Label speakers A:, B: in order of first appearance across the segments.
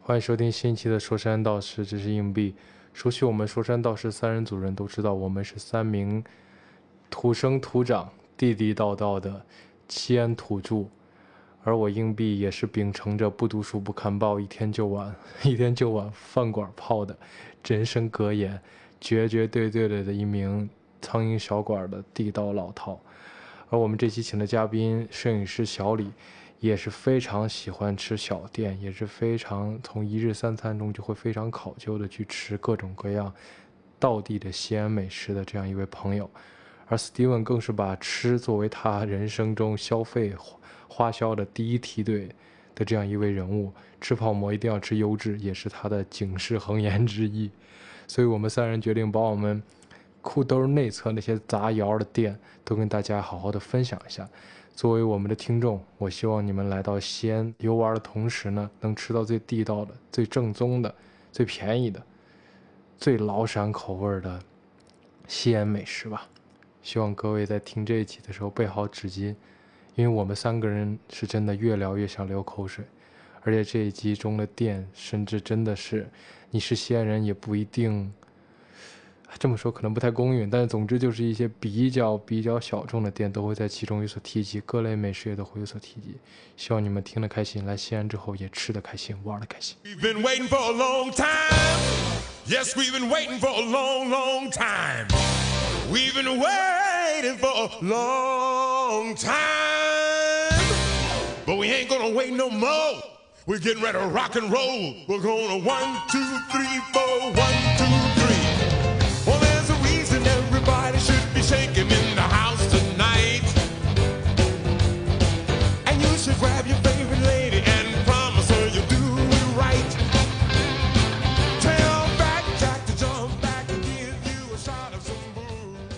A: 欢迎收听新一期的《说山道士》，这是硬币。熟悉我们说山道士三人组人都知道，我们是三名土生土长、地地道道的西安土著。而我硬币也是秉承着不读书不看报，一天就晚 一天就晚饭馆泡的人生格言，绝绝对对的的一名苍蝇小馆的地道老饕。而我们这期请的嘉宾，摄影师小李，也是非常喜欢吃小店，也是非常从一日三餐中就会非常考究的去吃各种各样道地的西安美食的这样一位朋友。而 Steven 更是把吃作为他人生中消费花花销的第一梯队的这样一位人物。吃泡馍一定要吃优质，也是他的警示恒言之一。所以我们三人决定把我们裤兜内侧那些杂窑的店都跟大家好好的分享一下。作为我们的听众，我希望你们来到西安游玩的同时呢，能吃到最地道的、最正宗的、最便宜的、最老陕口味儿的西安美食吧。希望各位在听这一集的时候备好纸巾，因为我们三个人是真的越聊越想流口水，而且这一集中的店，甚至真的是你是西安人也不一定。这么说可能不太公允，但是总之就是一些比较比较小众的店都会在其中有所提及，各类美食也都会有所提及。希望你们听得开心，来西安之后也吃得开心，玩得开心。
B: We've been waiting for a long time. Yes, we've been waiting for a long, long time. We've been waiting for a long time. But we ain't gonna wait no more. We're getting ready to rock and roll. We're gonna one, two, three, four, one, two, three. Well, there's a reason everybody should be shaking in the house tonight. And you should grab your favorite lady and promise her you'll do it right. Tell back Jack to jump back and give you a shot of some booze.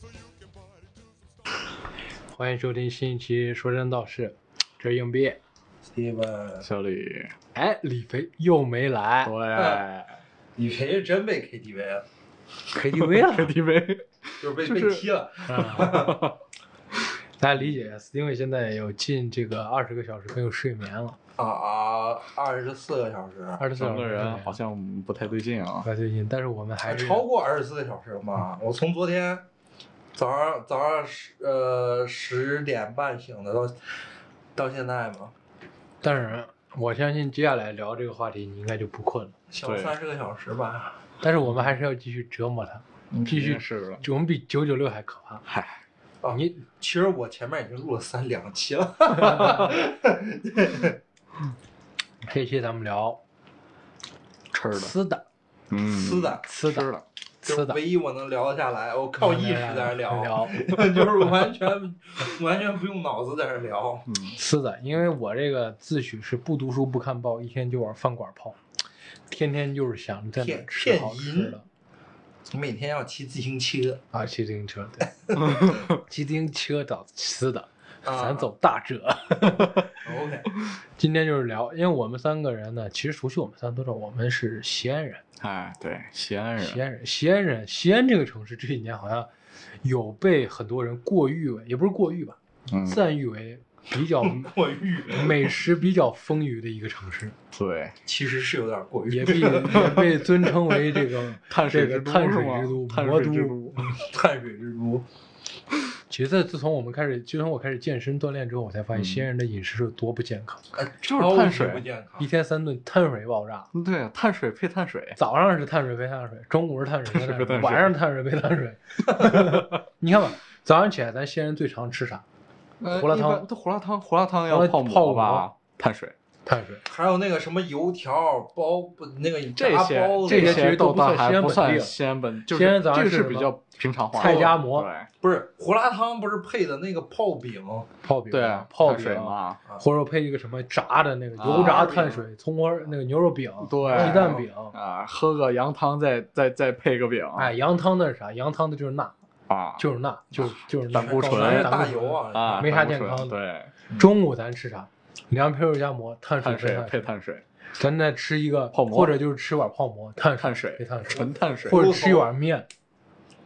B: So you can party to some
A: 欢迎收听新一期《说山道事》，这是硬币。
C: Steven，
D: 小李，
A: 哎，李飞又没来，
D: 哦对
C: 你平时真被 KTV 了，
A: KTV 了。
D: ，KTV，
C: 啊 就是被、
D: 就是
C: 被踢了。
A: 大家理解一下，Steven 现在有近这个二十个小时没有睡眠了，
C: 啊啊，二十四个小时，
A: 二十四
D: 整
A: 小
D: 个
A: 时
D: 人好像不太对劲啊
A: 不。太最近，但是我们还
C: 还
A: 是
C: 超过二十四个小时吗？我从昨天早上早上十呃十点半醒的到到现在嘛，
A: 但是我相信接下来聊这个话题，你应该就不困了。
C: 小
D: 对
C: 三十个小时吧。
A: 但是我们还是要继续折磨他，继续
D: 是了，
A: 就我们比九九六还可怕。
D: 嗨，
C: 啊，
A: 你
C: 其实我前面已经录了三两期了，
A: 这期咱们聊
D: 吃的，
A: 吃的，
D: 嗯，
C: 撕的，
A: 吃
D: 吃
A: 的，
D: 的，
C: 就是
A: 吃的，
C: 唯一我能聊得下来，我靠意识在那聊，
A: 聊
C: 就是完全完全不用脑子在那聊。
D: 嗯，
A: 吃的，因为我这个自诩是不读书不看报，一天就往饭馆泡，天天就是想在哪儿
C: 骗
A: 吃
C: 骗
A: 好吃
C: 银
A: 的。
C: 每天要骑自行车，
A: 啊，骑自行车，对， 骑自行车找吃的，
D: 啊
A: 咱走大辙。
C: 啊 OK，
A: 今天就是聊，因为我们三个人呢，其实熟悉我们三个都知道，我们是西安人，
D: 哎，对，西安
A: 西
D: 人，
A: 安人，西安人，西安这个城市这几年好像有被很多人过誉为，也不是过誉吧，
D: 嗯，
A: 赞誉为比较
C: 过誉
A: 美食比较丰腴的一个城 市，
D: 对，
C: 其实是有点过
A: 也
C: 誉，
A: 被也被尊称为这个
D: 碳
A: 这
D: 水
A: 个
D: 之都
A: 碳
D: 是
A: 水
D: 吗
A: 之都、
D: 碳
A: 魔
D: 水之
A: 都
D: 都。
C: 碳水之都。
A: 其实自从我们开始，自从我开始健身锻炼之后，我才发现
D: 嗯
A: 西安人的饮食是有多不健康，
C: 呃，
D: 就是
C: 超
D: 碳
C: 级
A: 哦
D: 水
C: 不健康
A: 一。天三顿碳水爆炸。
D: 对，碳水配碳水，
A: 早上是碳水配碳水，中午是碳水配碳
D: 碳水配
A: 水，
D: 碳水
A: 晚上碳水配碳水。 你看吧，早上起来咱西安人最常吃啥？
D: 呃
A: 胡辣
D: 一
A: 汤
D: 般都胡辣汤，胡辣汤
A: 胡
D: 要
A: 辣
D: 泡
A: 呃泡馍
D: 馍吧，碳水，
A: 碳水。
C: 还有那个什么油条包，不那个
D: 这
C: 炸
D: 些
C: 包子
A: 这些其
D: 些
A: 实都
D: 都
A: 不算西安
D: 还不
A: 本地
D: 算
A: 的
D: 西安本，就
A: 西安
D: 是
A: 早上
D: 这个
A: 是
D: 是
A: 什
D: 比
A: 么
D: 较平常化的，
A: 菜夹馍
D: 对
C: 不是胡辣汤，不是配的那个泡饼，
A: 泡饼，啊
D: 对，啊
A: 泡
D: 碳水
A: 饼，啊
D: 嘛，
A: 或者配一个什么炸的那个
D: 啊
A: 油炸
C: 饼
A: 碳水葱花那个牛肉饼，
D: 对
A: 鸡蛋饼。
D: 啊，喝个羊汤再再再配个饼，
A: 哎，羊汤那是啥？羊汤的就是钠，
D: 啊，
A: 就是钠，就是就是钠
D: 胆固醇
C: 全是
A: 胆固
C: 大
A: 醇
C: 油。啊！
D: 啊，
A: 没啥
D: 咱不
A: 健
D: 说
A: 康的
D: 对，
A: 中午咱吃啥？凉皮、肉夹馍，碳水
D: 碳
A: 配
D: 水啊
A: 碳
D: 配
A: 水。
D: 碳水，
A: 咱再吃一个
D: 泡馍
A: 或者就是吃碗泡馍，碳
D: 碳水
A: 配碳水，
D: 纯碳水，
A: 或者吃一碗面，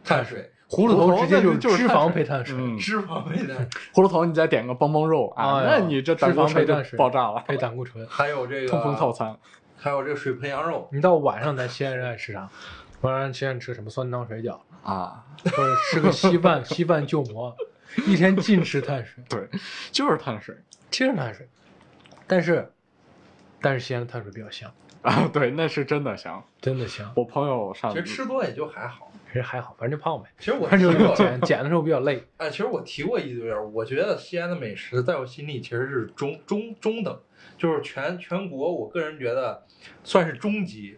C: 碳水，
E: 葫芦头直接
D: 就是就是
E: 脂
D: 碳水
E: 肪配碳水，
D: 嗯，
C: 脂肪类的，
D: 葫芦头你再点个棒棒肉啊，
E: 哎呀
D: 那你这胆固
E: 脂肪配
D: 醇
E: 碳水哎
D: 就爆炸了，
E: 配胆固醇。
C: 还有这个
D: 痛风套餐。
C: 还有这个水盆羊肉，
E: 你到晚上咱西安人爱吃啥？晚上西安吃什么酸汤水饺，
D: 啊，
E: 或者吃个稀饭 稀饭就馍，一天禁吃碳水，
D: 对，就是碳水
E: 禁吃碳水。但是，但是西安的碳水比较香，
D: 啊，对，那是真的香。
E: 真的香。
D: 我朋友上
C: 其实吃多也就还好。
E: 其实还好，反正就胖呗。
C: 其实我
E: 反正就是
C: 提过，
E: 减减的时候比较累。
C: 哎，其实我提过一堆儿，我觉得西安的美食在我心里其实是中中中等，就是全全国，我个人觉得算是中级，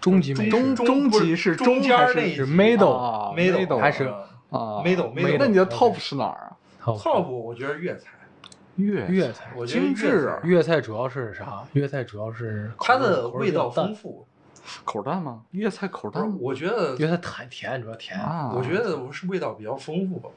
E: 终极美
C: 中
E: 食
C: 中
D: 中
C: 不
D: 级是
C: 中
D: 中
C: 间
D: 还
C: 儿那一
D: 是
E: 是
C: 级
E: middle，、
D: 啊
C: middle
E: 还是
C: 嗯
D: 啊
C: 没懂没懂
D: 那你的 top 是哪儿啊？
E: 好
C: top，我觉得粤菜，
D: 粤
E: 粤菜。
C: 我觉得
D: 精致
C: 粤菜
E: 啊粤菜主要是啥？粤菜主要是口
C: 它
E: 味
C: 的
E: 口
C: 味
E: 比较
C: 道丰
E: 淡
C: 富，
D: 口淡吗？粤菜口
C: 不是
D: 淡
C: 我觉得
E: 粤菜太甜，主要甜。
D: 啊，
C: 我觉得我是味道比较丰富吧，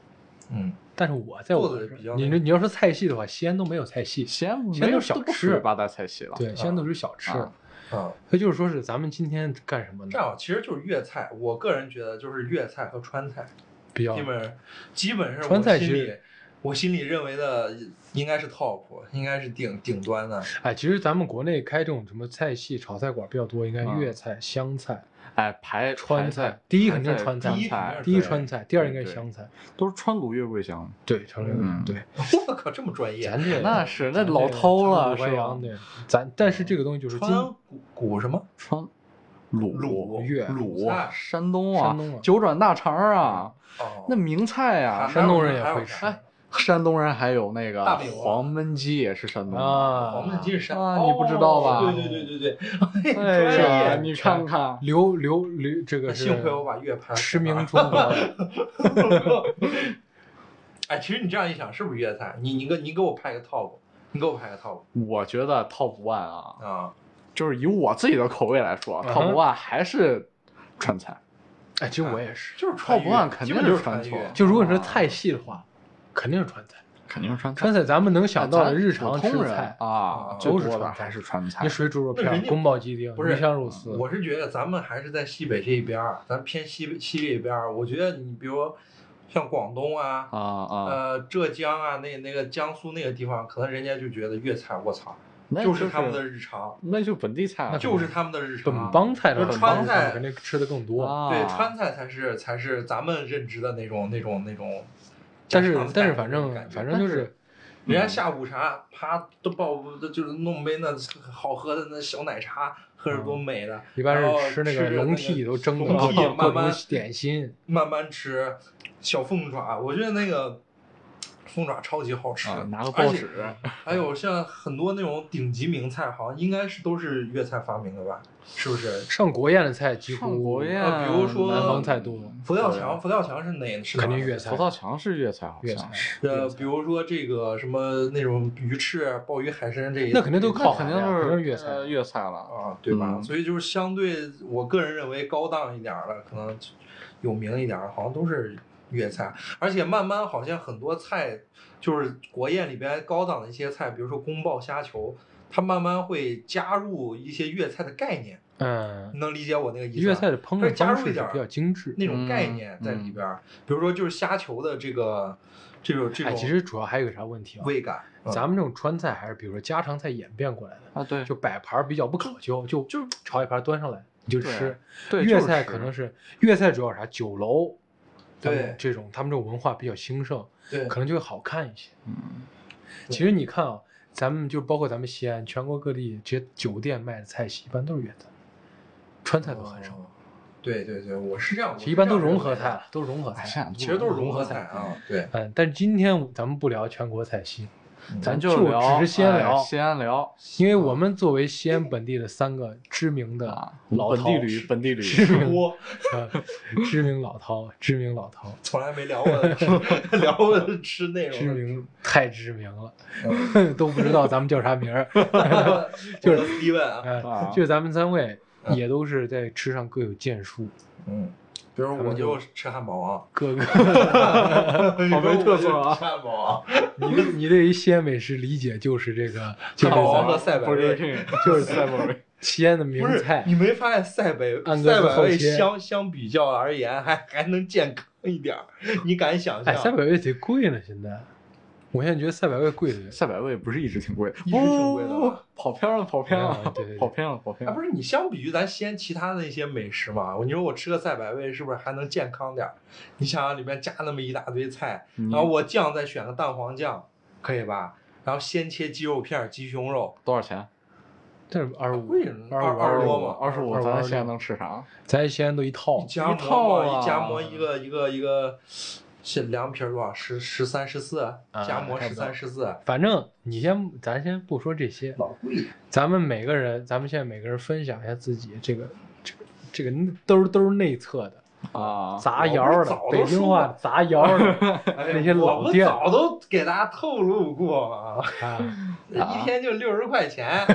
C: 嗯，
E: 但是我在我
C: 做的
E: 这儿
C: 比较
E: 你
C: 那
E: 这你要说菜系的话，西安都没有菜系，
D: 西安
E: 西
D: 没
E: 安
D: 有
E: 都是小
D: 都不
E: 吃
D: 属于八大菜系了。
E: 对，西安都是小吃。
D: 啊
C: 啊，
E: 所以就是说是咱们今天干什么
C: 这
E: 呢？
C: 样其实就是粤菜，我个人觉得就是粤菜和川菜，
E: 比较
C: 基本基本上
E: 川菜
C: 我心
E: 其
C: 里
E: 实
C: 我心里认为的应该是 top，应该是顶顶端的，
E: 哎，其实咱们国内开这种什么菜系炒菜馆比较多，应该
D: 啊
E: 粤菜、湘菜、
D: 哎，排
E: 川
D: 菜
E: 菜，第一肯定是川
D: 川
E: 菜
C: 第一
D: 菜，
E: 第一
C: 对
E: 川菜，第二
D: 对
E: 应该是
D: 对
E: 湘菜。
D: 都是川鲁粤味香。
E: 对，成
D: 嗯
E: 龙对，
C: 我靠，这么专业
E: 咱！这
D: 那是那
E: 咱这
D: 老饕了
E: 长谷
D: 是
E: 淮
D: 吧
E: 扬对，咱但是这个东西就是今
C: 川古古什么？
D: 川鲁
C: 鲁
E: 粤
C: 鲁菜
D: 山东啊
E: 山东啊，
D: 九转大肠啊，
C: 哦，
D: 那名菜啊，
E: 山东人
C: 还有
E: 也会
C: 啥
E: 吃
C: 哎
D: 山东人还有那个
C: 大饼啊
D: 黄焖鸡也是山东的。
E: 啊，
C: 黄焖鸡是山
D: 啊你不知道吧
C: 哦对对对对对，
D: 哎
C: 专业
D: 呀，你看看，
E: 刘刘刘这个是啊
C: 幸亏我把乐拍了啊
E: 驰名中国，
C: 哎，其实你这样一想，是不是粤菜？你你给你给我拍个 top，你给我拍个 top
D: 我觉得 top one 啊，
C: 啊！
D: 就是以我自己的口味来说啊
E: 嗯哼
D: ，top one 还是川菜。
E: 哎，其实我也 是，
C: 就是川
D: top
C: 渝
D: one 肯
C: 基
D: 定
C: 本就是
D: 川
C: 川
D: 菜
C: 渝，，
E: 就如果你说菜系的话，肯定是川菜。
D: 肯定是川菜。
E: 川菜咱们能想到
D: 咱
E: 的日常
D: 普
E: 吃
D: 通人
E: 菜，
D: 啊，
E: 都是
D: 最多的
E: 川菜
D: 还是川菜
E: 你。水煮肉
C: 那人
E: 片、
C: 家
E: 宫保鸡丁、
C: 不是
E: 鱼香肉丝，
C: 我是觉得咱们还是在西北这一边儿，咱偏西北西这一边儿。我觉得你比如像广东啊、
D: 啊啊，
C: 呃浙江啊，那那个江苏那个地方，可能人家就觉得粤菜，我操，
D: 那
C: 就是他们的，日常，
D: 那就本地
E: 啊
D: 菜了，
C: 就是他们的日常。
E: 本帮菜的
C: 那
E: 话
C: 啊川
E: 本帮
C: 菜
E: 肯定吃的更多。
D: 啊，
C: 对，川菜才是才是咱们认知的那种那种那种家
E: 但
C: 常菜
E: 是
C: 那种感觉。
E: 但是反正反正就是
C: 人
D: 嗯
C: 家下午茶，啪都爆，就是弄杯那好喝的那小奶茶，喝着
D: 嗯
C: 多美的。
E: 一般
C: 然后
E: 是吃那个
C: 着
E: 笼屉里头蒸的
C: 笼
E: 各
C: 屉
E: 种各
C: 慢
E: 种
C: 慢
E: 点心，
C: 慢慢吃小凤爪，我觉得那个凤爪超级好吃。
D: 啊，拿个
C: 而
D: 报
C: 且
D: 纸，
C: 还有像很多那种顶级名菜，好像应该是都是粤菜发明的吧？是不是？
E: 上国宴的菜几
D: 上
E: 乎
D: 国宴，
C: 呃比如说
E: 南方菜多，
C: 佛跳墙，佛跳墙是哪？是哪
E: 肯定粤菜
D: 佛。跳墙是粤菜，好
E: 粤菜
D: 像是。
C: 呃，比如说这个什么那种鱼翅、鲍鱼、海参这一，
E: 那肯定都靠
D: 那肯
E: 海
D: 定
E: 呀肯
D: 是
E: 定是粤菜
D: 呃粤菜了。
C: 啊，对吧？
D: 嗯
C: 所以就是相对，我个人认为高档一点儿的，可能有名一点儿，好像都是粤菜。而且慢慢好像很多菜，就是国宴里边高档的一些菜，比如说宫爆虾球，它慢慢会加入一些粤菜的概念。
E: 嗯，
C: 你能理解我那个意思吧？
E: 粤菜嗯的烹
C: 但
E: 饪
C: 是加
E: 方
C: 入
E: 式
C: 一
E: 是
C: 点儿
E: 比较精致。
C: 那种概念在里边儿，比如说就是虾球的这个这种这
E: 哎，
C: 种
E: 其实主要还有个啥问题啊？
C: 味感。嗯
E: 咱们这种川菜还是比如说家常菜演变过来的，
D: 啊，对，
E: 就摆盘儿比较不考究，就
D: 就
E: 炒一盘儿端上来你就
D: 对
E: 吃。
D: 对
E: 粤
D: 就是
E: 菜
D: 吃
E: 可能是粤菜主要是啥酒楼，咱们
C: 对
E: 这种他们这种文化比较兴盛，
C: 对
E: 可能就会好看一些。
D: 嗯
E: 其实你看啊，咱们就包括咱们西安，全国各地这些酒店卖的菜系一般都是粤菜，川菜都很少，
C: 哦对对对，我是这样，我
E: 其
C: 是
E: 实一般
C: 这
E: 都
C: 样
E: 融
C: 认
E: 合
C: 为
E: 菜
C: 的，
E: 了，都是融合
D: 哎这
E: 菜。
D: 样
C: 其实都是融合菜啊。对，
E: 嗯，但是今天咱们不聊全国菜系，
C: 嗯
E: 咱
D: 就聊，
E: 只是先
D: 哎
E: 聊
D: 西安聊
E: 因为我们作为西安本地的三个知名的
D: 啊，
E: 老
D: 本地
E: 饕，
D: 驴，本地驴，
E: 知名
C: 锅
E: 呃知名老饕，知名老饕，
C: 从来没聊过 聊过吃内
E: 知
C: 容，
E: 名太知名了，
C: 嗯
E: 都不知道咱们叫啥名儿。
C: 就是 Steven 啊，
E: 哎
D: 啊
E: 就咱们三位也都是在吃上各有建树，
C: 嗯，比如
E: 他们
C: 我
E: 就
C: 就吃汉堡 王，
E: 各 个，
C: 好
D: 没特色啊
C: 吃汉堡王，
E: 你对你对于西安美食理解就是这个，就
C: 汉堡
E: 是
C: 王和赛百味
D: Burger。King 就是赛百味，
E: 西安的名
C: 不是
E: 菜，
C: 你没发现塞北
E: 按个
C: 塞
E: 字
C: 北
E: 后
C: 味
E: 切
C: 相相比较而言还还能健康一点儿？ 你敢想象？
E: 哎，赛百味贼贵呢，现在，我现在觉得赛百味贵的，
D: 赛百味不是一直挺贵的，
C: 一直挺贵的吧
D: 哦跑偏了，跑偏
E: 啊
D: 了
E: 对对对，
D: 跑偏了，跑偏
C: 哎，
D: 了
C: 不。是你相比于咱西安其他的一些美食嘛，你说我吃个赛百味是不是还能健康点儿？你想啊想里面加那么一大堆菜，
E: 嗯
D: 你
C: 然后我酱再选个蛋黄酱，可以吧？然后先切鸡肉片儿、鸡胸肉，
D: 多少钱？
E: 这二十五
C: 贵人，
E: 二
C: 二
E: 五
C: 二十
E: 五
C: 多嘛
D: 二十五，
E: 25
D: 咱现在能吃啥？
E: 咱西安都一套
C: 一，夹
D: 一套
C: 馍嘛，
D: 啊
C: 一夹馍一个一个一个，是凉皮儿多少？十十三十四，
E: 啊
C: 夹馍十
D: 差不多
C: 三十 四，啊
E: 反正你先，咱先不说这些，
C: 老贵。
E: 咱们每个人，咱们现在每个人分享一下自己这个这个这个都都是内测的，
D: 啊，
E: 杂窑
C: 我
E: 的
C: 早，都
E: 北京话
C: 说
E: 杂窑 的
C: 哎
E: 那些
C: 我
E: 老
C: 们
E: 店
C: 早都给大家透露过嘛，
E: 啊，
C: 一天就六十块 钱，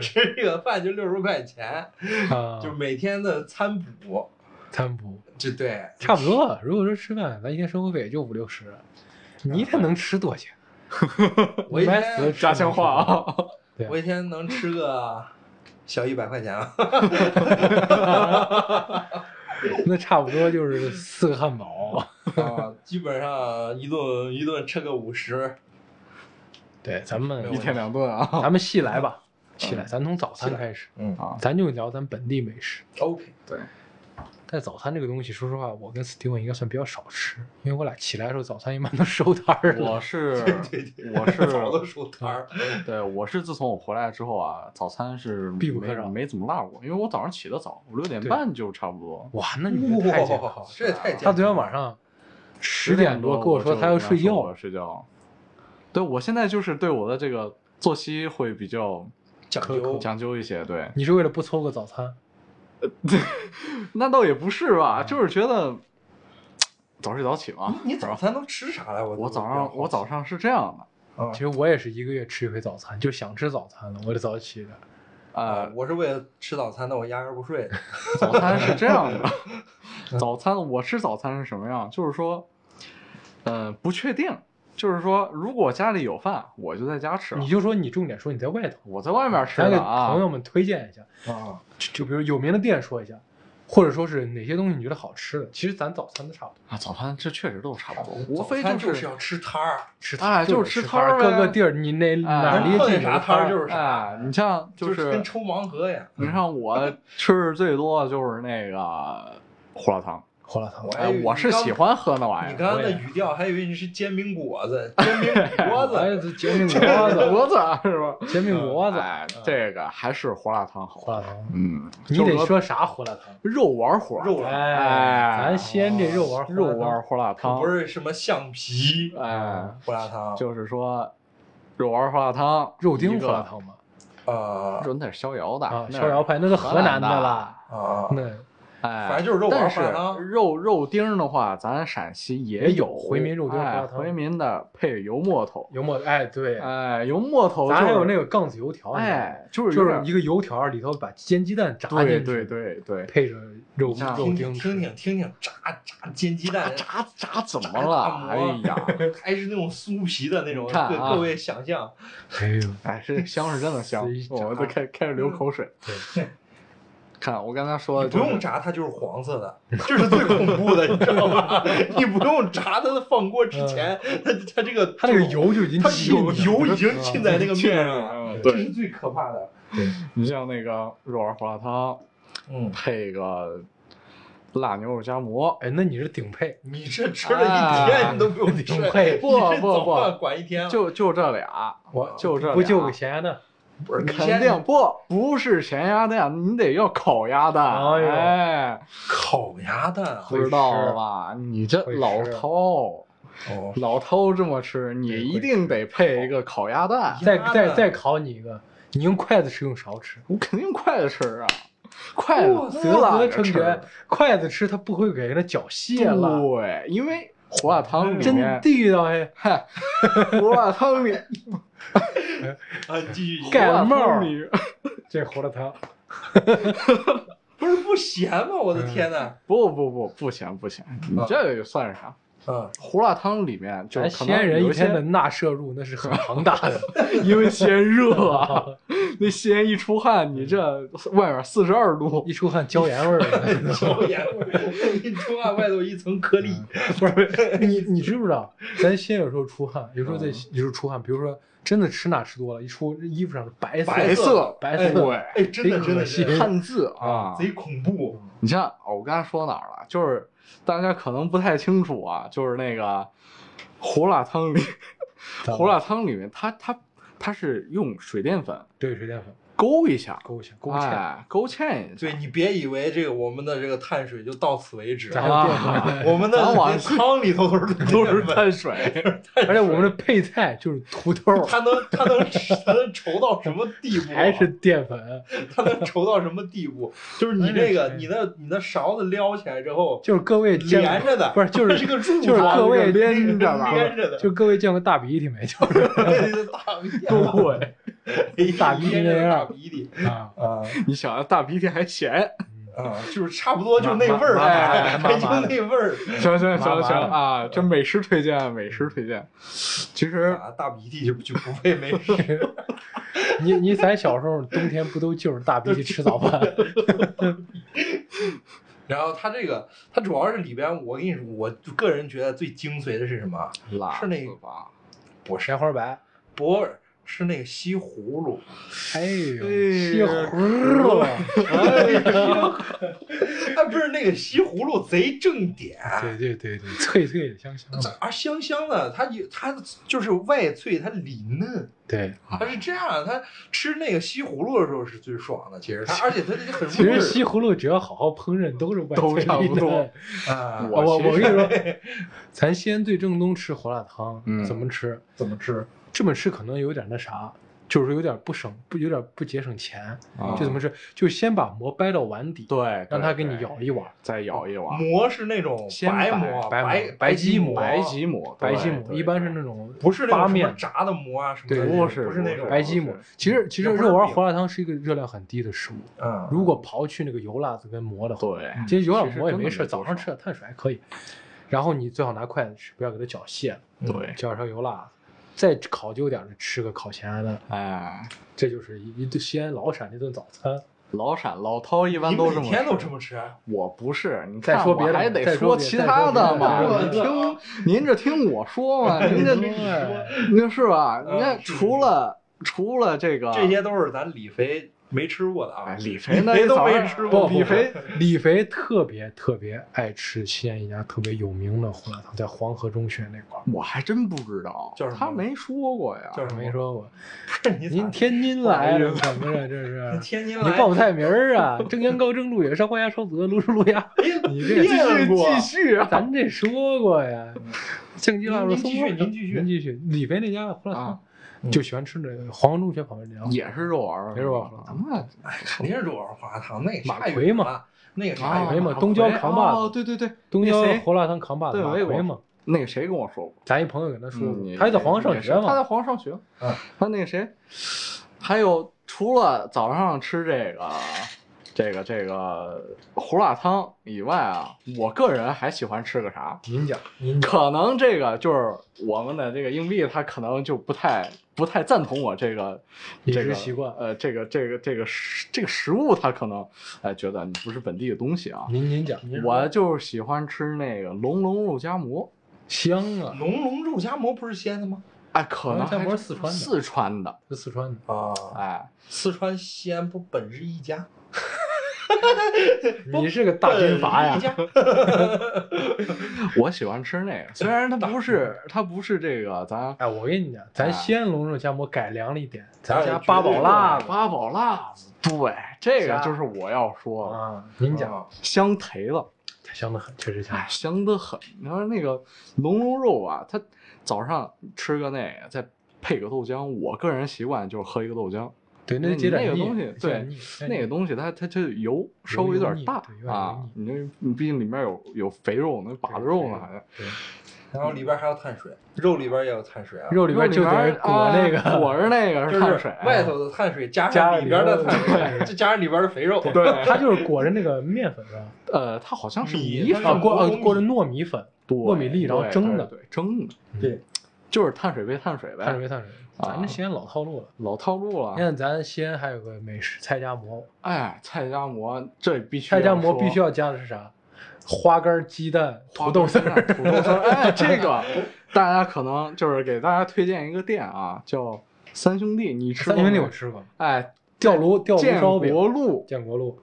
C: 吃这个饭就六十块钱，
E: 啊
C: 就每天的餐补，
E: 餐补
C: 这对。
E: 差不多。如果说吃饭，咱一天生活费也就五六十，你一天能吃多少钱？
C: 我一
E: 你买死
C: 天
E: 吃
D: 家乡话啊，
E: 对
C: 我一天能吃个小一百块钱 啊，
E: 那差不多就是四个汉堡。
C: 啊基本上一顿一顿吃个五十，
E: 对，咱们
C: 没有
D: 一天两顿啊
E: 咱们细来吧，细来，咱从早餐
C: 细来
E: 开始，
C: 嗯
D: 啊，
E: 咱就聊咱本地美食。
C: ，OK，
D: 对，
E: 但早餐这个东西，说实话，我跟 Steven 应该算比较少吃，因为我俩起来的时候，早餐一般都收摊儿了。
D: 我是
C: 对对
D: 我 是
C: 早都收摊儿，
D: 对，我是自从我回来之后啊，早餐是
E: 必不可
D: 没
E: 少
D: 没怎么落过，因为我早上起得早，我六点
E: 对
D: 半就差不多。
E: 哇，那你们太健康
C: 哇
E: 了。，
C: 这也太健
E: 他
C: 康了。
E: 昨天晚上十
D: 10
E: 点多
D: 多
E: 跟我说
D: 就
E: 他要
D: 跟
E: 睡
D: 说
E: 觉
D: 我
E: 了，
D: 睡觉。对，我现在就是对我的这个作息会比较
C: 讲究，
D: 讲究一些，对，
E: 你是为了不错过早餐？
D: 那倒也不是吧，就是觉得早睡早起嘛。
E: 嗯
C: 你早餐都吃啥来？我
D: 我
C: 我
D: 早上我早上是这样的，
C: 啊
E: 其实我也是一个月吃一回早餐，就想吃早餐了，我得早起的。
D: 呃，
C: 我是为了吃早餐的，我压根儿不睡。
D: 早餐是这 样的，
E: 嗯
D: 早餐我吃早餐是什么样？就是说，呃，不确定，就是说，如果家里有饭，我就在家吃了
E: 你就说你重点说你在外头，
D: 我在外面吃
E: 咱给
D: 的
E: 朋
D: 啊
E: 友，们推荐一下，
C: 啊，
E: 就就比如有名的店说一下，或者说是哪些东西你觉得好吃的。其实咱早餐都差不多，
D: 啊，早餐这确实都差不多， 无
C: 无
D: 非
C: 非就
D: 就是
C: 要吃摊儿，
E: 吃
D: 哎
E: 就
D: 就是
E: 吃
D: 吃
E: 摊
D: 摊
E: 儿，
D: 儿
E: 各
D: 呗
E: 个地儿你哪哪
D: 哎
E: 离
C: 能碰
E: 近
C: 见啥摊儿就是啥，
D: 哎，你像就
C: 跟
D: 是，
C: 抽盲盒一样。
D: 你看我吃最多的就是那个胡辣汤，
E: 胡辣汤
C: 我
D: 哎
C: 哎，
D: 我是
C: 你刚
D: 喜欢喝那玩
C: 你
D: 意儿，
C: 刚刚的语调，还以为你是煎饼果子，煎饼果
E: 哎，
C: 子。
E: 这煎饼果子，
D: 脖子啊 是吧？
E: 煎饼果子，
D: 哎，
C: 嗯
D: 这个还是胡辣汤
E: 胡
D: 好，
E: 辣汤，
D: 嗯，
E: 你
D: 就是
E: 得说啥胡辣汤？
D: 肉丸胡辣
C: 肉丸
E: 哎，
D: 哎
E: 咱先这肉丸，
D: 嗯肉丸，胡辣
C: 可
D: 汤，
C: 不是什么橡皮
D: 哎，
C: 胡辣汤，
D: 就是说肉丸胡辣汤，
E: 肉丁
D: 一个
E: 胡辣，汤嘛，
C: 啊
D: 肉那是逍遥的
E: 啊，
D: 那是
E: 逍遥派那个河南的
D: 河南的
E: 啦，
C: 啊，
E: 那
D: 哎，
C: 反正就是肉丸
D: 但
C: 胡辣汤
D: 是肉肉丁的话，咱陕西
E: 也
D: 也
E: 有回民肉丁胡辣
D: 哎，
E: 汤
D: 回民的配油馍头，
E: 油馍，哎，对，
D: 哎，油馍头，
E: 咱还有那
D: 个，
E: 个杠子油条，你知道吗
D: 哎，就是
E: 就
D: 有
E: 是
D: 点
E: 一个油条里头把煎鸡蛋炸
D: 对
E: 进
D: 对，
E: 去，
D: 对对，
E: 配着肉
D: 像
E: 肉
C: 听
E: 丁
C: 听
E: 吃
C: 听听听听，炸炸煎鸡
D: 炸
C: 蛋，
D: 炸炸怎么
C: 炸
D: 了？
C: 馍
D: 哎呀，
C: 还是那种酥皮的那种，
D: 你看啊
C: 各各位想象，
E: 哎呦，
D: 哎，这香是真的香
E: 是一，炸
D: 我都开开始流口水。看我刚才说的
C: 不
D: 哦就是，
C: 用炸，它就是黄色的， 这是最恐怖的，你知道吗？你不用炸，它放锅之前，它它这个
E: 它那个油就已经
C: 它
E: 浸
C: 有
E: 了
C: 油已 经浸在那个面上 了，
D: 嗯
C: 这
D: 对
C: 是最可怕的。
D: 你像那个肉丸胡辣汤，
C: 嗯，
D: 配个辣牛肉夹馍，
E: 哎，那你是顶配，
C: 你这吃了一天，
D: 啊
C: 你都不用吃，
E: 顶配，
D: 不
C: 你这
D: 不
C: 早饭
D: 不，
C: 管一天了，啊
D: 就就这俩，
E: 我
D: 就这俩
E: 不就个咸鸭蛋，
C: 不是你
D: 肯
C: 先
D: 定不不是咸鸭蛋，你得要烤鸭
E: 哎
D: 蛋。
E: 呦
D: 哎，
C: 烤鸭蛋啊
E: 会
D: 不
E: 吃
D: 知道了吧？你这
E: 会吃
D: 老饕，
C: 哦，
D: 老饕这么吃，你一定得配一个烤鸭蛋
C: 鸭。
E: 再
C: 蛋
E: 再再考你一个，你用筷子吃用勺吃？
D: 我肯定筷子吃啊，筷子
E: 哇
D: 不拉
E: 啧
D: 着
E: 啧称
D: 吃
E: 绝，筷子吃它不会给那脚卸了，
D: 对，因为胡辣汤里
E: 嗯真
D: 面，
E: 地道哎！
D: 嗨，胡辣汤 里
C: 啊，继续
E: 盖
D: 胡辣
E: 帽
D: 汤
E: 儿
D: 里
E: 这胡辣汤，
C: 不是不咸吗？我的天呐！
D: 不不不，不咸不咸，
E: 啊
D: 你这个算是啥？
C: 嗯，
D: 胡辣汤里面就
E: 咱
D: 是可能
E: 西安哎人
D: 有
E: 一
D: 一些
E: 天的钠摄入那是很庞大的，
D: 因为西安热啊，那西安一出汗，你这外边四十二度
E: 一，出汗椒盐味儿 了。
C: 椒盐味儿，你出汗外头一层颗粒。
E: 不是 你，你知不知道？咱西安有时候出汗，有时候
C: 嗯
E: 在有时候出汗，比如说真的吃哪吃多了，一出衣服上是白色
C: 白
E: 白
C: 色
E: 白
C: 哎
E: 色，
D: 对
C: 哎，真的真的
E: 贼
C: 是
E: 恶心嗯
D: 汉字啊，
C: 贼恐怖。
D: 你像哦我刚才说哪儿了？就是大家可能不太清楚啊，就是那个胡辣汤里，
E: 咱
D: 胡辣汤里面它它它是用水淀粉
E: 对水淀粉
D: 勾一下，
E: 勾一下，勾芡，
D: 哎、勾芡一下。
C: 对你别以为这个我们的这个碳水就到此为止，
E: 咱
D: 啊
E: 还有 淀粉，
C: 我们的
D: 咱往
C: 那汤里头都是
D: 都是碳水，
E: 而且我们的配菜就是土豆 儿，
C: 他能他能他能愁到什么地步啊？
E: 还是淀粉，
C: 他能愁到什么地步？ 就是你这个你那你那勺子撩起来之后，
E: 就是各位见
C: 连着的
E: 不是就 是
C: 它是个柱啊
E: 就是
C: 状
E: 各
D: 的
E: 位
D: 连着吧
C: 连着的，哎
E: 就各位见过大鼻涕没？ 就是
C: 大 鼻涕，
E: 对
C: 大
E: 大
C: 鼻
E: 鼻
C: 涕
E: 涕那样
C: 大鼻涕
E: 啊，
C: 啊
D: 你想啊大鼻涕还咸，
C: 啊，就是差不多就那味儿，
E: 麻麻
C: 哎，
E: 麻
C: 哎
E: 麻
C: 就
E: 麻的
C: 那味儿。
D: 行行
E: 麻
D: 行
E: 麻
D: 行
E: 的
D: 啊，这美食推荐，啊美食推荐。其实
C: 啊，大鼻涕就就不配没事。
E: 你你咱小时候冬天不都就是大鼻涕吃 早饭？
C: 然后它这个，它主要是里边，我跟你说，我就个人觉得最精髓的是什么？
D: 辣
C: 是那
D: 死吧？
C: 不是
E: 白花白，
C: 不是，是那个西葫芦，
E: 哎呦，
D: 哎
E: 西葫芦，
C: 哎，不是那个西葫芦贼正点，
E: 对对对对，脆脆的香香的，
C: 啊，香香的，它有它就是外脆，它里嫩，
E: 对。
C: 它是这样，它吃那个西葫芦的时候是最爽的，其实 它，而且它这个很
E: 其
C: 入味
E: 实
C: 儿
E: 西葫芦只要好好烹饪，都是外
D: 都
E: 脆
D: 差
E: 里
D: 不
E: 嫩
D: 多
C: 啊，
E: 我我
D: 其
E: 跟
D: 实
E: 你说， 咱西安最正宗吃胡辣汤，
D: 嗯
E: 怎么吃？
C: 怎么吃？
E: 这么吃可能有点那啥，就是说有点不省，不有点不节省钱。
D: 啊
E: 就怎么吃？就先把馍掰到碗底，
D: 对，
E: 让它给你
D: 对，
E: 舀一碗。
D: 再舀一碗。
C: 馍是那种
D: 鲜
C: 白
D: 嗯白
C: 馍，
E: 白
C: 白
E: 馍
C: 白
E: 白
C: 吉
E: 吉
C: 馍，
E: 馍
D: 白吉馍，
E: 白吉
D: 对
E: 馍
D: 对
E: 一般是
D: 对
E: 那种
C: 不是那
E: 发
C: 种什么
E: 面
C: 炸的馍啊什么
E: 对
C: 的，
E: 对
D: 不
C: 是
D: 是
C: 不那种
E: 白吉馍
D: 是。
E: 其实其实
C: 也不是
E: 肉丸
C: 饼
E: 胡辣汤是一个热量很低的食物，
C: 嗯，
E: 如果刨去那个油辣子跟馍的话，
D: 对，
E: 其实油辣
D: 其实
E: 馍也
D: 真的
E: 没
D: 没
E: 事，
D: 多
E: 早上
D: 少
E: 吃点碳水还可以。然后你最好拿筷子吃，不要给它搅细了，
D: 对，
E: 搅上油辣子，再考究点儿吃个烤咸鸭蛋，
D: 哎，
E: 这就是一一顿西安老陕的一顿早餐。
D: 老陕老饕一般
C: 你
D: 都这
C: 每
D: 么
C: 天都
D: 吃
C: 这么吃，
E: 啊
D: 我不是，你
E: 再
D: 看
E: 说
D: 我
E: 别的
D: 还
E: 吧再
D: 得
E: 说别
D: 其
E: 再说
D: 他
E: 别的
D: 的嘛。您
E: 再说
C: 别的
D: 听，您这听我说 嘛，您这
E: 对
D: 您是吧？
C: 嗯
D: 你看，
C: 是
D: 除了除了这个
C: 这，些都是咱李肥没吃过的
D: 哎，
C: 啊。
D: 李 肥那
C: 李
D: 一
C: 肥都
D: 早
C: 没
D: 上
C: 吃
E: 不
C: 过，
E: 不
D: 李
E: 不
D: 肥，
E: 李肥特别特别爱吃西安一家特别有名的胡辣汤，在黄河中学那块儿。
D: 我还真不知道
C: 叫什，么
D: 他没说过呀。
C: 叫什么
E: 没说过，
C: 你
E: 您
C: 咋
E: 天津来的怎么着？这是
C: 天津
E: 你
C: 来，
E: 报菜名儿啊？蒸羊羔、蒸鹿野、烧花鸭、烧子鹅、卤水、卤鸭，
C: 哎
E: 你这
D: 继续
E: 见过？
D: 继续啊！
E: 咱这说过呀，正鸡腊肉
C: 您
E: 松
C: 您继续
E: 花，
C: 您继续
E: 您继续。李肥那家胡辣
D: 啊
E: 汤就喜欢吃那个黄河中学旁边那家，
D: 也是肉丸儿，
E: 也是肉丸儿
D: 那
C: 哎，肯定是肉丸麻辣烫，那个
E: 马
C: 差远
E: 奎嘛
C: 了，那个
E: 马
C: 差
E: 奎
C: 远
E: 哎嘛
C: 了
E: 东郊扛把子
D: 啊哦，对对对，
E: 东
D: 那
E: 郊
D: 谁
E: 胡辣汤扛把子
D: 对
E: 马
D: 我也
E: 奎
D: 忘
E: 嘛。
D: 那个谁跟我说过？
E: 咱一朋友给他说
D: 嗯
E: 过，他也在皇上上学
D: 他在
E: 嘛。
D: 皇上上学。
C: 嗯
D: 他那个谁，还有除了早上吃这个。这个这个胡辣汤以外啊，我个人还喜欢吃个啥？
E: 您讲，您讲，
D: 可能这个就是我们的这个硬币，他可能就不太不太赞同我这个
E: 饮
D: 这
E: 食
D: 个
E: 习惯
D: 呃，这个这个这个食这个食物，他可能哎觉得你不是本地的东西啊。
E: 您您讲，您说
D: 我就是喜欢吃那个龙龙肉夹馍，
E: 香啊，
C: 龙龙肉夹馍不是西安的吗？
D: 哎，可能
E: 龙夹馍
D: 还
E: 是
D: 四
E: 四川的
D: 川的，
E: 是四川的。
C: 啊，
D: 哎，
C: 四川西安不本是一家？
E: 你是个大军阀
C: 本是
E: 呀！
C: 一家
D: 我喜欢吃那个，虽然它不是它不是这个咱
E: 哎，我跟你讲，咱西安龙肉夹馍改良了一点，
C: 咱
E: 咱家 八宝辣子
D: 八宝辣子，对，这个
E: 啥
D: 就是我要说的，
E: 啊。您讲，
C: 啊
D: 香忒了，
E: 它香的很，确实香
D: 哎，。香得很。你说那个龙龙肉啊，它早上吃个那个，再配个豆浆，我个人习惯就是喝一个豆浆，
E: 对，那
D: 那
E: 接点
D: 那个
E: 腻
D: 东西，
E: 接点
D: 对
E: 腻
D: 那个东西它它它油稍微有
E: 油
D: 点
E: 腻
D: 大
E: 对有点油
D: 啊，你这你毕竟里面有有肥肉，那把子肉呢，好像
E: 对
C: 然后里边还有碳水，肉里边也有碳水啊，
A: 肉里边就得裹那个，
D: 啊裹着那个
C: 就是
D: 碳水，
E: 啊
D: 啊
C: 外头的碳水加
A: 加
C: 上
A: 上
C: 里边的
A: 里边
C: 碳
A: 的
C: 水，再加上里边的肥肉，
D: 对，
E: 它就是裹着那个面粉是吧？
D: 呃，它好像是
C: 米
D: 米
C: 它
D: 粉
C: 是
E: 啊，裹
C: 糯
E: 呃
C: 米
E: 裹着糯米粉，
D: 糯
E: 米粒然后蒸的
D: 对，蒸的，
C: 对，
D: 就是碳水配碳水呗，
E: 碳水没碳水。
D: 啊
E: 咱这西安老套路了，
D: 老套路了
E: 你。看咱西安还有个美食菜夹馍，
D: 哎，菜夹馍这必须
E: 菜夹
D: 要
E: 馍
D: 说
E: 必须要加的是啥？花干、鸡蛋、土豆丝
D: 花
E: 儿
D: 生啊。土豆丝儿。哎，这个大家可能就是给大家推荐一个店啊，叫三兄弟，你吃
E: 三
D: 过
E: 兄弟
D: 没
E: 我吃过，
D: 哎，
E: 吊炉吊炉
D: 建
E: 烧饼，
D: 国路
E: 建国路，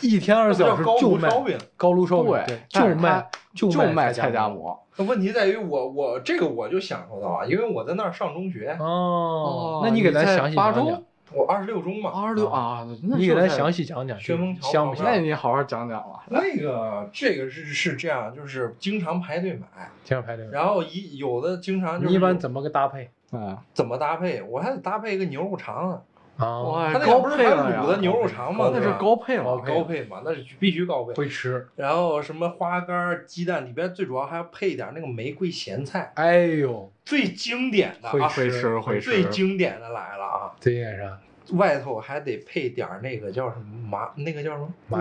E: 一天二十四
C: 叫
E: 小时
C: 高
E: 就
C: 炉
E: 卖
C: 烧饼。
E: 高炉烧饼，
D: 对
E: 对，
D: 但
E: 就是
D: 它
E: 卖就
D: 就
E: 卖
D: 菜夹
E: 夹。哦
D: 馍，
C: 那问题在于我我这个我就享受到啊，因为我在那儿上中学，
E: 哦
D: 哦，
E: 那你给咱
D: 在
E: 详细
D: 巴
E: 讲
D: 州
E: 讲，
C: 我二十六中嘛，
D: 二十六啊，那
E: 你给
D: 就
E: 咱
D: 在
E: 详细讲讲，
C: 旋风桥
E: 香不
C: 旁
E: 香
C: 边
D: 那？你好好讲讲了。
C: 那个这个是是这样，就是经常排队买，
E: 经常排队。
C: 然后一有的经常就是
E: 你一般
C: 有
E: 怎么个搭配
D: 嗯，
C: 怎么搭配？我还得搭配一个牛肉肠啊，
E: 啊？
C: 他
D: 哇，
C: 那
D: 高
C: 个不是
D: 配
C: 还
D: 了
C: 卤的
D: 呀，
C: 牛肉肠吗？
D: 那
C: 对
D: 是
C: 吧
D: 高配了，哦
E: 高配
C: 高配嘛，那是必须高配。
E: 会吃。
C: 然后什么花干儿、鸡蛋里边最主要还要配一点那个玫瑰咸菜，
E: 哎呦，
C: 最经典的啊，
D: 会吃会
C: 最
D: 吃，
C: 经典的来了啊！
E: 最应该啥？
C: 外头还得配点儿那个叫什么麻，那个叫什么
E: 麻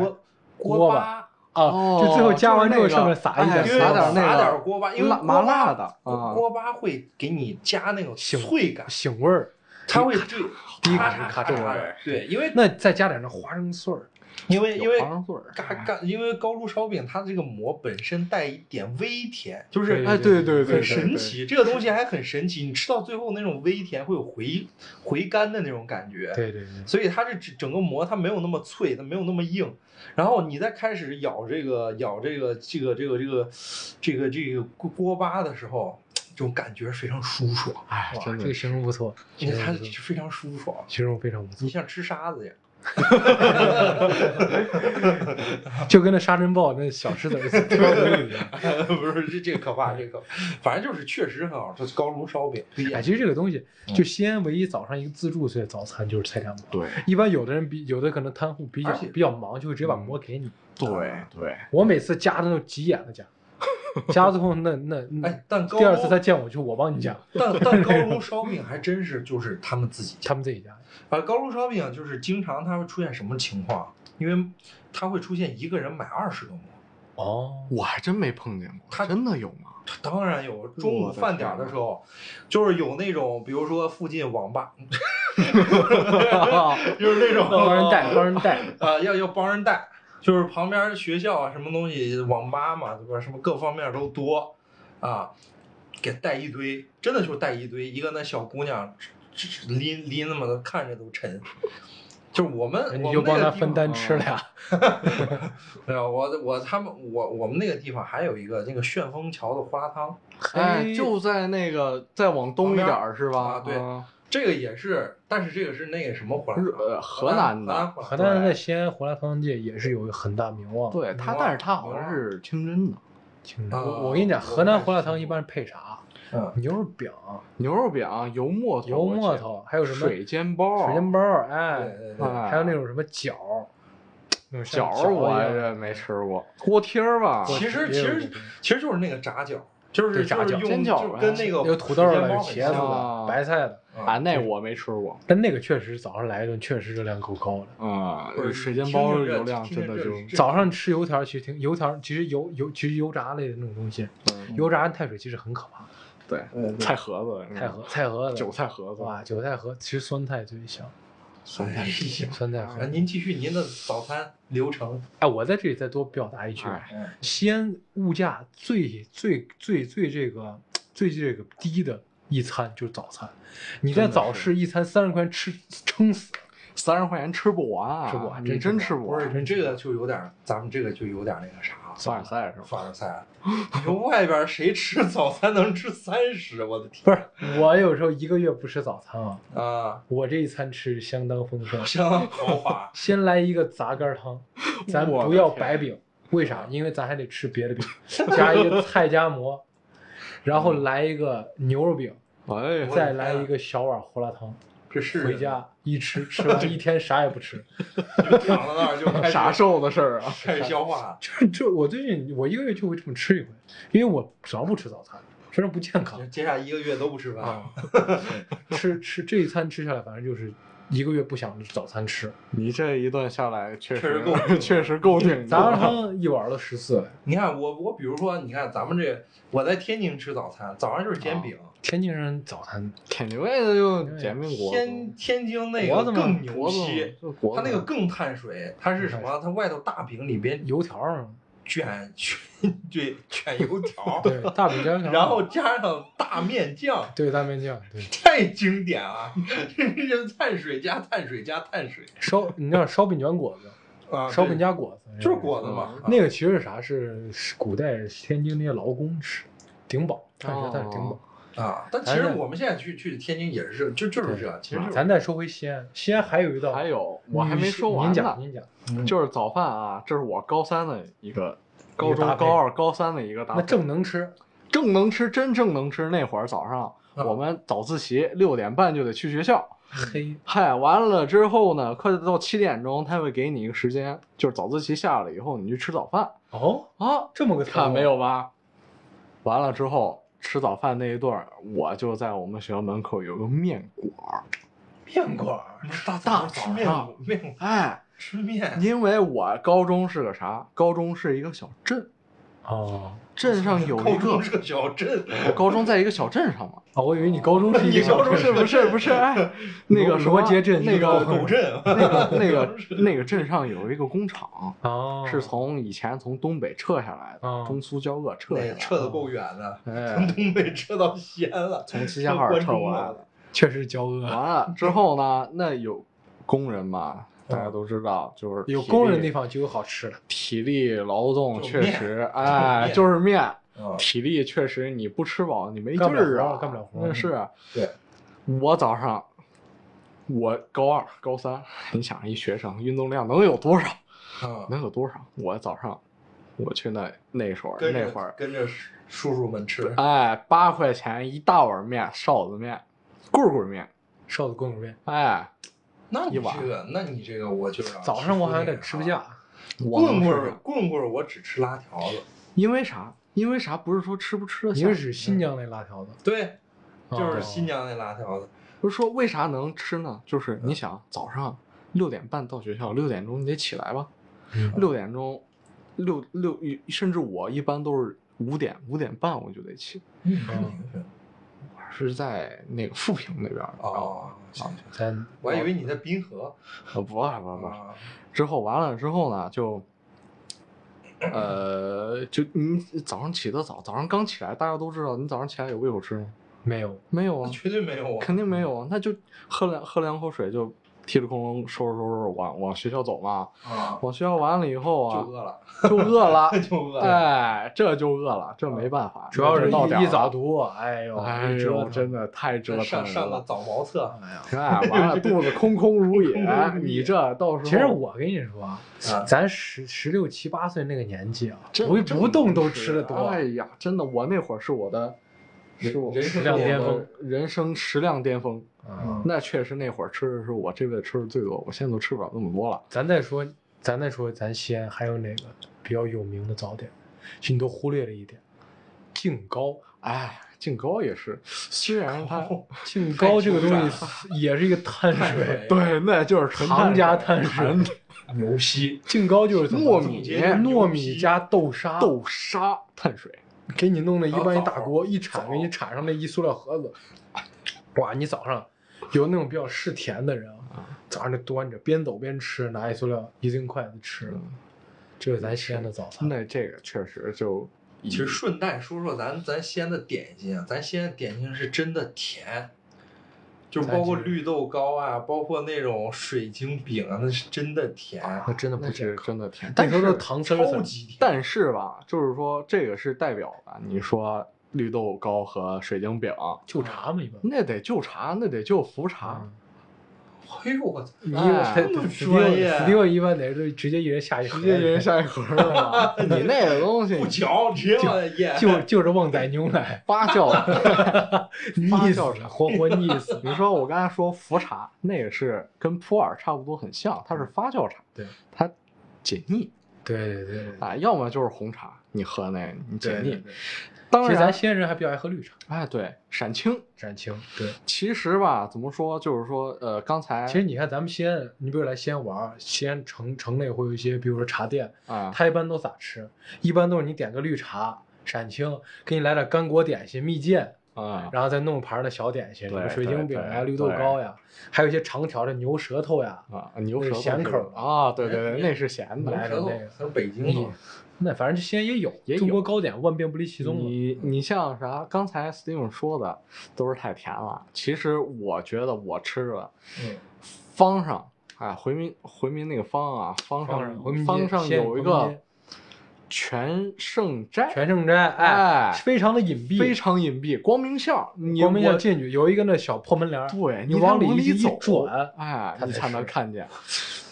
C: 锅
E: 锅
C: 巴，
E: 啊，
D: 哦
E: 就最后加完之后
D: 就是那个
E: 上面撒一
D: 哎
C: 因
E: 点，
C: 为
D: 撒点
C: 点
D: 那个
C: 点锅巴，因为
D: 辣
C: 锅
D: 麻
C: 巴
D: 辣的啊
C: 锅巴会给你加那种
E: 醒
C: 脆感，
E: 醒味儿，
C: 它会对
E: 滴
C: 咔
E: 咔
C: 嚓咔
E: 咔这种
C: 嚓
E: 味
C: 的
E: 儿，
C: 对，因为
E: 那再加点那花生碎儿，
C: 因为因为
D: 有花生碎儿。
C: 嘎嘎，因为高炉烧饼它这个馍本身带一点微甜，就是
D: 哎，对对对，
C: 很神奇，这个东西还很神奇，你吃到最后那种微甜会有回回甘的那种感觉。
E: 对对对，
C: 所以它这整整个馍它没有那么脆，它没有那么硬。然后你再开始咬这个咬这个这个这个这个这个这个锅锅巴的时候，这种感觉是非常舒爽，
D: 哎，
E: 哇，
D: 真
E: 这
D: 的
E: 个形容不错，
C: 因
E: 形
C: 为
E: 容
C: 它
E: 不错
C: 就非常舒爽，
E: 形容非常不错
C: 你，像吃沙子一样。
E: 就跟那沙尘暴那小石子儿叼嘴里一样。
C: 不是这这个可怕，这个可怕反正就是确实很好吃，高炉烧饼推
E: 哎，
C: 荐。
E: 其实这个东西，就西安唯一早上一个自助最早餐就是菜夹馍。
D: 对
E: 一般有的人比有的可能摊户比较
C: 而且
E: 比较忙，就会直接把馍给你。
D: 对对，
E: 我每次夹的都急眼的夹，夹到最后那那 那
C: 哎，但高
E: 第二次他
C: 炉
E: 见我就我帮你夹，
C: 但但高炉烧饼还真是就是他们自己家。
E: 他们自己夹。
C: 啊，高炉烧饼就是经常它会出现什么情况？因为它会出现一个人买二十个馍。
E: 哦，
D: 我还真没碰见过，
C: 它
D: 真的有吗？
C: 当然有，
E: 嗯
C: 中午
D: 我的
C: 饭点儿的时候，就是有那种，比如说附近网 吧，就是那种
E: 帮人带，帮人带。
C: 啊，要要帮人带，就是旁边学校啊，什么东西，网吧嘛，对吧？什么各方面都多，啊，给带一堆，真的就带一堆。一个那小姑娘，只只只拎拎那么的，看着都沉。就是我们，
E: 哎你
C: 我
E: 就
C: 们那
E: 帮
C: 个
E: 他
C: 地
E: 分
C: 方啊
E: 担吃俩，
C: 没有，我我他们我我们那个地方还有一个那个旋风桥的胡辣汤，
D: 哎，就在那个再往东一点儿是吧？
C: 啊对
D: 嗯
C: 这个也是，但是这个是那个什么胡辣
D: 日
C: 汤，
D: 呃河南
C: 河南
D: 的，
C: 胡辣
E: 河
C: 汤
E: 南在西安胡辣汤界也是有很大名望。，
D: 对它，但是它好像是清真的
E: 清真。
C: 啊
E: 我我跟你讲，河南胡辣汤一般是配啥？
C: 嗯，
E: 牛肉饼、
D: 牛肉饼、油馍头、
E: 油
D: 我
E: 馍
D: 记
E: 头，还
D: 得
E: 有什么
D: 水煎包、
E: 水煎包儿？
C: 哦对
E: 哎，
C: 对对，
D: 哎，
E: 还有那种什么饺儿，那种
D: 饺
E: 像
D: 儿，我
E: 一样
D: 这
E: 的
D: 没吃过，锅贴儿吧？
C: 其实
E: 也有
C: 其实其实就是那个炸饺，就是
E: 对炸
C: 就是
E: 饺
C: 用
D: 煎饺
C: 就
D: 呗
C: 跟那个
E: 有土豆儿
C: 水
E: 的，
C: 煎包很
E: 有茄子的
D: 啊，
E: 白菜的。
C: 像
D: 啊，那我没吃过。
E: 但那个确实早上来一顿，确实热量够高的。
D: 啊
C: 不是，
D: 水煎
C: 听
D: 包
C: 着这
D: 油量
C: 听着
D: 真的
C: 这
D: 就是
E: 早上吃油条儿其实挺油条儿，其实油油其实油炸类的那种东西，
D: 嗯
E: 油炸碳水其实很可怕的。
D: 对
C: 嗯
D: 菜盒子，
E: 菜盒菜盒子，
D: 韭菜盒子，
E: 哇，韭菜盒其实酸菜最香，
D: 酸菜
C: 哎呀
E: 酸菜
C: 啊
E: 盒。
C: 您继续您的早餐流程。
E: 哎，我在这里再多表达一句，
D: 哎
E: 西安物价最最最最这个最这个低的一餐就是早餐，你在
D: 真的
E: 早
D: 是
E: 市一餐三十块钱吃撑死。
D: 三十块钱吃不完啊，
E: 吃不完
D: 你
E: 真
D: 真
E: 吃
D: 吃不
C: 不是
D: 完。
C: 你这个就有点儿，咱们这个就有点儿那个啥了，
D: 凡尔赛是吧？
C: 凡尔赛了。 你说外边儿谁吃早餐能吃三十？我的天
E: 不是，我有时候一个月不吃早餐啊，
C: 啊，
E: 我这一餐吃相当丰盛。。
C: 相当豪华
E: 先来一个杂 干汤，咱
D: 我的
E: 不要
D: 天啊
E: 白饼，为啥？因为咱还得吃 别的饼，加一个菜夹馍，
D: 嗯
E: 然后来一个牛肉饼，
D: 哎啊
E: 再来一个小碗胡辣汤，
C: 这是
E: 回家一吃，吃完一天啥也不吃。
C: 就躺在那儿就开始
D: 啥瘦的事儿啊？
C: 开始消化，
E: 就是 就我最近我一个月就会这么吃一回，因为我主要不吃早餐，非常不健康
C: 就接下来一个月都不吃饭，
E: 啊。吃吃这一餐吃下来，反正就是一个月不想早餐吃，
D: 你这一顿下来确
C: 确实
D: 实
C: 够顶的
D: 确实够顶
E: 杂粮
D: 的。
E: 汤一碗都十四。
C: 你看我，我比如说，你看咱们这，我在天津吃早餐，早上就是煎饼。
E: 天津人早餐
D: 天津卫的就煎饼果
C: 天
D: 子，
C: 天津那
D: 脖
C: 个
D: 子嘛
C: 更牛
D: 脖子嘛
C: 批，
D: 就脖
C: 它
D: 子
C: 那个更碳水，它是什么？它外头大饼里边
E: 油条儿，
C: 卷卷对卷油条，
E: 对大饼加油条儿，
C: 然后加上大面酱，
E: 对大面酱，对
C: 太经典了！这是碳水加碳水加碳水
E: 烧，你知道烧饼卷果子，
C: 啊，
E: 烧饼
C: 对
E: 嗯加果子，
C: 就是果子嘛。
E: 那个其实是啥？是是古代天津那些劳工吃，顶饱，碳水碳水顶饱
D: 哦。
C: 啊，但其
E: 哎
C: 实我们现在去去天津也是，就就是这，其实就是
E: 啊咱再说回西安，西安还有一道，
D: 还有我还没说完
E: 您
D: 呢
E: 讲，，您讲，
D: 就是早饭啊，这是我高三的一个高
E: 搭
D: 中
E: 配
D: 高二高三的一个搭
E: 那
D: 配。
E: 正能吃，
D: 正能吃，真正能吃。那会儿早上
C: 啊
D: 我们早自习六点半就得去学校，
E: 黑
D: 嗨，完了之后呢，快到七点钟，他会给你一个时间，就是早自习下了以后，你去吃早饭
E: 哦，
D: 啊，
E: 这么个哦套
D: 看
E: 路
D: 没？有吧？完了之后吃早饭那一顿儿，我就在我们学校门口有个面馆儿，
C: 面馆儿，大
D: 大
C: 吃
D: 早
C: 面
D: 上
C: 面
D: 哎，
C: 吃面，
D: 因为我高中是个啥？高中是一个小镇，
E: 哦，
D: 镇上有
C: 高
D: 一个
C: 中，是个小 镇，
D: 我高中在一个小镇上嘛，
E: 啊，我以为你高中是一
C: 你
E: 个
C: 高中
D: 是不是不是？哎，那个什么
E: 罗杰镇
D: 那
E: 高
D: 个
E: 中
C: 狗镇，
D: 那个那个那个镇上有一个工厂，
E: 哦，
D: 是从以前从东北撤下来的，
E: 哦
D: 中苏交恶撤下
C: 那
D: 来
C: 撤
D: 的，
C: 的够远的，从
D: 哎，
C: 东北撤到西安了，
D: 从齐齐哈尔撤过来的。
E: 确实交恶，
D: 完了之后呢，那有工人嘛，大家都知道，就是
E: 有
D: 体力
E: 工人的地，方就有好吃的，
D: 体力劳动
C: 就
D: 确
C: 面
D: 实， 哎，
C: 面
D: 就是面，
C: 嗯，
D: 体力确实你不吃饱你没劲
E: 干不了
D: 儿啊，
E: 活干不了活嗯
D: 那是，
C: 对，
D: 我早上。我高二、高三，你想一学生运动量能有多少？
C: 嗯，
D: 能有多少？我早上我去那那时候
C: 跟
D: 那
C: 着
D: 会儿，
C: 跟着叔叔们吃，
D: 哎，八块钱一大碗面，臊子面，棍儿棍儿面，
E: 臊子棍儿面。
D: 哎，
C: 那你
D: 一碗
C: 这个，那你这个我就是啊
E: 早上我好像
C: 吃
E: 得
C: 那个
E: 吃不
C: 啊
E: 下，
D: 我
C: 棍
D: 能
C: 棍
D: 吃
C: 儿
D: 上，
C: 棍棍儿，我只吃拉条子，
D: 因为啥？因为啥？不是说吃不吃得
E: 你
D: 下，
E: 是指新疆那辣条子，
C: 对，就
E: 哦
C: 是新疆那拉条子，
D: 不是说为啥能吃呢？就是
E: 嗯
D: 你想早上六点半到学校，六点钟你得起来吧，
E: 嗯
D: 六点钟，六六甚至我一般都是五点五点半我就得起，
C: 嗯，
D: 我是在那个阜平那边儿，
C: 哦，行行哦
E: 咱
C: 我还以为你在滨河，
D: 然
E: 哦
D: 后，不不不不，
C: 啊，
D: 之后完了之后呢，就，呃，就你早上起得早，早上刚起来，大家都知道，你早上起来有胃口吃吗？
E: 没有
D: 没有
C: 那
D: 啊，
C: 绝对没有啊，
D: 肯定没
E: 嗯
D: 有啊，那就喝两喝两口水，就踢着空笼收拾收拾往往学校走嘛，
C: 啊，
D: 往学校完了以后
C: 就
D: 啊，
C: 饿了，
D: 就饿 了，
C: 就饿了，
D: 哎，这就饿了，这没办法，
E: 嗯主要
D: 这
E: 是
D: 到点儿
E: 一一
D: 了
E: 早，读，哎呦，
D: 哎
E: 一折
D: 呦，
E: 腾
D: 真，的太折腾
C: 上上个
D: 了。
C: 早茅厕，
E: 哎呀。
D: 哎， 完了，肚子空空如也
C: 空空。如也
D: 你这到时候，
E: 其实我跟你说哦啊
C: 啊，
E: 咱十十六七八岁那个年纪啊，
D: 真
E: 不
D: 真
E: 不动都
D: 能
E: 吃的多。
D: 哎呀，真的，我那会儿是我的，是我
C: 人
E: 食量巅峰，
D: 人生食量巅峰。
E: 嗯
D: 那确实，那会儿吃的是我这辈子吃的最多，我现在都吃不了那么多了。
E: 咱再说，咱再说，咱西安还有哪个比较有名的早点？其实你都忽略了一点，净糕。
D: 哎，净糕也是，虽然它
E: 哦净糕这个
C: 太
E: 东
C: 久
E: 西也是一个碳
C: 碳
E: 水，啊
C: 水，
D: 对，那就是纯
E: 糖加
D: 碳
E: 碳
D: 水
E: 水，
C: 牛批，
E: 净糕就是怎
D: 糯
E: 么
D: 米
E: 糯米加豆沙，
D: 豆沙碳水。
E: 给你弄了一
C: 然后
E: 般一
C: 枣
E: 大锅，一铲给你铲上那一塑料盒子，哇！你早上有那种比较嗜甜的人啊，早上就端着边走边吃，拿一塑料一根筷子吃，这是咱西安的早餐。
D: 嗯那这个确实就已
C: 其实顺带说说咱咱西安的点心啊，咱西安点心是真的甜，就是包括
E: 咱这
C: 绿豆糕啊，包括那种水晶饼啊，那是真的甜，
E: 那真的
D: 那
E: 不
D: 是
E: 健
D: 真
E: 康，
D: 的甜，
E: 那
D: 但
E: 时候
D: 是
E: 都糖丝儿丝
C: 超
E: 儿
C: 级甜。
D: 但是吧，就是说这个是代表的，你说绿豆糕和水晶饼，
E: 就茶嘛一般。嗯
D: 那得就茶，那得就茯茶。
C: 哎呦我操！
E: 你
D: 哎
E: 他
C: 这么
E: 史
C: 专
E: 蒂
C: 业
E: 文史蒂文一般得是直接一人下一盒，
D: 啊直接一人下一盒儿 了嘛。你那个东西
C: 不嚼，直接往下咽。
E: 就就是旺仔牛奶，
D: 发 酵，
E: 腻死
D: 酵
E: 了，活活腻死了。
D: 比如说我刚才说茯茶，那个是跟普洱差不多很像，它是发酵茶，
E: 嗯对，
D: 它解腻
E: 对对对对
D: 啊，要么就是红茶，你喝那个你解
E: 对对
D: 腻。
E: 对。
D: 当
E: 其实咱
D: 然，啊
E: 西安人还比较爱喝绿茶，
D: 哎，对，陕青，
E: 斩青。对，
D: 其实吧，怎么说，就是说，呃，刚才
E: 其实你看咱们西安，你比如来西安玩儿，西安城城内会有一些，比如说茶店，
D: 啊，
E: 它一般都咋吃？一般都是你点个绿茶、陕青，给你来点干果点心、蜜饯，
D: 啊，
E: 然后再弄一盘儿的小点心，什么
D: 对
E: 水晶饼
D: 对
E: 呀、
D: 对
E: 绿豆糕呀，还有一些长条的牛舌头呀，
D: 啊，牛舌
E: 那
D: 头
E: 是咸口哎
D: 是啊，对对对，那是咸
E: 来
D: 的。
C: 舌
E: 的
C: 头
E: 那个
C: 很北京
E: 你
C: 的，
E: 那反正这西安也有，
D: 也有
E: 中国糕点万变不离其宗嘛。
D: 你你像啥？刚才 Steven 说的都是太甜了。其实我觉得我吃着
C: 嗯，
D: 方上，哎，回民回民那个方啊，方
E: 方上回民
D: 上
E: 街
D: 方上
E: 西安
D: 有一
E: 回民
D: 个
E: 街
D: 全盛斋，
E: 全盛斋，
D: 哎
E: 非常的隐蔽，
D: 非常隐蔽，光明巷儿，你
E: 光明
D: 我
E: 巷进去有一个那小破门帘儿，
D: 对
E: 你
D: 你
E: 往
D: 得
E: 里
D: 往
E: 一
D: 里走
E: 转，
D: 哎，
E: 它
D: 你
E: 才
D: 才 能
E: 是
D: 看见。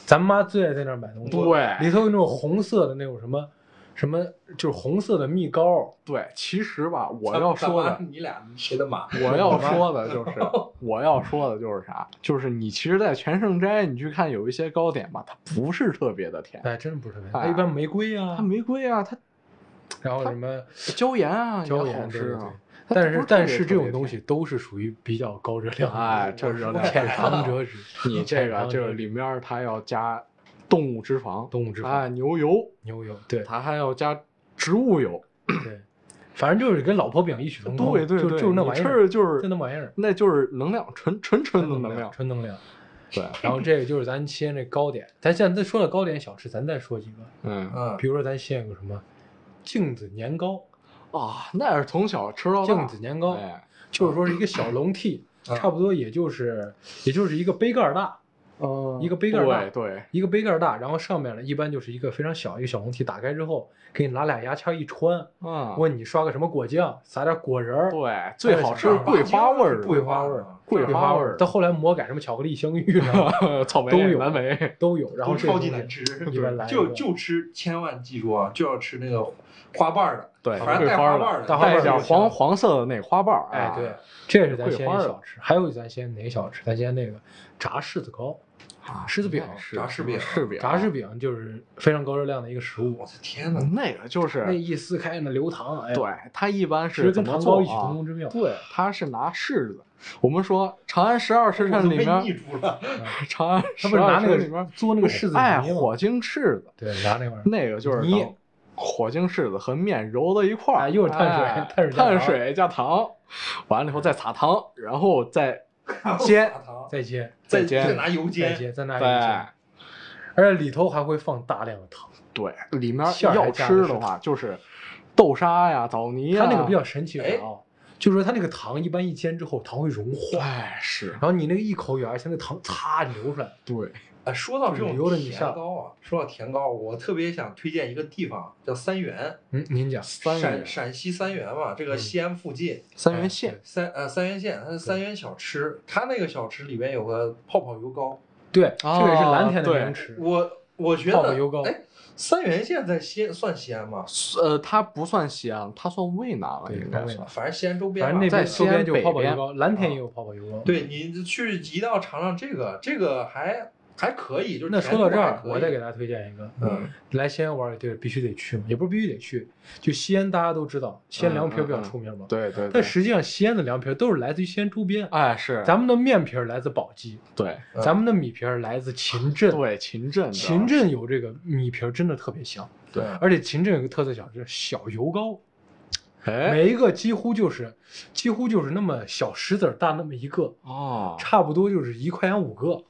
E: 咱妈最爱在那儿买东西，
D: 对
E: 里头有那种红色的那种什么什么，就是红色的蜜糕，
D: 对，其实吧，我
C: 咱
D: 要说的
C: 咱，妈你俩谁的妈？
D: 我要说的就是，我要说的就是啥？就是你其实，在全盛斋，你去看有一些糕点吧，它不是特别的甜，
E: 哎，真不是特别，
D: 哎
E: 它一般玫瑰啊
D: 它，玫瑰啊，它
E: 然后什么
D: 椒盐啊，
E: 椒
D: 也好
E: 盐，对
D: 吃
E: 对对
D: 啊。。它
E: 但
D: 不
E: 是
D: 特别
E: 但是
D: 特
E: 这
D: 别
E: 种东西都是属于比较高热
D: 甜，
E: 量 的，
D: 哎，这是
E: 浅尝辄止。
D: 你这个
E: 浅尝
D: 这个
E: 辄止
D: 里面它要加动物脂肪，
E: 动物脂肪
D: 哎，牛油，
E: 牛油，对
D: 它还要加植物油，
E: 对，反正就是跟老婆饼异曲同工，
D: 对对
E: 嗯就
D: 对，
E: 就是那
D: 你
E: 玩意
D: 吃
E: 儿，
D: 着就是
E: 就那玩意儿，
D: 那就是能量，纯纯纯的
E: 纯
D: 能量，
E: 纯能量。
D: 对，
E: 然后这个就是咱西安这糕点，咱现在说了糕点小吃，咱再说几个，
D: 嗯
C: 嗯，
E: 比如说咱西安有个什么镜子年糕，
D: 啊，那是从小吃到大，
E: 镜子年糕
D: 哎，
E: 就是说是一个小笼
D: 啊
E: 屉，
C: 嗯
E: 差不多也就是也就是一个杯盖儿大，
D: 嗯
E: 呃一个杯盖儿
D: 对
E: 大
D: 对，
E: 一个杯盖儿大，然后上面呢一般就是一个非常小一个小笼屉，打开之后给你拿俩牙签一穿，
D: 嗯，
E: 问你刷个什么果酱，撒点果仁儿，
D: 对，最好吃是桂花味儿的，
E: 桂花味
C: 啊
E: 儿，
D: 桂
E: 桂
D: 花
E: 花
D: 味
E: 味
D: 儿呃
E: 儿，到后来魔改什么巧克力香芋 呢
D: 草莓
E: 都有
D: 蓝莓，
E: 都有，然后
C: 都
E: 这个
C: 超级
E: 东西
C: 难吃
E: 一般来一
C: 就
E: 个
C: 就吃，千万记住啊，就要吃那个花瓣儿的，
D: 对，
C: 反正
D: 桂
C: 带
D: 花
C: 花瓣
D: 的，
C: 儿的，
E: 带花瓣
D: 带
E: 儿
D: 一
E: 的
D: 点
E: 就行
D: 黄黄色的那花瓣儿，
E: 哎，
D: 啊
E: 对，，这是咱
D: 桂
E: 西
D: 花
E: 安
D: 儿啊
E: 小吃，还有咱西安哪个小吃？咱西安那个炸柿子糕，
D: 啊
E: 柿子饼
D: 那是
C: 炸柿饼
D: 柿饼，啊
E: 炸柿饼就是非常高热量的一个食物
C: 我，的天哪！
D: 那个就
E: 那
D: 是，
E: 一撕开那流淌，哎呀，
D: 对，它一般
E: 其
D: 是
E: 实
D: 怎么
E: 跟糖
D: 做
E: 糕
D: 啊
E: 异曲同工之妙。
D: 对，它是拿柿子。我们说《长安十二时辰》里面，
C: 我都被腻住了，
D: 《长安十
E: 他不是拿
D: 二时
E: 那
D: 辰》里
E: 个
D: 面
E: 做那个柿子
D: 哎，
E: 泥吗
D: 火晶柿子，
E: 对，拿那玩意儿。
D: 那个就是
E: 泥
D: 等火晶柿子和面揉到一块儿、
E: 哎又是碳水
D: 哎
E: 碳水加
D: 碳
E: 糖
D: 水加糖，完了以后再撒糖，然后 再煎，
C: 大糖，
E: 再接，
C: 再
D: 煎
C: 再拿油
E: 再
C: 煎，
E: 接，再拿一个
D: 对
E: 煎，而且里头还会放大量的糖。
D: 对，里面
E: 馅儿还
D: 要
E: 加
D: 吃
E: 的
D: 的
E: 是
D: 话就是豆沙呀、枣泥呀，
E: 它那个比较神
C: 哎
E: 奇的啥啊？就是说它那个糖一般一煎之后，糖会融化，
D: 哎是
E: 然后你那个一口咬下去，那糖擦流出来。
D: 对，
C: 哎，说到这种
E: 油的你
C: 甜
E: 上
C: 糕啊，说到甜糕，我特别想推荐一个地方叫三原，
E: 嗯，您讲
D: 三元
C: 陕陕西三原嘛，这个
E: 嗯
C: 西安附近，
D: 三元馅，
C: 三呃三原县，它是三原小吃，它那个小吃里面有个泡泡油糕，
E: 对，
D: 啊
E: 这个也是蓝田的
D: 对
E: 名吃。
C: 我我觉
E: 泡泡
C: 得
E: 油糕
C: 哎，三原县在西安算西安吗？
D: 呃，它不算西安，它算渭南了，
E: 对
D: 应
E: 它
D: 该
E: 渭
D: 算
E: 南。
C: 反正西安周边
E: 反
C: 吧
E: 正那
D: 在
E: 边
D: 西
E: 周
D: 安
E: 边就有
D: 北
E: 泡泡
D: 边啊
E: 油糕，蓝田也有泡泡油糕。，
C: 对你去一定要尝尝这个，这个还还可以，就是
E: 那
C: 甜
E: 说到
C: 度
E: 这
C: 还
E: 儿，
C: 可
E: 我
C: 以
E: 再给大家推荐一个，
C: 嗯，
E: 来西安玩儿，对，必须得去嘛，也不是必须得去，就西安大家都知道，西安凉皮儿比较出名嘛。
D: 嗯对对对
E: 但，实际上，西安的凉皮儿都是来自于西安周边。啊
D: 哎是，
E: 咱们的面皮儿来自宝鸡，
D: 对
C: 嗯
E: 咱们的米皮儿来自秦镇。
D: 对秦镇的
E: 秦镇有这个米皮儿，真的特别香。
D: 对
E: 而且秦镇有个特色小吃，小油糕，
D: 哎
E: 每一个几乎就是几乎就是那么小石子儿大那么一个，
D: 哦
E: 差不多就是一块钱五个，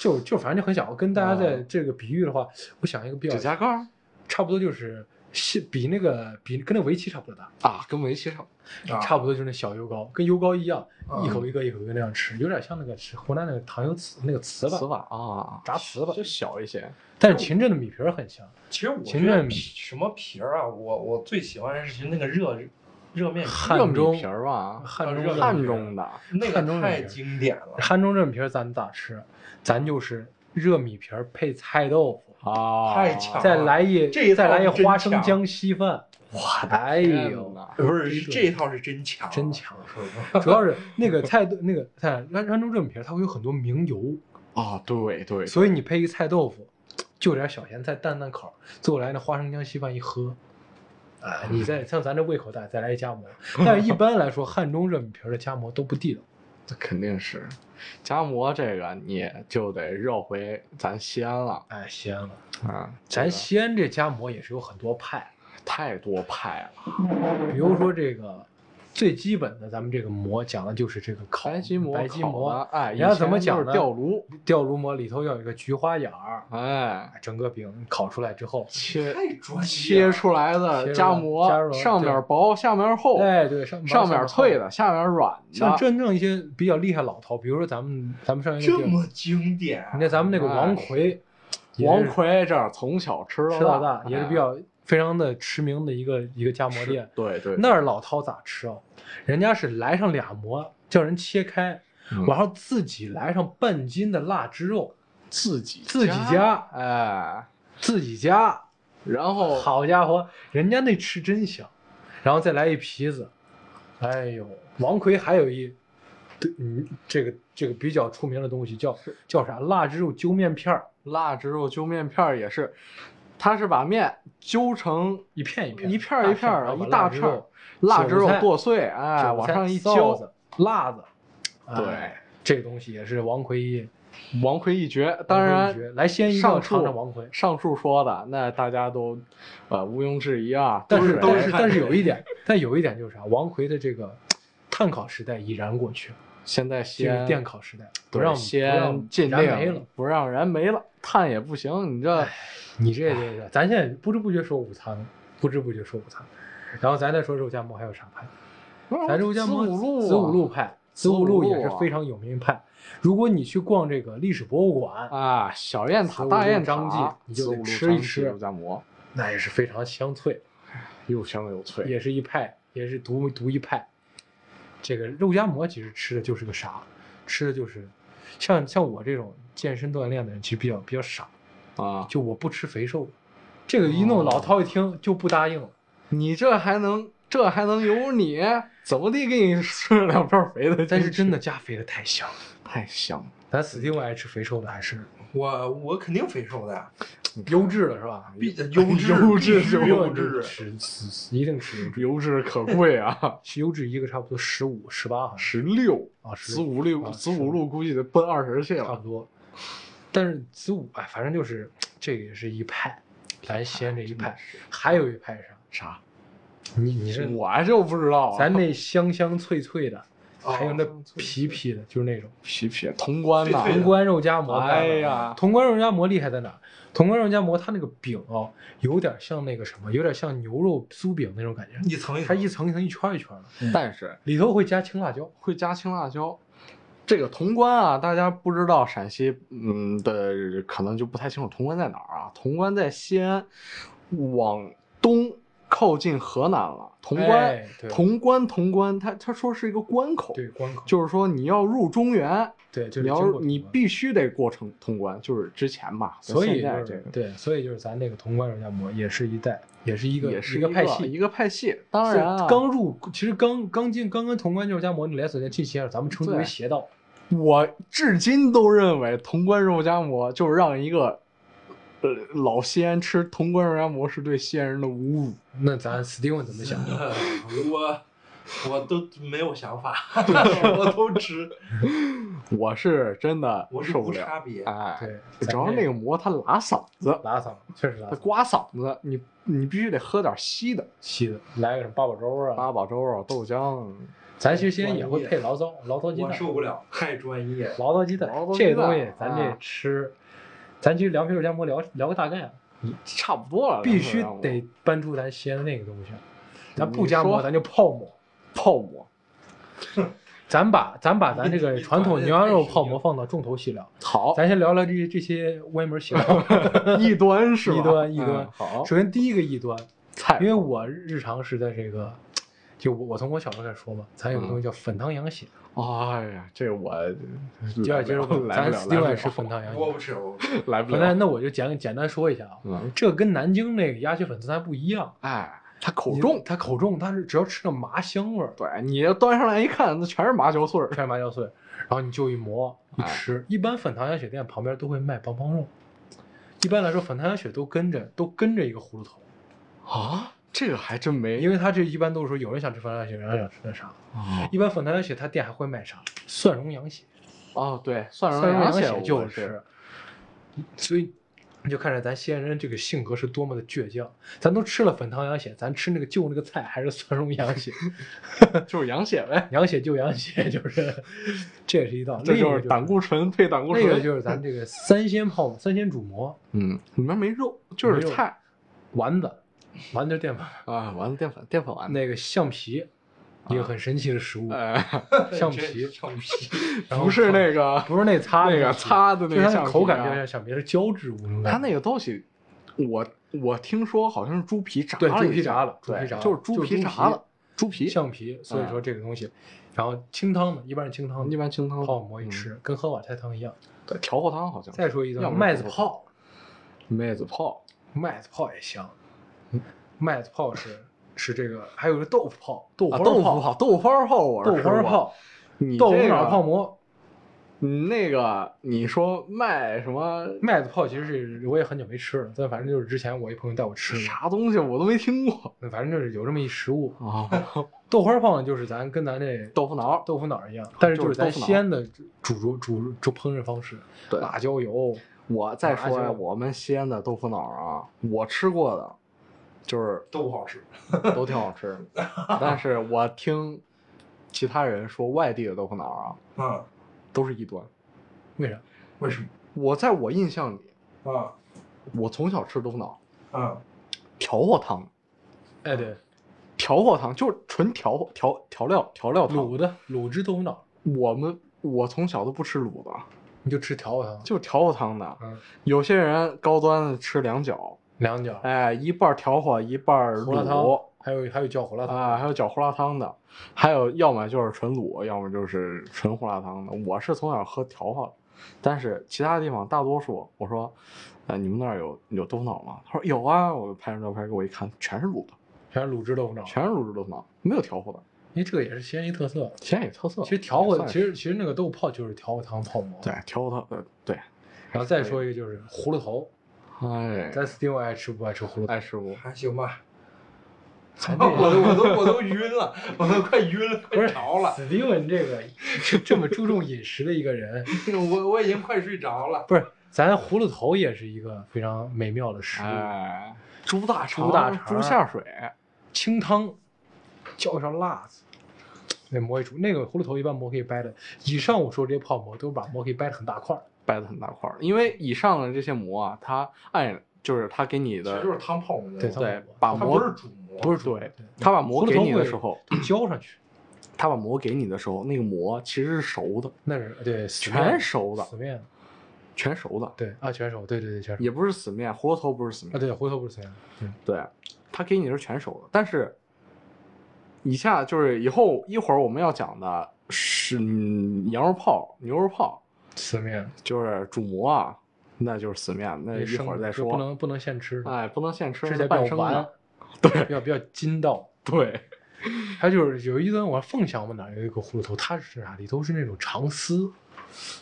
E: 就就反正就很小。跟大家在
D: 哦
E: 这个比喻的话，我想一个比较
D: 指甲盖儿
E: 差不多就是是比那个比跟那围棋差不多大，
D: 啊，跟围棋差不
C: 啊
E: 差不多就是那小油糕，跟油糕一样，
C: 嗯
E: 一口一个一口一个那样吃，有点像那个吃湖南那个糖油糍那个糍
D: 多糍
E: 粑，
D: 粑啊，
E: 炸糍粑
D: 就小一些，
E: 但是秦镇的米皮儿很香。
C: 其实我
E: 秦
C: 觉得
E: 镇
C: 皮什么皮儿啊，我我最喜欢的是那个热热面
E: 汉
D: 汉
E: 中
D: 米皮儿吧，
E: 汉
C: 啊
E: 中
C: 热
E: 这
D: 汉
E: 皮儿
D: 中的，
C: 那
E: 汉中
C: 个太
E: 也是
C: 经典了。
E: 汉中这米皮儿咱咋吃？咱就是热米皮儿配菜豆腐，
D: 啊，
C: 太强
E: 再来一
C: 这一套
E: 再来一
C: 是真
E: 花生
C: 强
E: 姜稀饭。哇，哎
D: 天
E: 呦，
D: 哪！
C: 不是
E: 这个
C: 这一套是真强，
E: 真强
C: 是吧，
E: 主要是那个菜豆那个菜兰兰州这米皮儿，它会有很多明油，
D: 啊，对对，
E: 所以你配一菜豆腐，就点小咸菜淡淡口儿，最后来那花生姜稀饭一喝，啊，你再像咱这胃口大，再来一夹馍。但是一般来说，汉中热米皮儿的夹馍都不地道。
D: 这肯定是夹馍这个，你就得绕回咱西安了
E: 哎，西安了，
D: 啊，这
E: 咱
D: 个
E: 西安这夹馍也是有很多派，
D: 太多派了。
E: 比如说这个最基本的，咱们这个馍讲的就是这个烤
D: 白吉馍，
E: 白吉
D: 烤的
E: 馍，
D: 哎，
E: 人家
D: 以前
E: 怎么讲
D: 就是
E: 呢
D: 吊炉，
E: 吊炉馍里头要有一个菊花眼儿，
D: 哎，
E: 整个饼烤出来之后，
D: 切
C: 太专业
D: 切
C: 了。
D: 出来
E: 切
D: 的
E: 出来
D: 夹
E: 夹馍
D: 馍，上
E: 对
D: 面薄，下面厚，
E: 哎，对，上
D: 哦上面脆
E: 厚
D: 的，下面软的，
E: 像真正一些比较厉害老头，比如说咱们咱们上一个
C: 这
E: 地儿
C: 么经典，
E: 你看咱们那个王奎，
D: 哎王
E: 也是
D: 奎这儿从小吃
E: 吃到大，
D: 大
E: 也是比
D: 哎
E: 较非常的驰名的一个一个夹馍
D: 是
E: 店。
D: 对对，
E: 那儿老饕咋吃啊？人家是来上俩馍，叫人切开，
D: 嗯
E: 然后自己来上半斤的腊汁肉，
D: 自己
E: 自己夹，
D: 哎，
E: 自己夹。
D: 然后
E: 好家伙，人家那吃真香，然后再来一皮子，哎呦，王奎还有一，对，嗯，这个这个比较出名的东西叫叫啥？腊汁肉揪面片儿，
D: 腊汁肉揪面片儿也是，他是把面揪成
E: 一片一片，
D: 一片儿一片儿的，
E: 然后
D: 一
E: 把腊
D: 大
E: 汁
D: 片
E: 肉
D: 儿，腊
E: 韭
D: 汁肉
E: 菜
D: 剁碎，哎，
E: 韭
D: 往
E: 菜
D: 上一
E: 臊
D: 浇，
E: 子、辣子，
D: 对
E: 哎，这个东西也是王奎一，
D: 王奎一绝。当
E: 王
D: 然
E: 奎一绝，来先一定要
D: 上
E: 尝
D: 述
E: 尝王奎。
D: 上述说的，那大家都呃毋庸置疑啊，
E: 但是
D: 得
E: 但是
C: 看
E: 但是有一点，但有一点就是啥？王奎的这个碳烤时代已然过去，
D: 现在西
E: 就是
D: 安
E: 电烤时代，不
D: 对
E: 让
D: 西
E: 不让
D: 安禁
E: 燃煤
D: 令
E: 了。
D: 不让燃煤了，碳也不行，你这
E: 你这这这，咱现在不知不觉说午餐，不知不觉说午餐，然后咱再说肉夹馍还有啥派？咱肉夹馍
D: 子午路啊
E: 子午路派，子午
D: 路
E: 路也是
D: 啊
E: 非常有名一派。如果你去逛这个历史博物馆，
D: 啊，小雁
E: 子
D: 塔、
E: 午
D: 大
E: 路
D: 雁
E: 张
D: 塔
E: 记，你就
D: 子
E: 得
D: 午路
E: 吃一
D: 张记
E: 吃
D: 肉夹馍，
E: 那也是非常香脆。
D: 又香又脆。
E: 也是一派，也是独独一派。这个肉夹馍其实吃的就是个啥，吃的就是像像我这种健身锻炼的人，其实比较比较傻，
D: 啊，
E: 就我不吃肥瘦的。这个一弄，
D: 哦
E: 老饕一听就不答应了。
D: 你这还能这还能有你？怎么地给你吃两片肥的？
E: 但是真的加肥的太香了，
D: 太香了，
E: 咱死定我爱吃肥瘦的还是
C: 我我肯定肥瘦的呀，
E: 优质的是吧？
C: 必优质
D: 优质
C: 必须优质，
E: 吃吃一定吃优质，
D: 油脂可贵 啊！
E: 吃优质一个差不多十五十八好像
D: 十六
E: 啊，
D: 子
E: 十
D: 午
E: 啊
D: 路子
E: 15
D: 午路估计得奔二十去
E: 差
D: 了
E: 不。多。但是子午哎，反正就是这个也是一派，咱西安这一
D: 哎
E: 派，还有一派是啥？
D: 啥？
E: 你你是
D: 我就不知道啊。
E: 咱那香香脆脆的，
C: 哦
E: 还有那
D: 香脆
E: 皮皮的，就是那种
D: 皮皮潼关呐
C: 对，
E: 潼关肉夹馍。
D: 哎，呀，
E: 潼关肉夹馍厉害在哪儿？潼关肉夹馍它那个饼啊，有点像那个什么，有点像牛肉酥饼那种感觉，
C: 一层一
E: 它
C: 层
E: 一层一层一圈一圈的，
D: 但是
E: 里头会加青辣椒。
D: 会加青辣椒。这个潼关啊，大家不知道陕西，嗯的可能就不太清楚潼关在哪儿啊。潼关在西安，往东靠近河南了。潼关，
E: 哎对
D: 潼关，潼关，他他说是一个关口，
E: 对关口，
D: 就是说你要入中原，
E: 对，就是
D: 你要
E: 经过
D: 你
E: 潼关
D: 必须得过城潼关，就是之前吧。
E: 所以
D: 现在
E: 就
D: 这
E: 是
D: 个
E: 对，所以就是咱那个潼关肉夹馍也是一代，也是一个
D: 也是
E: 一个派系，
D: 一个派系。当然啊，
E: 是刚入，其实刚刚进刚跟潼关肉夹馍那连锁店进西安，咱们称之为
D: 对
E: 邪道。
D: 我至今都认为潼关肉夹馍就是让一个呃老西安吃潼关肉夹馍是对西安人的侮辱。
E: 那咱 Steven 怎么想？
D: 嗯
C: 我我都没有想 法，我都吃，
D: 我是真的
C: 我是
D: 受不
C: 无
D: 了，
C: 差别。
D: 哎，
E: 对，
D: 主要是那个馍它拉嗓子，
E: 拉嗓，确实拉
D: 它
E: 嗓，
D: 刮嗓子，你你必须得喝点稀的，
E: 稀的，来个什么八宝粥啊，
D: 八宝粥啊、豆浆，
E: 咱其实现在也会配醪糟，醪糟鸡
C: 我
E: 蛋，
C: 受不了，太专业了。
E: 醪糟鸡蛋
D: 醪糟鸡
E: 这
D: 蛋
E: 东西，咱这
D: 啊
E: 吃，咱其实凉皮肉夹馍聊聊个大概啊，
D: 差不多了，
E: 必须
D: 两份肉
E: 得搬出咱西安的那个东西，啊咱
D: 啊你
E: 不加馍，
D: 说
E: 咱就泡馍，
D: 泡馍，
E: 咱把咱把咱
C: 你
E: 这个
C: 你
E: 传统
C: 管得
E: 牛羊
C: 太
E: 肉
C: 神
E: 泡
C: 经
E: 馍放到重头戏聊，
D: 好，
E: 咱先聊聊这这些歪 门邪道。
D: 异端是吧？
E: 异端异端
D: 嗯好，
E: 首先第一个异端，
D: 菜
E: 因为我日常是在这个就我我从我小时候开始说嘛，咱有个
D: 嗯
E: 东西叫粉汤羊血，
D: 哎呀，这我
E: 第二接受不了，
D: 嗯来
E: 咱
D: 不了，
E: 另
D: 来
E: 外
D: 不
E: 吃
D: 了，
E: 粉汤羊
C: 我
E: 血。
C: 不吃，我不吃
D: 来不
E: 那
D: 了。
E: 那我就简简单说一下啊，
D: 嗯，
E: 这个跟南京那个鸭血粉丝还不一样，
D: 哎，它口
E: 你
D: 重，
E: 它口重，它是只要吃了麻香味儿，
D: 对你端上来一看，那全是麻椒碎儿。
E: 全是麻椒碎，然后你就一磨一
D: 哎
E: 吃。一般粉汤羊血店旁边都会卖棒棒肉，一般来说粉汤羊血都跟着都跟着一个葫芦头，
D: 啊，这个还真没
E: 因为它这一般都是说有人想吃粉汤羊血，有人想吃那啥。
D: 啊
E: 一般粉汤羊血它店还会卖啥？蒜蓉羊血，
D: 哦，对，蒜蓉
E: 蒜蓉
D: 羊
E: 血
D: 我
E: 就是是， 所以你就看着咱西安人这个性格是多么的倔强，咱都吃了粉汤羊血，咱吃那个就那个菜还是蒜蓉羊血，
D: 就是羊血呗，
E: 羊血就羊血，就是这也是一道，
D: 这
E: 另一
D: 就
E: 个
D: 是胆固醇配胆固醇。
E: 那个就是咱这个三鲜泡馍、三鲜煮馍、
D: 嗯，里面没肉，就
E: 没
D: 是
E: 肉
D: 菜
E: 丸子、丸子淀粉、
D: 啊，丸子淀粉淀粉丸子。
E: 那个橡皮，一个很神奇的食物，
D: 呃，
E: 橡
C: 这
E: 皮，
C: 橡皮，
E: 然后
D: 不是那个
E: 不是那擦
D: 那个
E: 橡皮
D: 擦的那
E: 就是
D: 个
E: 它
D: 橡
E: 的
D: 皮
E: 口感
D: 啊
E: 比较像橡皮，是胶质物种感觉。
D: 它那个东西，我我听说好像是猪皮炸
E: 对
D: 了
E: 猪
D: 一
E: 皮
D: 下
E: 炸了猪
D: 对
E: 皮炸了
D: 就是猪
E: 就是
D: 皮
E: 猪
D: 炸
E: 皮
D: 了，猪皮啊
E: 橡皮，所以说这个东西，然后清汤嘛，一般是清汤的，
D: 一般清汤
E: 泡馍一吃，跟喝瓦菜汤一样。
D: 对调和汤好像
E: 再说一
D: 要
E: 道
D: 么
E: 麦子
D: 泡
E: 泡，
D: 妹子泡
E: 麦子泡也香，
D: 嗯
E: 麦子泡是是这个，还有个豆腐泡，豆
D: 啊
E: 花
D: 豆腐
E: 泡，
D: 泡豆花泡我是
E: 豆
D: 吃
E: 花
D: 过，
E: 泡，
D: 你
E: 豆腐
D: 这
E: 脑
D: 个
E: 泡馍。
D: 你那个你说卖什么
E: 麦子泡其实是我也很久没吃了，但反正就是之前我一朋友带我吃的，
D: 啥东西我都没听过
E: 那反正就是有这么一食物。
D: 啊，
E: 豆花泡呢，就是咱跟咱这
D: 豆腐脑
E: 豆腐脑儿一样，但是
D: 就是
E: 是咱
D: 豆腐脑
E: 西安的煮煮煮煮烹饪方式，
D: 对
E: 辣椒油，
D: 我再
E: 麻
D: 说呀，
E: 椒
D: 我们西安的豆腐脑啊，我吃过的，就是
C: 都不好吃。
D: 都挺好吃的，但是我听其他人说外地的豆腐脑啊，
C: 嗯，
D: 都是异端。
E: 为啥？
C: 为什么？
D: 我在我印象里，
C: 啊
D: 我从小吃豆腐脑，
C: 啊
D: 调和汤，
E: 哎，对，
D: 调和汤就是纯调和调调料调料汤。
E: 卤的卤汁豆腐脑儿，
D: 我们我从小都不吃卤的，
E: 你就吃调和汤，
D: 就是调和汤的。
E: 嗯，
D: 有些人高端的吃两角，
E: 两角，
D: 哎，一半调和，一半
E: 胡辣
D: 卤
E: 汤，还有还有叫胡辣汤
D: 啊，还有搅胡辣汤的，还有要么就是纯卤，要么就是纯胡辣汤的。我是从小喝调和的，但是其他地方大多数，我说，呃，你们那儿有有豆腐脑吗？他说有啊，我拍张照片给我一看，全是卤的，
E: 全是卤汁豆腐脑，
D: 全是卤制豆腐脑，没有调和的，
E: 因为这个也是西安一特色。
D: 其实也特色。
E: 其实调
D: 哦也
E: 和，
D: 算
E: 其
D: 是
E: 实其实那个豆泡就是调和汤泡馍。
D: 对，调和汤，呃，对，
E: 然后再说一个就是葫芦头，
D: 哎，
E: 咱 Steve 爱吃不爱吃葫芦头？
D: 哎，师傅，
C: 还行吧。
E: 咱这
C: 我都我都我都晕了，我都快晕了，
E: 不
C: 快
E: 是
C: 着了，
E: Steve 这个这么注重饮食的一个人，
C: 我我已经快睡着了。
E: 不是咱葫芦头也是一个非常美妙的食物，
D: 哎，猪大肠，
E: 猪大
D: 猪
E: 肠
D: 下水，
E: 清汤，浇上辣子，那馍一煮，那个葫芦头一般馍可以掰的。以上我说这些泡馍都是把馍可以掰得很大块儿，
D: 掰的很大块儿，因为以上的这些馍啊，它按就是它给你
C: 其实
D: 的
C: 就。是汤泡馍，
E: 对
C: 它
E: 汤
D: 对
E: 馍，
D: 把馍
C: 不是煮馍，
D: 不是主
E: 对
D: 他把
E: 葫
D: 馍
E: 芦
D: 给
E: 头
D: 你的
E: 会
D: 时候，
E: 浇上去，
D: 他把馍给你的时候，那个馍其实是熟的，
E: 那是对死面
D: 全熟的
E: 死，面，
D: 全熟的，
E: 对啊，全熟，对对对，全熟
D: 也不是死面，葫芦头不是死
E: 啊，
D: 面，
E: 对，回头不是死面，嗯，
D: 对，他给你的是全熟的。但是，以下就是以后一会儿我们要讲的是嗯羊肉泡、牛肉泡，
E: 死面，
D: 就是煮馍啊，那就是死面，那
E: 那
D: 哎一
E: 生
D: 会儿
E: 的
D: 再
E: 就不
D: 说。
E: 能不能现吃，
D: 哎，不能现吃，
E: 吃起
D: 那
E: 来
D: 半
E: 比较
D: 生
E: 完
D: 的。，对
E: 比较比较筋道。
D: 对，
E: 还就是有一顿，我凤翔嘛哪儿有一个葫芦头，它是啥里头是那种肠丝，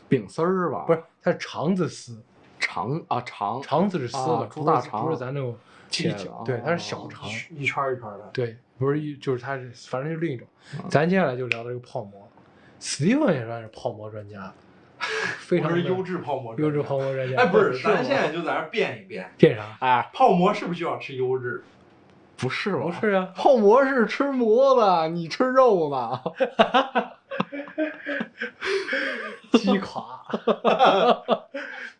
D: 饼丝儿吧，
E: 不是它是肠子丝，
D: 肠啊肠
E: 肠子是丝
D: 啊
E: 的，
D: 猪
E: 不
D: 大
E: 是
D: 肠
E: 不是咱那种
D: 切
E: 一
D: 的
E: 小对，它是小
D: 哦
E: 肠，
C: 一圈儿一圈儿的。
E: 对，不是一就是它是反正就另一种
D: 嗯。
E: 咱接下来就聊到这个泡馍，Steven 也算是泡馍专家，非
C: 我
E: 常
C: 是
E: 的
C: 优质泡馍，
E: 优质泡。馍专家。
C: 哎，不是，
E: 吗
C: 咱现在就在这儿变一变，
E: 变啥？
D: 哎，
C: 泡馍是不是就要吃优质？
D: 不是吧？
E: 不是啊，
D: 泡馍是吃馍的，你吃肉呢？
E: 鸡垮。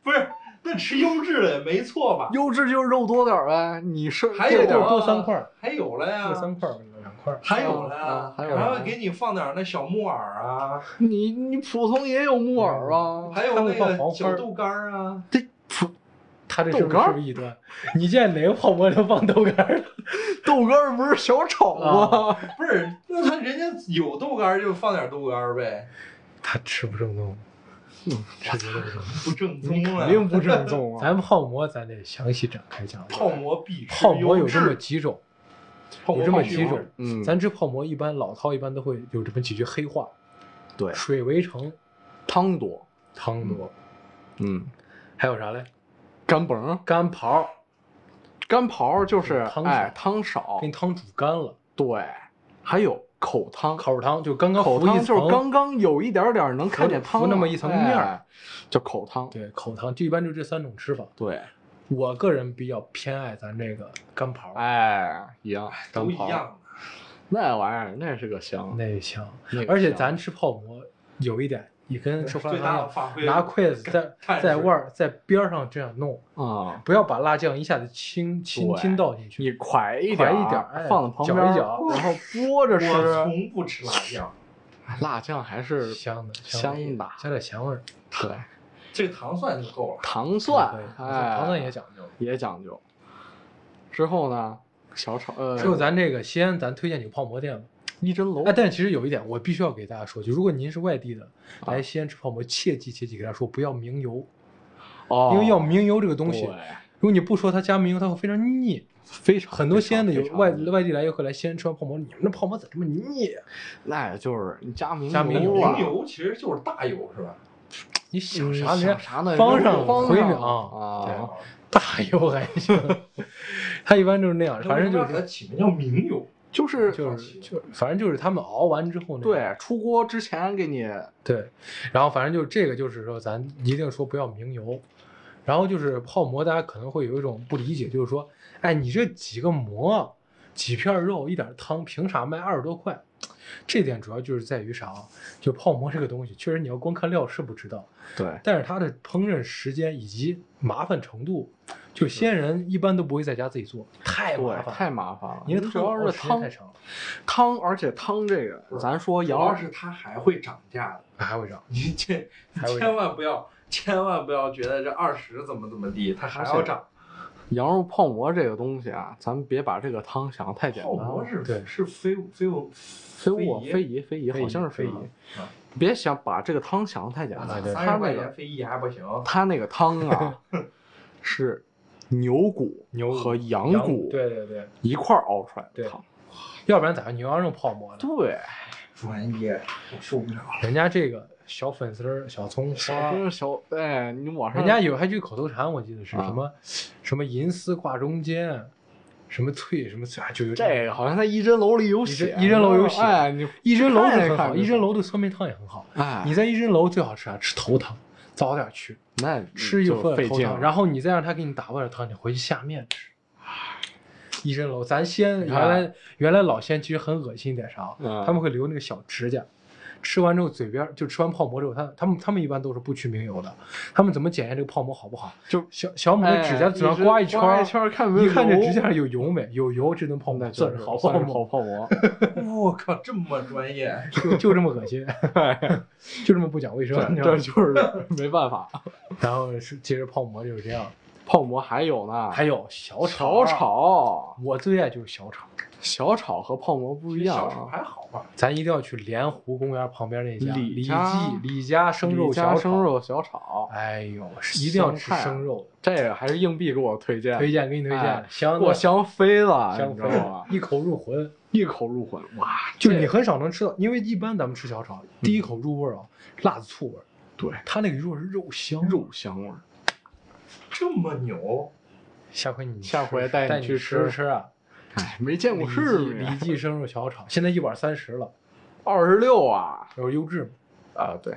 C: 不是，那吃优质的也没错吧？
D: 优质就是肉多点儿呗，你是
C: 还有
D: 这种
E: 啊多三块儿
C: 还有了呀
E: 这，三块儿，两块儿。
C: 还有了
D: 啊
C: 呀，
D: 还有了
C: 然后给你放点儿那小木耳啊，
D: 你你普通也有木耳啊，
C: 还有
E: 他
C: 那
E: 会放
C: 个
E: 黄花
C: 小
E: 儿
C: 豆干儿啊，
D: 这普
E: 他这
D: 豆
E: 是不是
D: 干儿
E: 是不是异端？你见哪个泡馍里放豆干儿了？
D: 豆干儿不是小炒
E: 啊
D: 吗？
C: 不是，那他人家有豆干儿就放点豆干儿呗，
E: 他吃不正宗，
C: 不正宗啊
D: 肯。定不正宗啊！
E: 咱泡馍咱得详细展开讲。
C: 泡馍必须
E: 泡馍有
C: 优质
E: 这么几种，
C: 泡
E: 有
C: 馍
E: 这么
C: 必须
E: 几
C: 优
E: 种
C: 质。
D: 嗯，
E: 咱吃泡馍一般老饕一般都会有这么几句黑话：
D: 对
E: 水围城、
D: 汤多，
E: 汤多，
D: 嗯，
E: 还有啥嘞？
D: 干甭儿
E: 干刨儿
D: 干刨儿就是
E: 汤少
D: 哎汤少
E: 给，你汤煮干了，
D: 对，还有口汤，
E: 口汤就刚刚
D: 口
E: 浮一
D: 汤
E: 层，
D: 就是刚刚有一点点儿能看见汤
E: 浮
D: 了
E: 那么一层面儿
D: 哎叫口汤。
E: 对口汤，就一般就这三种吃法。
D: 对，
E: 我个人比较偏爱咱这个干刨儿，
D: 哎，一样，
C: 都一样，
D: 那玩意儿那是个香，
E: 那香
D: 那个
E: 而且
D: 香
E: 咱吃泡馍有一点，也跟吃胡辣
C: 最
E: 汤
C: 大
E: 一
C: 的
E: 样，
C: 发挥
E: 拿筷子 在
C: 看
E: 在
C: 是
E: 腕儿在边儿上这样弄，
D: 啊，
E: 不要把辣酱一下子轻轻
D: 对
E: 轻倒进
D: 你
E: 去。
D: 㧟一
E: 㧟
D: 点
E: 一点
D: 儿
E: 哎
D: 放在旁
E: 搅
D: 边，
E: 一搅
D: 然后拨着
E: 啊
C: 我
D: 吃，
C: 从不吃辣酱，
D: 辣酱还是
E: 香的，
D: 香
E: 的
D: 的，
E: 加点咸味儿，
D: 对
C: 这个糖蒜就够了。
D: 糖蒜
E: 可以，
D: 哎，
E: 糖蒜也讲究。
D: 也讲究。之后呢，小炒呃，
E: 只有咱这个西安，咱推荐几个泡馍店吧。
D: 一针楼
E: 哎，但其实有一点，我必须要给大家说，就如果您是外地的
D: 啊
E: 来西安吃泡馍，切记切记，给大家说不要明油，
D: 哦，
E: 因为要明油这个东西，
D: 对
E: 如果你不说它加明油，它会非常腻。
D: 非常
E: 很多西安的
D: 非
E: 游
D: 常
E: 外
D: 非常
E: 外地来游客来西安吃完泡馍，你们那泡馍咋这么腻啊？
D: 那也就是你加明
E: 加明
D: 油
E: 油
D: 啊
C: 明油其实就是大油是吧？
E: 你
D: 嗯
E: 想啥呢？
D: 想啥呢？
E: 方
D: 上
E: 上
D: 方
E: 回淼
D: 啊，
E: 大油还 行，他一般就是那样，反正就
C: 那为什么要给它
E: 是
C: 起名叫明油，
D: 就是
E: 就是就是，反正就是他们熬完之后那个
D: 对啊出锅之前给你
E: 对，然后反正就是这个，就是说咱一定说不要明油，然后就是泡馍，大家可能会有一种不理解，就是说，哎，你这几个馍，几片肉，一点汤，凭啥卖二十多块？这点主要就是在于啥啊？就泡馍这个东西，确实你要光看料是不知道，
D: 对
E: 但是它的烹饪时间以及麻烦程度，就西安人一般都不会在家自己做，太麻
D: 对
E: 烦，
D: 太麻烦了。
E: 你的
D: 主
E: 汤
D: 要
E: 熬
D: 是
E: 时间
D: 汤
E: 太长了，
D: 汤，而且汤这个，咱说
C: 主
D: 羊
C: 要是它还会涨价的。
E: 还会长。
C: 你这
E: 还有一
C: 千万不要，千万不要觉得这二十怎么怎么地，它还要涨。
D: 羊肉泡馍这个东西啊，咱们别把这个汤想得太简
C: 泡
D: 单
C: 馍
D: 了。
C: 是
E: 对
C: 是非非我
D: 啊非
C: 非啊
D: 我非遗非遗
E: 非遗
D: 好像是非
E: 非
D: 遗
E: 遗，
D: 别想把这个汤想得太简单
E: 啊
D: 了。
E: 对
C: 三
D: 它
C: 十块
D: 那
C: 钱
D: 个
C: 非遗还不行，
D: 它那个汤 啊，是牛骨
E: 牛骨
D: 和羊
E: 羊
D: 骨
E: 对对对，
D: 一块儿熬出来的
E: 对
D: 汤。
E: 要不然咋叫牛羊肉泡馍呢？
D: 对，
C: 啊专业我受不了。
E: 人家这个小粉丝儿、小葱花
D: 真，是小哎，你网上
E: 人家有还句口头禅，我记得是
D: 啊
E: 什么什么银丝挂中间，什么脆什么脆，啊就有
D: 这个好像在一针楼里有写，
E: 一针楼有写
D: 哎，你
E: 一针楼的
D: 看一
E: 很
D: 看
E: 好，
D: 就
E: 一针楼的酸梅汤也很好。
D: 哎，
E: 你在一针楼最好吃啥？吃头汤，早点去
D: 那
E: 吃一
D: 就
E: 份
D: 费
E: 头
D: 劲
E: 汤，
D: 了，
E: 然后你再让他给你打碗汤，你回去下面吃。一针楼，咱西安
D: 你
E: 原
D: 看
E: 来原来老西安其实很恶心一点啥啊，
D: 嗯
E: 他们会留那个小指甲，吃完之后嘴边儿就吃完泡馍之后，他他们他们一般都是不去明油的，他们怎么检验这个泡馍好不好？
D: 就
E: 小小拇的指甲嘴上刮一圈，
D: 刮
E: 儿，
D: 哎一圈儿看有没有
E: 一看这
D: 油
E: 指甲上有油没？有油，这顿泡
D: 那
E: 馍
D: 就
E: 算
D: 是
E: 是好
D: 算
E: 泡
D: 是好
E: 馍，
D: 泡 馍，
C: 我靠，这么专业，
E: 就就这么 恶心，
D: 哎
E: 就这么不讲卫生，你知
D: 这
E: 道吗？
D: 就是 没办法。
E: 然后是接着泡馍就是这样，
D: 泡馍还有呢，
E: 还有小
D: 啊小
E: 炒，啊
D: 炒，
E: 我最爱就是小炒，
D: 小炒和泡馍不一样
C: 小炒
D: 啊。
C: 还好吧？
E: 咱一定要去莲湖公园旁边那家
D: 李
E: 李记
D: 家
E: 李家生肉
D: 李
E: 小
D: 家
E: 炒，
D: 生肉小炒，
E: 哎呦，一定要吃
D: 香菜
E: 生啊肉的，
D: 这个还是硬币给我推荐，
E: 推荐给你推
D: 哎
E: 荐，香啊
D: 我
E: 的
D: 香飞了，
E: 香
D: 你知
E: 粉
D: 道吗？
E: 一口入魂。
D: 一口入魂，哇，
E: 就是你很少能吃到，因为一般咱们吃小炒，第一口入味儿啊，辣子醋味儿，
D: 对，
E: 它那个入味儿是肉香味儿
D: 肉香味儿。
C: 这么牛，
E: 下回你
D: 下回带
E: 带
D: 你去
E: 去
D: 吃
E: 吃啊！
D: 哎，没见
E: 李
D: 过
E: 记
D: 世
E: 李
D: 面，
E: 记生肉小炒，现在一碗三十了，
D: 二十六啊
E: 有优质吗？
D: 啊，对，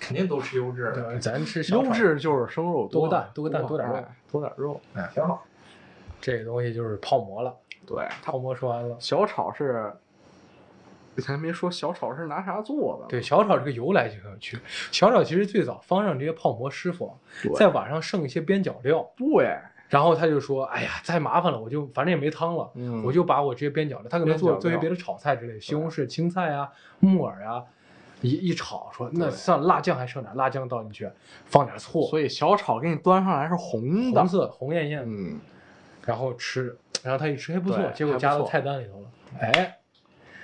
C: 肯定都吃优质的，
E: 对，咱吃小
D: 优
E: 炒
D: 质就是生肉
E: 多个
D: 蛋
E: 蛋，多个蛋，多点肉
D: 哎，多点肉。
C: 挺好。
E: 这个东西就是泡馍了。
D: 对，
E: 泡馍说完了，
D: 小炒是，咱没说小炒是拿啥做的。
E: 对小炒这个由来就很有趣。小炒其实最早方上这些泡馍师傅啊
D: 对
E: 在晚上剩一些边角料，
D: 对，
E: 然后他就说：“哎呀，太麻烦了，我就反正也没汤了，
D: 嗯
E: 我就把我这些边角料，他可能
D: 边角料
E: 做做一些别的炒菜之类的，西红柿、青菜啊、木耳啊，一一炒，说那
D: 对
E: 像辣酱还剩点，辣酱倒进去，放点醋，
D: 所以小炒给你端上来是红的，
E: 红色红艳艳，
D: 嗯，
E: 然后吃，然后他一吃还不错，
D: 对
E: 结果
D: 还不
E: 加到
D: 错嗯
E: 菜单里头了，哎。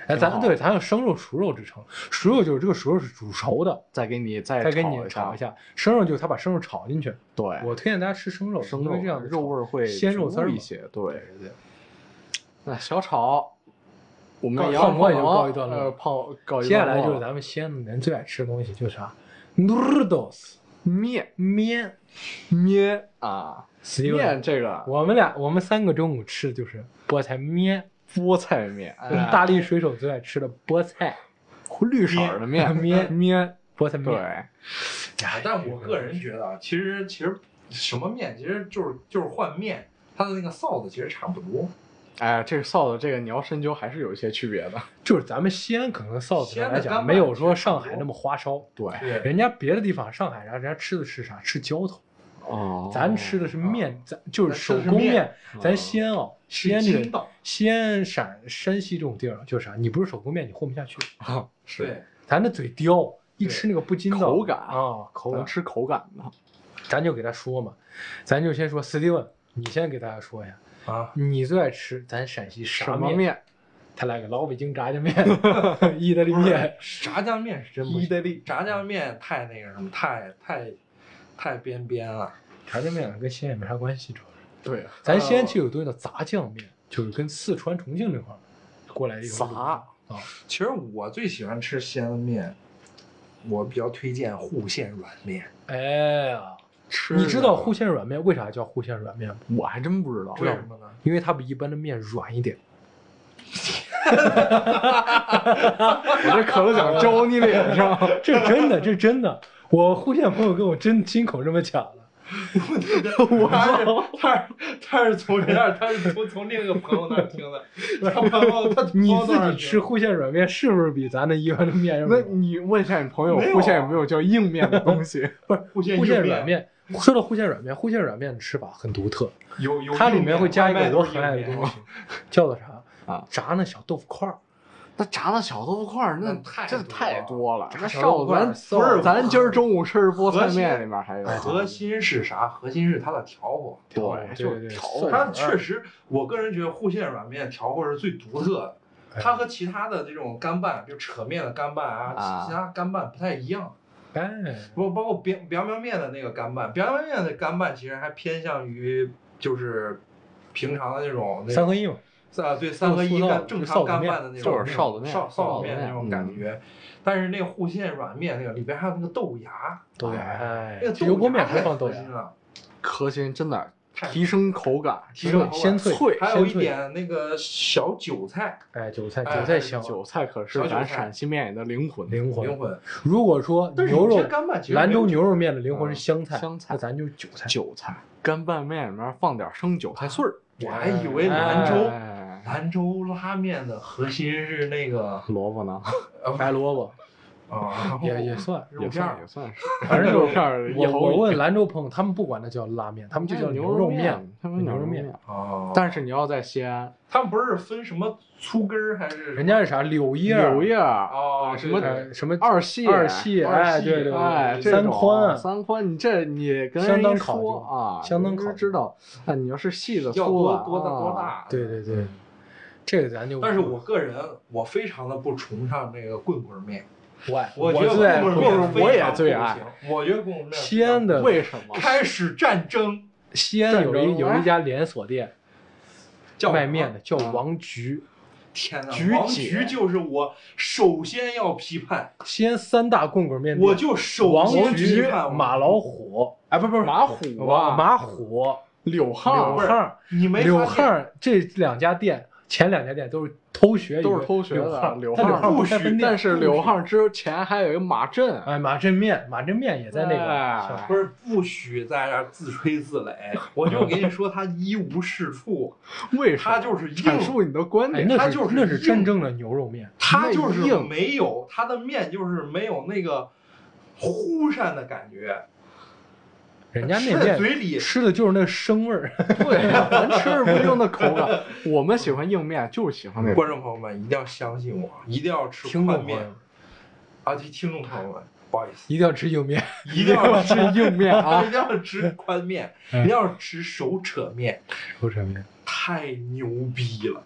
E: 哎，
D: 挺
E: 咱
D: 好
E: 对，咱有生肉、熟肉之称。熟肉就是这个熟肉是煮熟的，
D: 再给你再
E: 再给你
D: 炒
E: 炒一，下；生肉就是他把生肉炒进去。
D: 对，
E: 我推荐大家吃生肉，
D: 生
E: 因
D: 肉
E: 为这样
D: 肉味儿会
E: 鲜肉丝儿
D: 足
E: 嘛
D: 一些，对。
E: 对对，
D: 那小炒，我们
E: 告
D: 羊肉
E: 泡馍也
D: 泡
E: 就
D: 馍
E: 告一段落
D: 呃，泡告一
E: 接下
D: 段
E: 来
D: 落
E: 就是咱们西安人最爱吃的东西，就是啥？noodles
D: 面
E: 面
D: 面啊，面
E: ，Steven，
D: 这个
E: 我们俩我们三个中午吃的就是菠菜面，
D: 菠菜面，
E: 就是
D: 哎
E: 大力水手最爱吃的菠菜啊
D: 绿色儿的面
E: 面
D: 面，
E: 菠菜
D: 对，
E: 面。
C: 哎但我个人觉得啊，其实其实什么面，其实就是就是换面，它的那个臊子其实差不多。
D: 哎，这个臊子这个你要深究还是有一些区别的，
E: 就是咱们西安可能臊子
C: 西安
E: 上
C: 的
E: 来
C: 干
E: 讲，
C: 拌
E: 没有说上海那么花哨。
D: 对，
C: 对，
E: 人家别的地方，上海啥，人家吃的是啥？吃浇头。
D: 哦，
E: 咱吃的是面，咱就是手
C: 咱吃的是
E: 工
C: 面
E: 面。咱
D: 哦
E: 西安哦，西
C: 是
E: 安这
C: 筋
E: 个
C: 道。
E: 西安、陕、山西这种地儿啊，就是啥，你不是手工面，你混不下去。
D: 啊，
C: 对，
E: 咱的嘴刁，一
C: 对
E: 吃那个不筋道，
D: 口感
E: 啊，口感
D: 咱。吃口感的，
E: 咱就给他说嘛，咱就先说 Steven，你先给大家说一下，
C: 啊，
E: 你最爱吃咱陕西啥
D: 什么？面？
E: 他来个老北京炸酱面， 意大 利面，
C: 炸酱面是真不
E: 意
C: 行，
E: 大利
C: 炸酱面太那个什么，太太太边边了。
E: 炸酱面跟西安也没啥关系，主要是。
D: 对，
E: 咱西安其实有东西叫杂酱面，就是跟四川、重庆这块儿过来的一种
D: 杂
E: 卤啊，
C: 其实我最喜欢吃西安的面，我比较推荐户县软面。
E: 哎呀，
D: 吃
E: 你知
D: 的
E: 道户县软面为啥叫户县软面吗？
D: 我还真不知道，
C: 为什么呢？
E: 因为它比一般的面软一点。
D: 我这可乐想浇你 脸上，
E: 这是真的，这是真的。我户县朋友跟我真亲口这么讲的。
C: 他是他是他是从人那儿，他是从从另一个朋友那儿听 的。他朋友他
E: 你自己吃户县软面是不是比咱那一般的面要
D: 那
E: 软？
D: 你问一下你朋友
C: 没有，啊
D: 户县有没有叫硬面的东西？
C: 户县
E: 户县
C: 硬
E: 软
C: 面，
E: 面，说到户县软面，户县软面的吃法很独特，
C: 有有
E: 它里
C: 硬
E: 面会加一
C: 外
E: 个
C: 卖
E: 我
C: 都是
E: 很爱的
C: 硬面
E: 东西，叫做啥
D: 啊？
E: 炸那小豆腐块儿。
D: 那炸的小豆腐块儿，那
C: 那太
D: 这
C: 多
D: 太
C: 了
D: 多了。那
E: 小豆
D: 少
E: 腐块儿
D: 咱
E: 不是
D: 咱今儿中午吃的菠
C: 核
D: 菜
C: 心
D: 面里面还有啊
C: 哎核心是啥？核心是它的调和。
D: 对，就
E: 对对
D: 是调
E: 对嗯
D: 味
C: 它确实，我个人觉得户县软面调和是最独特的。
E: 哎
C: 它和其他的这种干拌，就扯面的干拌啊，
D: 啊
C: 其其他干拌不太一样。
E: 哎，
C: 包包括表表苗面的那个干拌，表苗面的干拌其实还偏向于就是平常的那种那
E: 三
C: 种
E: 合一嘛，
C: 啊对三合一
E: 就是
C: 干
E: 臊
C: 正常干拌的那种
D: 就是臊子面
C: 臊
D: 臊
C: 臊
D: 子
C: 子
D: 面
C: 面那种
E: 嗯
C: 感觉。但是那户县软面那个里边还有那个豆芽，
E: 豆芽，
C: 芽，
E: 哎
C: 那个，
E: 这油
C: 豆
E: 泼
C: 芽
E: 面还
C: 太
E: 放豆
C: 核
E: 芽
C: 心，了，
D: 核心真的
C: 太
D: 提升口感，
C: 提升
E: 真的
C: 口
E: 鲜
C: 感。
E: 脆，
D: 脆
C: 还有
E: 鲜
C: 一
E: 脆，
C: 点那个小韭菜
E: 哎，韭菜，
C: 哎
E: 韭菜香，
D: 韭菜可
C: 小
D: 是
C: 韭
D: 咱
C: 菜
D: 陕西面里的灵魂。
E: 灵
C: 灵
E: 魂。
C: 魂，
E: 如果说
C: 但是
E: 牛
C: 有
E: 肉
C: 些干拌其实
E: 兰州
C: 没有
E: 牛肉面的灵魂是香菜，
D: 嗯香菜
E: 那咱就韭菜。
D: 韭菜干拌面里面放点生韭菜碎
E: 啊
D: 儿，
C: 我还以为兰州
D: 哎
C: 兰州拉面的核心是那个
D: 萝卜呢，
C: 呃
E: 白萝卜
C: 啊
E: 也也算，
C: 肉
D: 也
C: 片
D: 算
C: 儿
D: 也算是。
E: 反正就
D: 肉
E: 是
D: 片儿一
E: 我
D: 毫
E: 我
D: 米
E: 问兰州朋友，他们不管那叫拉面，他们就叫
D: 哎牛
E: 肉
D: 面，他们
E: 牛肉
D: 肉
E: 面。
C: 哦，
D: 但是你要在西安，
C: 他们不是分什么粗根儿还是什么
E: 人家是啥柳叶儿，
D: 柳叶儿
C: 哦
D: 什么
E: 呃什么
D: 二细
E: 二细，哎，对对
D: 哎，
E: 对，
D: 这
E: 三
D: 种
E: 宽，
D: 三宽，你这你跟
E: 相
D: 人
E: 当
D: 一
E: 考
D: 说
E: 究
D: 啊，
E: 相当
D: 人家
E: 考
D: 知
E: 究
D: 道。啊，你要是细的
C: 要
D: 粗
C: 多
D: 的
C: 多大多？
D: 啊
C: 大？
E: 对对对，这个咱就。
C: 但是我个人，我非常的不崇尚那个棍棍面，
E: 我
C: 觉得
D: 最爱
C: 棍
D: 棍
C: 面
D: 棍
C: 非
D: 我也
C: 常
D: 最
C: 不
D: 爱
C: 行。我觉得棍棍面非
E: 西安
C: 常
E: 的
D: 为什么？
C: 开始战争
E: 西安有一
D: 战争
E: 有一家连锁店
C: 叫
E: 卖
C: 什么
E: 面的，叫
D: 哎啊
E: 王菊。
C: 天哪，
D: 菊
C: 王
D: 姐
C: 菊就是我首先要批判，
E: 西安三大棍棍面店，
C: 我就首
E: 王
C: 先批
E: 菊、
C: 判
E: 马
C: 虎。
E: 老虎，哎，不是不是
D: 马虎
E: 王
D: 啊，
E: 马虎、
D: 柳
E: 柳
D: 巷
C: 不是
E: 巷、
C: 你没
E: 柳
C: 发现
E: 巷这两家店，前两家店都是偷学，
D: 都是偷学
E: 柳
D: 的，
E: 巷，
D: 柳
E: 但柳
D: 巷
E: 巷
D: 不
E: 不开分
D: 许，
E: 店，
D: 但是柳巷之前还有一个马镇，
E: 哎，马镇面，马镇面也在那
D: 哎
E: 个
C: 不是不许在这儿自吹自擂，我就跟你说，他一无是处，
D: 为什 么？
C: 他就是
D: 阐
C: 硬，
D: 述你的观
E: 哎，
D: 点，
E: 那
C: 它
E: 是
C: 就是
E: 那是
C: 硬
E: 真正的牛肉面，
C: 他就是
D: 那硬
C: 没有他的面就是没有那个忽闪的感觉，
E: 人家
C: 吃
E: 那
C: 在
E: 面
C: 嘴里
E: 吃的就是那生味儿。
D: 对，啊咱吃不硬的口感。我们喜欢硬面，就是喜欢那种
C: 观众朋友们一定要相信我，一定要吃
E: 听
C: 宽
E: 众朋友
C: 面
E: 们，
C: 啊，听听众朋友们，不好意思，
E: 一定要吃硬面。
C: 一定要
D: 是
C: 吃
D: 硬面 啊
C: 一定要吃宽面，一定要吃手扯面，
E: 手扯面，
C: 太牛逼了！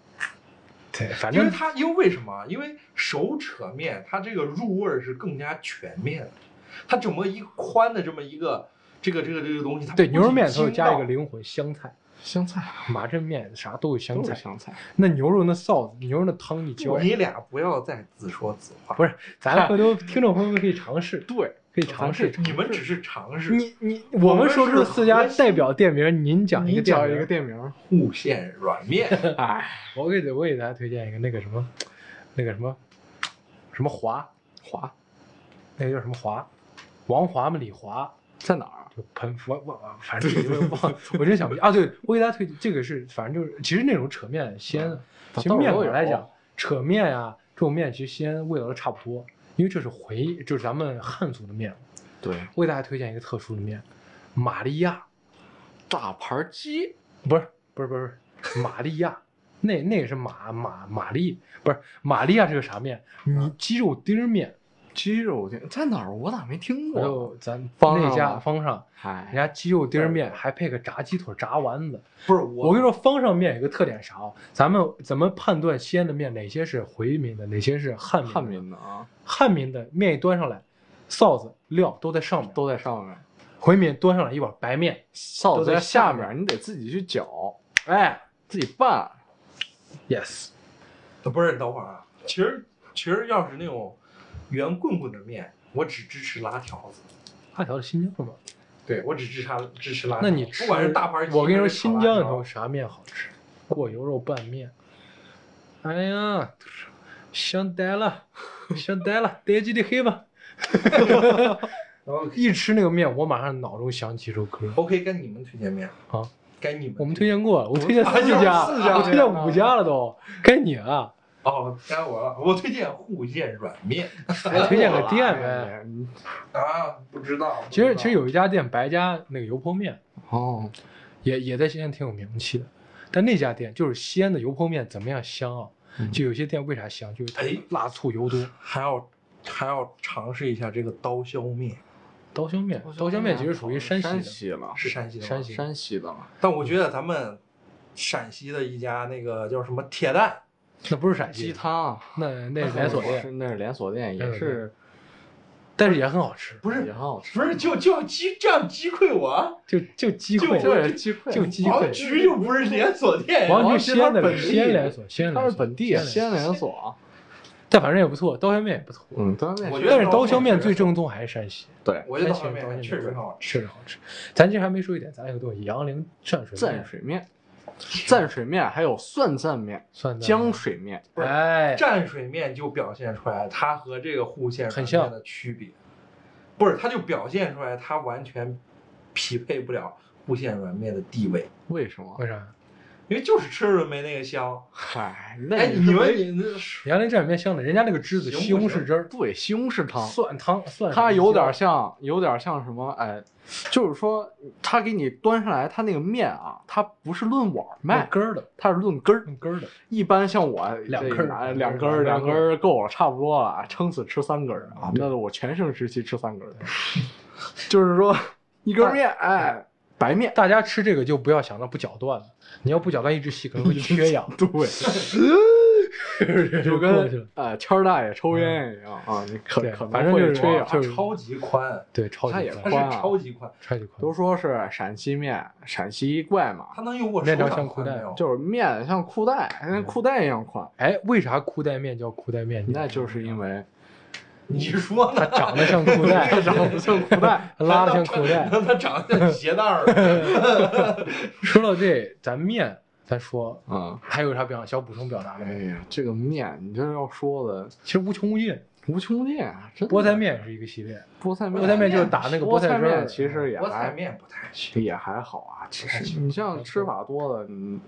E: 对，反
C: 因为
E: 正
C: 它，因为为什么？啊因为手扯面它这个入味儿是更加全面的，它整个一个宽的这么一个这个这个这个东西，它
E: 对
C: 不
E: 牛肉
C: 仅
E: 面它有
C: 筋
E: 加一
C: 道
E: 个灵魂香菜，
D: 香菜
E: 麻镇面啥都有香
D: 都是
E: 菜。
D: 香菜，
E: 那牛肉那臊子，牛肉那汤一浇，
C: 你俩不要再自说自话，
E: 不是，咱俩回头听众朋友们可以尝试，对，可以尝试。
C: 你们只是尝试
E: 你你我们说出四家代表店名，您讲啊一
D: 你
E: 个
D: 讲
E: 店
D: 一个
E: 名。
D: 店名儿，
C: 互现软面，
D: 哎，
E: 我给我给大家推荐一个那个什么，那个什么，什么华，
D: 华
E: 那个叫什么华，王华嘛，李华，
D: 在哪儿？啊
E: 就喷我我我反正我也忘了，我真想不起啊。对，我给大家推荐这个是，反正就是其实那种扯面西安，其实
D: 嗯到处
E: 面
D: 都
E: 馆
D: 有
E: 来讲，扯面呀、这种面其实西安味道都差不多，因为这是回就是咱们汉族的面。
D: 对，
E: 我给大家推荐一个特殊的面，玛利亚
D: 大盘鸡，
E: 不是不是不是不是玛利亚，那那个是玛玛玛丽不是玛利亚是个啥面？你
D: 嗯
E: 鸡肉丁儿面，
D: 鸡肉店在哪儿？我咋没听
E: 然
D: 过？
E: 后咱
D: 方
E: 那
D: 上
E: 家
D: 吗
E: 方上，人
D: 哎，
E: 家鸡肉丁儿面还配个炸鸡腿儿、炸丸子。
C: 不是
E: 我
C: 我
E: 跟你说，方上面有个特点啥啊？咱们怎么判断西安的面哪些是回民的，哪些是汉民的？
D: 汉民的啊，
E: 汉民的面一端上来，臊子料都在上面；
D: 都在上面，
E: 回民端上来一碗白面，
D: 臊
E: 都
D: 子
E: 在
D: 在
E: 下
D: 下
E: 面
D: 面，你得自己去搅，哎，自己拌。
E: yes，
C: 不是等会儿啊，其实其实要是那种圆棍棍的面，我只支持拉条子，
E: 辣条是新疆的吗？
C: 对我只支持拉支持拉条
E: 那
C: 子。
E: 你吃
C: 不管是大盘鸡，
E: 我跟你说，
C: 还是炒
E: 新
C: 辣
E: 疆里
C: 条
E: 头啥面好吃？过油肉拌面。哎呀，香呆 了，香呆了，呆鸡的黑吧。
C: 然后
E: 一吃那个面，我马上脑中想起一首歌。
C: OK，该你们推荐面
E: 啊，
C: 该你们
E: 我们推荐过了，我推荐
C: 啊
E: 四
C: 就是
E: 家，
C: 四家
E: 我推荐五家了都，该你了，
C: 哦，该我了，我推荐互现软面
E: 还推荐个店
D: 哎
E: 呗。
D: 呀你
C: 啊，不知道，不
E: 其
C: 知道
E: 实其实有一家店，白家那个油泼面，
D: 哦，
E: 也也在西安挺有名气的。但那家店就是西安的油泼面怎么样香啊？
D: 嗯
E: 就有些店为啥香，就是它
C: 哎
E: 辣醋油多。
C: 还要还要尝试一下这个刀削面，
E: 刀削面，刀削面其实属于山
D: 啊哦山
E: 西的，
D: 了，
C: 是山西的吗
E: 山西
D: 山西的嘛。
C: 但我觉得咱们陕西的一家那个叫什么铁蛋，
E: 那不是陕西
D: 鸡
E: 的，
D: 汤啊
E: 那那是连锁
D: 是
E: 店，
D: 那是连锁店，也
E: 连锁
D: 是
E: 但是也很好吃，
C: 不
D: 也
C: 是
D: 很好吃，
C: 不是就就击这样击溃我，
E: 就就鸡
C: 就
E: 块，
C: 就
D: 对，鸡块
E: 就鸡
C: 王
E: 块。
C: 局又不是连锁店，
E: 王
D: 王
E: 局
D: 局
E: 西
D: 他
E: 安的
D: 本地
E: 西安连锁，西安
D: 它
E: 连
D: 是
E: 锁，
D: 本地啊
E: 西
D: 西
E: 安
D: 安
E: 连锁，
D: 连锁，
E: 但反正也不错，刀削面也不错。
D: 嗯，当然
C: 我觉得
E: 但是刀削面最正宗还是山西，
D: 对
C: 我觉得刀
E: 山西
C: 削
E: 人
C: 面确实很好吃，
E: 确实好吃。咱今儿还没说一点，咱有个东西，杨凌蘸水
D: 蘸
E: 面
D: 水面，蘸水面还有蒜蘸面、
E: 算的
D: 浆，水面，
E: 哎，
C: 蘸水面就表现出来它和这个户县
E: 很
C: 软
E: 像
C: 面的区别，不是它就表现出来它完全匹配不了户县软面的地位，
D: 为什么？
E: 为啥？
C: 因为就是吃着没那个香。
D: 嗨，那
C: 哎，
D: 你
C: 你
D: 是
C: 们
D: 没
C: 你那是
E: 杨凌蘸面香的，人家那个汁子
C: 行
E: 西
C: 不
E: 红
C: 行
E: 柿汁儿、
D: 对西红柿汤，
E: 蒜汤、蒜，
D: 它有点像，有点像什么？哎，就是说，它给你端上来，它那个面啊，它不是论碗儿
E: 卖
D: 卖，
E: 根儿的，
D: 它是论根儿。
E: 用根儿的。
D: 一般像我
E: 两
D: 这
E: 根儿
D: 拿
E: 两
D: 两
E: 根
D: 根
E: 儿
D: 儿，
E: 两
D: 两
E: 根
D: 根
E: 儿
D: 儿够了，差不多了，撑死吃三根儿啊。那是我全盛时期吃三根儿的，就是说一根儿面，哎，白面，
E: 大家吃这个就不要想着不搅断了，你要不搅断一直吸，可能会缺氧
D: ，对，就
E: 过去了
D: 跟。
E: 嗯
D: 呃谦儿大爷抽烟一样啊，你可
E: 对
D: 可
E: 反
D: 能
E: 正就
D: 会啊缺
E: 是
C: 哇
D: 氧。
E: 对呀就是
C: 超级宽，
E: 对，超级
D: 它也
C: 它
E: 宽，
C: 是
D: 宽啊
C: 超级宽，
E: 超级宽。
D: 都说是陕西面，陕西怪嘛，
C: 它能有我手
E: 面条
C: 掌
E: 像裤
C: 宽
E: 带
C: 没有？
D: 就是面像裤带，
E: 嗯
D: 跟裤带一样宽，
E: 哎，为啥裤带面叫裤带面？
D: 那就是因为
C: 你说呢？
E: 长得像裤带，，
D: 长得像裤带
E: 拉的像裤带。
C: 让它长得像鞋带 儿。
E: 说到这，咱面，咱说
D: 嗯，
E: 还有啥表想补充表达的
D: 哎
E: 吗？
D: 呀，这个面你这要说的
E: 其实无穷无尽，
D: 无穷尽啊，真的
E: 菠菜，面也是一个系列。
D: 菠菜面，啊
E: 菠菜面就是打那个菠
D: 菠
E: 菜
D: 菜
E: 汁儿
D: 面，其实也
C: 菠菜
D: 还
C: 面不太行，
D: 也还好啊。其实你像吃法多了，你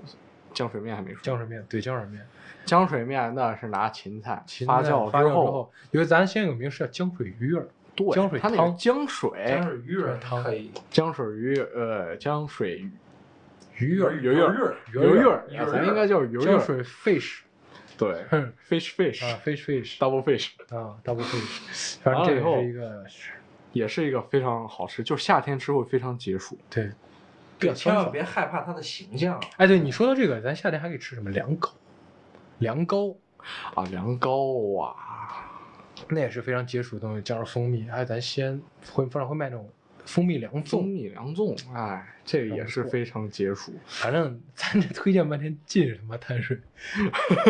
D: 浆水面还没说，
E: 浆水面，对浆水面，
D: 浆水面那是拿芹菜
E: 芹菜
D: 发酵
E: 酵之
D: 之，，
E: 因为咱先有名是叫浆水鱼儿，
D: 对，
E: 浆水
D: 它那个
E: 汤
D: 浆
C: 但
D: 水
C: 是鱼儿它可以，
D: 浆水鱼呃浆水鱼
E: 鱼儿
C: 鱼儿鱼儿
E: 鱼儿
D: 鱼儿
C: 鱼儿
D: 咱应该叫鱼儿
E: 浆水 fish，
D: 对
E: 嗯
D: ，fish fish
E: 啊，fish fish
D: double fish
E: 啊，double fish，反正这
D: 完了以后
E: 也是一个
D: 也是一个非常好吃，就是夏天吃会非常解暑。
E: 对比较
C: 千
E: 酸
C: 万
E: 爽。
C: 别害怕它的形象，
E: 哎，对你说到这个，咱夏天还可以吃什么凉糕？凉糕
D: 啊，凉糕啊，
E: 那也是非常解暑的东西，加上蜂蜜，还有咱西安会反正会卖那种蜂蜜凉
D: 蜂
E: 粽，
D: 蜜凉粽，哎，这个也是非常解暑。
E: 反正咱这推荐半天尽是他妈碳水，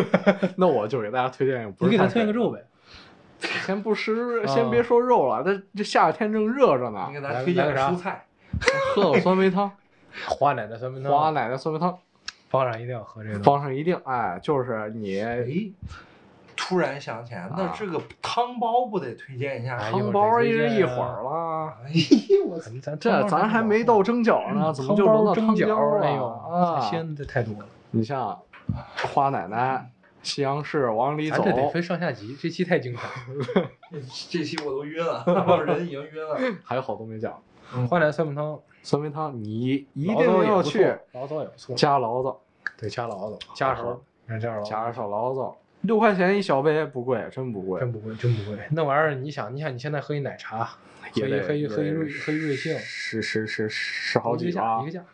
D: 那我就给大家推荐，不
E: 你
D: 是
E: 给他
D: 碳
E: 推
D: 水
E: 荐个肉呗，
D: 先不吃，
E: 啊
D: 先别说肉了，这这夏天正热着呢
C: 你给，咱推荐个
E: 来个啥
C: 蔬菜，
D: 喝口酸梅 汤，
E: 花奶的酸梅汤，
D: 花奶奶酸梅汤，
E: 方上一定要喝这个东西，
D: 放上一定，哎，就是你
C: 哎。突然想起来，那
D: 啊
C: 这个汤包不得推荐一下？
E: 哎呦
D: 汤包一人一
E: 这
D: 会儿啦。
C: 哎呦我操！
E: 咱咱
D: 这咱还没到蒸饺呢，怎么就
E: 嗯包
D: 轮到
E: 蒸
D: 汤
E: 饺
D: 包
E: 哎呦，
D: 了
E: 咱
D: 啊
E: 西？安的太多了，嗯
D: 你像花奶奶、西洋市往里
E: 咱
D: 走，嗯
E: 这得分上下集，这期太精彩。
C: 这期我都晕了，我人已经晕了。
D: 还有好多没讲。
E: 花奶酸梅汤
D: 酸梅汤你 一
E: 醪糟
D: 定
E: 也不
D: 要
E: 错
D: 去，
E: 醪糟也不错，
D: 加醪糟，
E: 对加醪糟，加
D: 好
E: 勺，
D: 加
E: 加勺，
D: 点小醪糟，六块钱一小杯，不贵，真不贵，
E: 嗯真不贵，真不贵。那玩意儿，你想，你想，你现在喝一奶茶，喝
D: 也
E: 一
D: 得
E: 喝一
D: 也
E: 喝一
D: 得
E: 瑞喝一瑞幸，
D: 十十十十好
E: 一
D: 几啊吧
E: 个价，一个，价。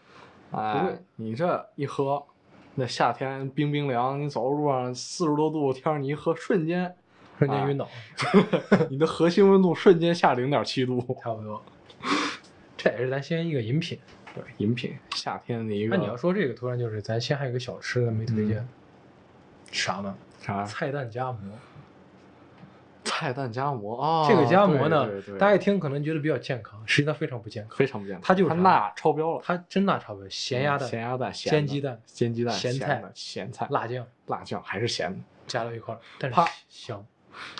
E: 不
D: 哎
E: 贵，
D: 你这一喝，那夏天冰冰凉，你走路上四十多度天儿，你一喝，瞬间
E: 瞬间晕倒，
D: 你的核心温度瞬间下零点七度。
E: 差不多。这也是咱西安一个 饮品。
D: 对，饮品夏天的一
E: 那你要
D: 个
E: 说这个，突然就是咱西安还有一个小吃咱没推荐
D: 嗯，
E: 啥呢？
D: 啥
E: 菜蛋夹馍。
D: 菜蛋夹馍啊，
E: 这个夹馍
D: 对
E: 呢
D: 对对，
E: 大家一听可能觉得比较健康，实际它非常不健康。
D: 非常不健康，
E: 它就是
D: 它
E: 啥
D: 钠超标了，嗯
E: 它真拿差不多，咸鸭蛋、
D: 咸鸭蛋、咸
E: 煎
D: 的
E: 鸡蛋、
D: 煎鸡蛋、
E: 咸菜
D: 的、咸菜、
E: 辣酱
D: 辣酱还是咸的，
E: 加到一块儿，但是
D: 啪
E: 香。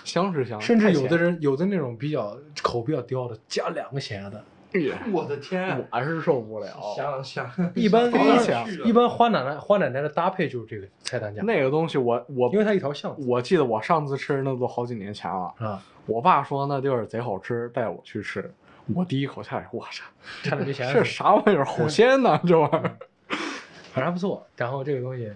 D: 香是香，
E: 甚至有的
D: 人
E: 人有的那种比较口比较刁的，加两个咸鸭蛋。
C: 我的天！
D: 我是受不了，
C: 想 想，
E: 一般
C: 想
D: 一
C: 不
D: 想
C: 去了
E: 一般花奶奶花奶奶的搭配就是这个菜单夹，
D: 那个东西我我
E: 因为它一条巷子
D: 我记得我上次吃那都好几年前了，
E: 啊，
D: 我爸说那地儿贼好吃，带我去吃。我第一口下去，我操，
E: 差点没想
D: 这啥玩意儿？好鲜呐，这玩意儿！
E: 反正还不错。然后这个东西，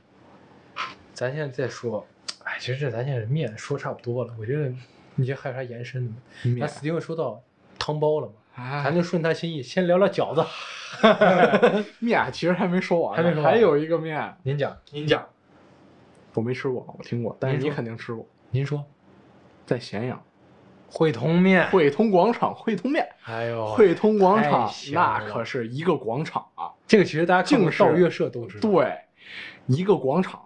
E: 咱现在再说，哎，其实这咱现在面说差不多了，我觉得你这还有啥延伸的吗？咱
D: 面，
E: 死定说到汤包了嘛，咱
D: 哎，
E: 就顺他心意，先聊聊饺子。
D: 面其实还没说完呢，
E: 还没说完
D: 还有一个面
E: 您讲，
C: 您讲，
D: 我没吃过，我听过，但是
E: 您
D: 你
E: 说
D: 肯定吃过，
E: 您说
D: 在咸阳
E: 汇通面，
D: 汇通广场汇通面，
E: 哎呦，
D: 汇通广场
E: 太香
D: 那
E: 了
D: 可是一个广场啊，
E: 这个其实大家看过
D: 竟是
E: 道月社都知道，
D: 对，一个广场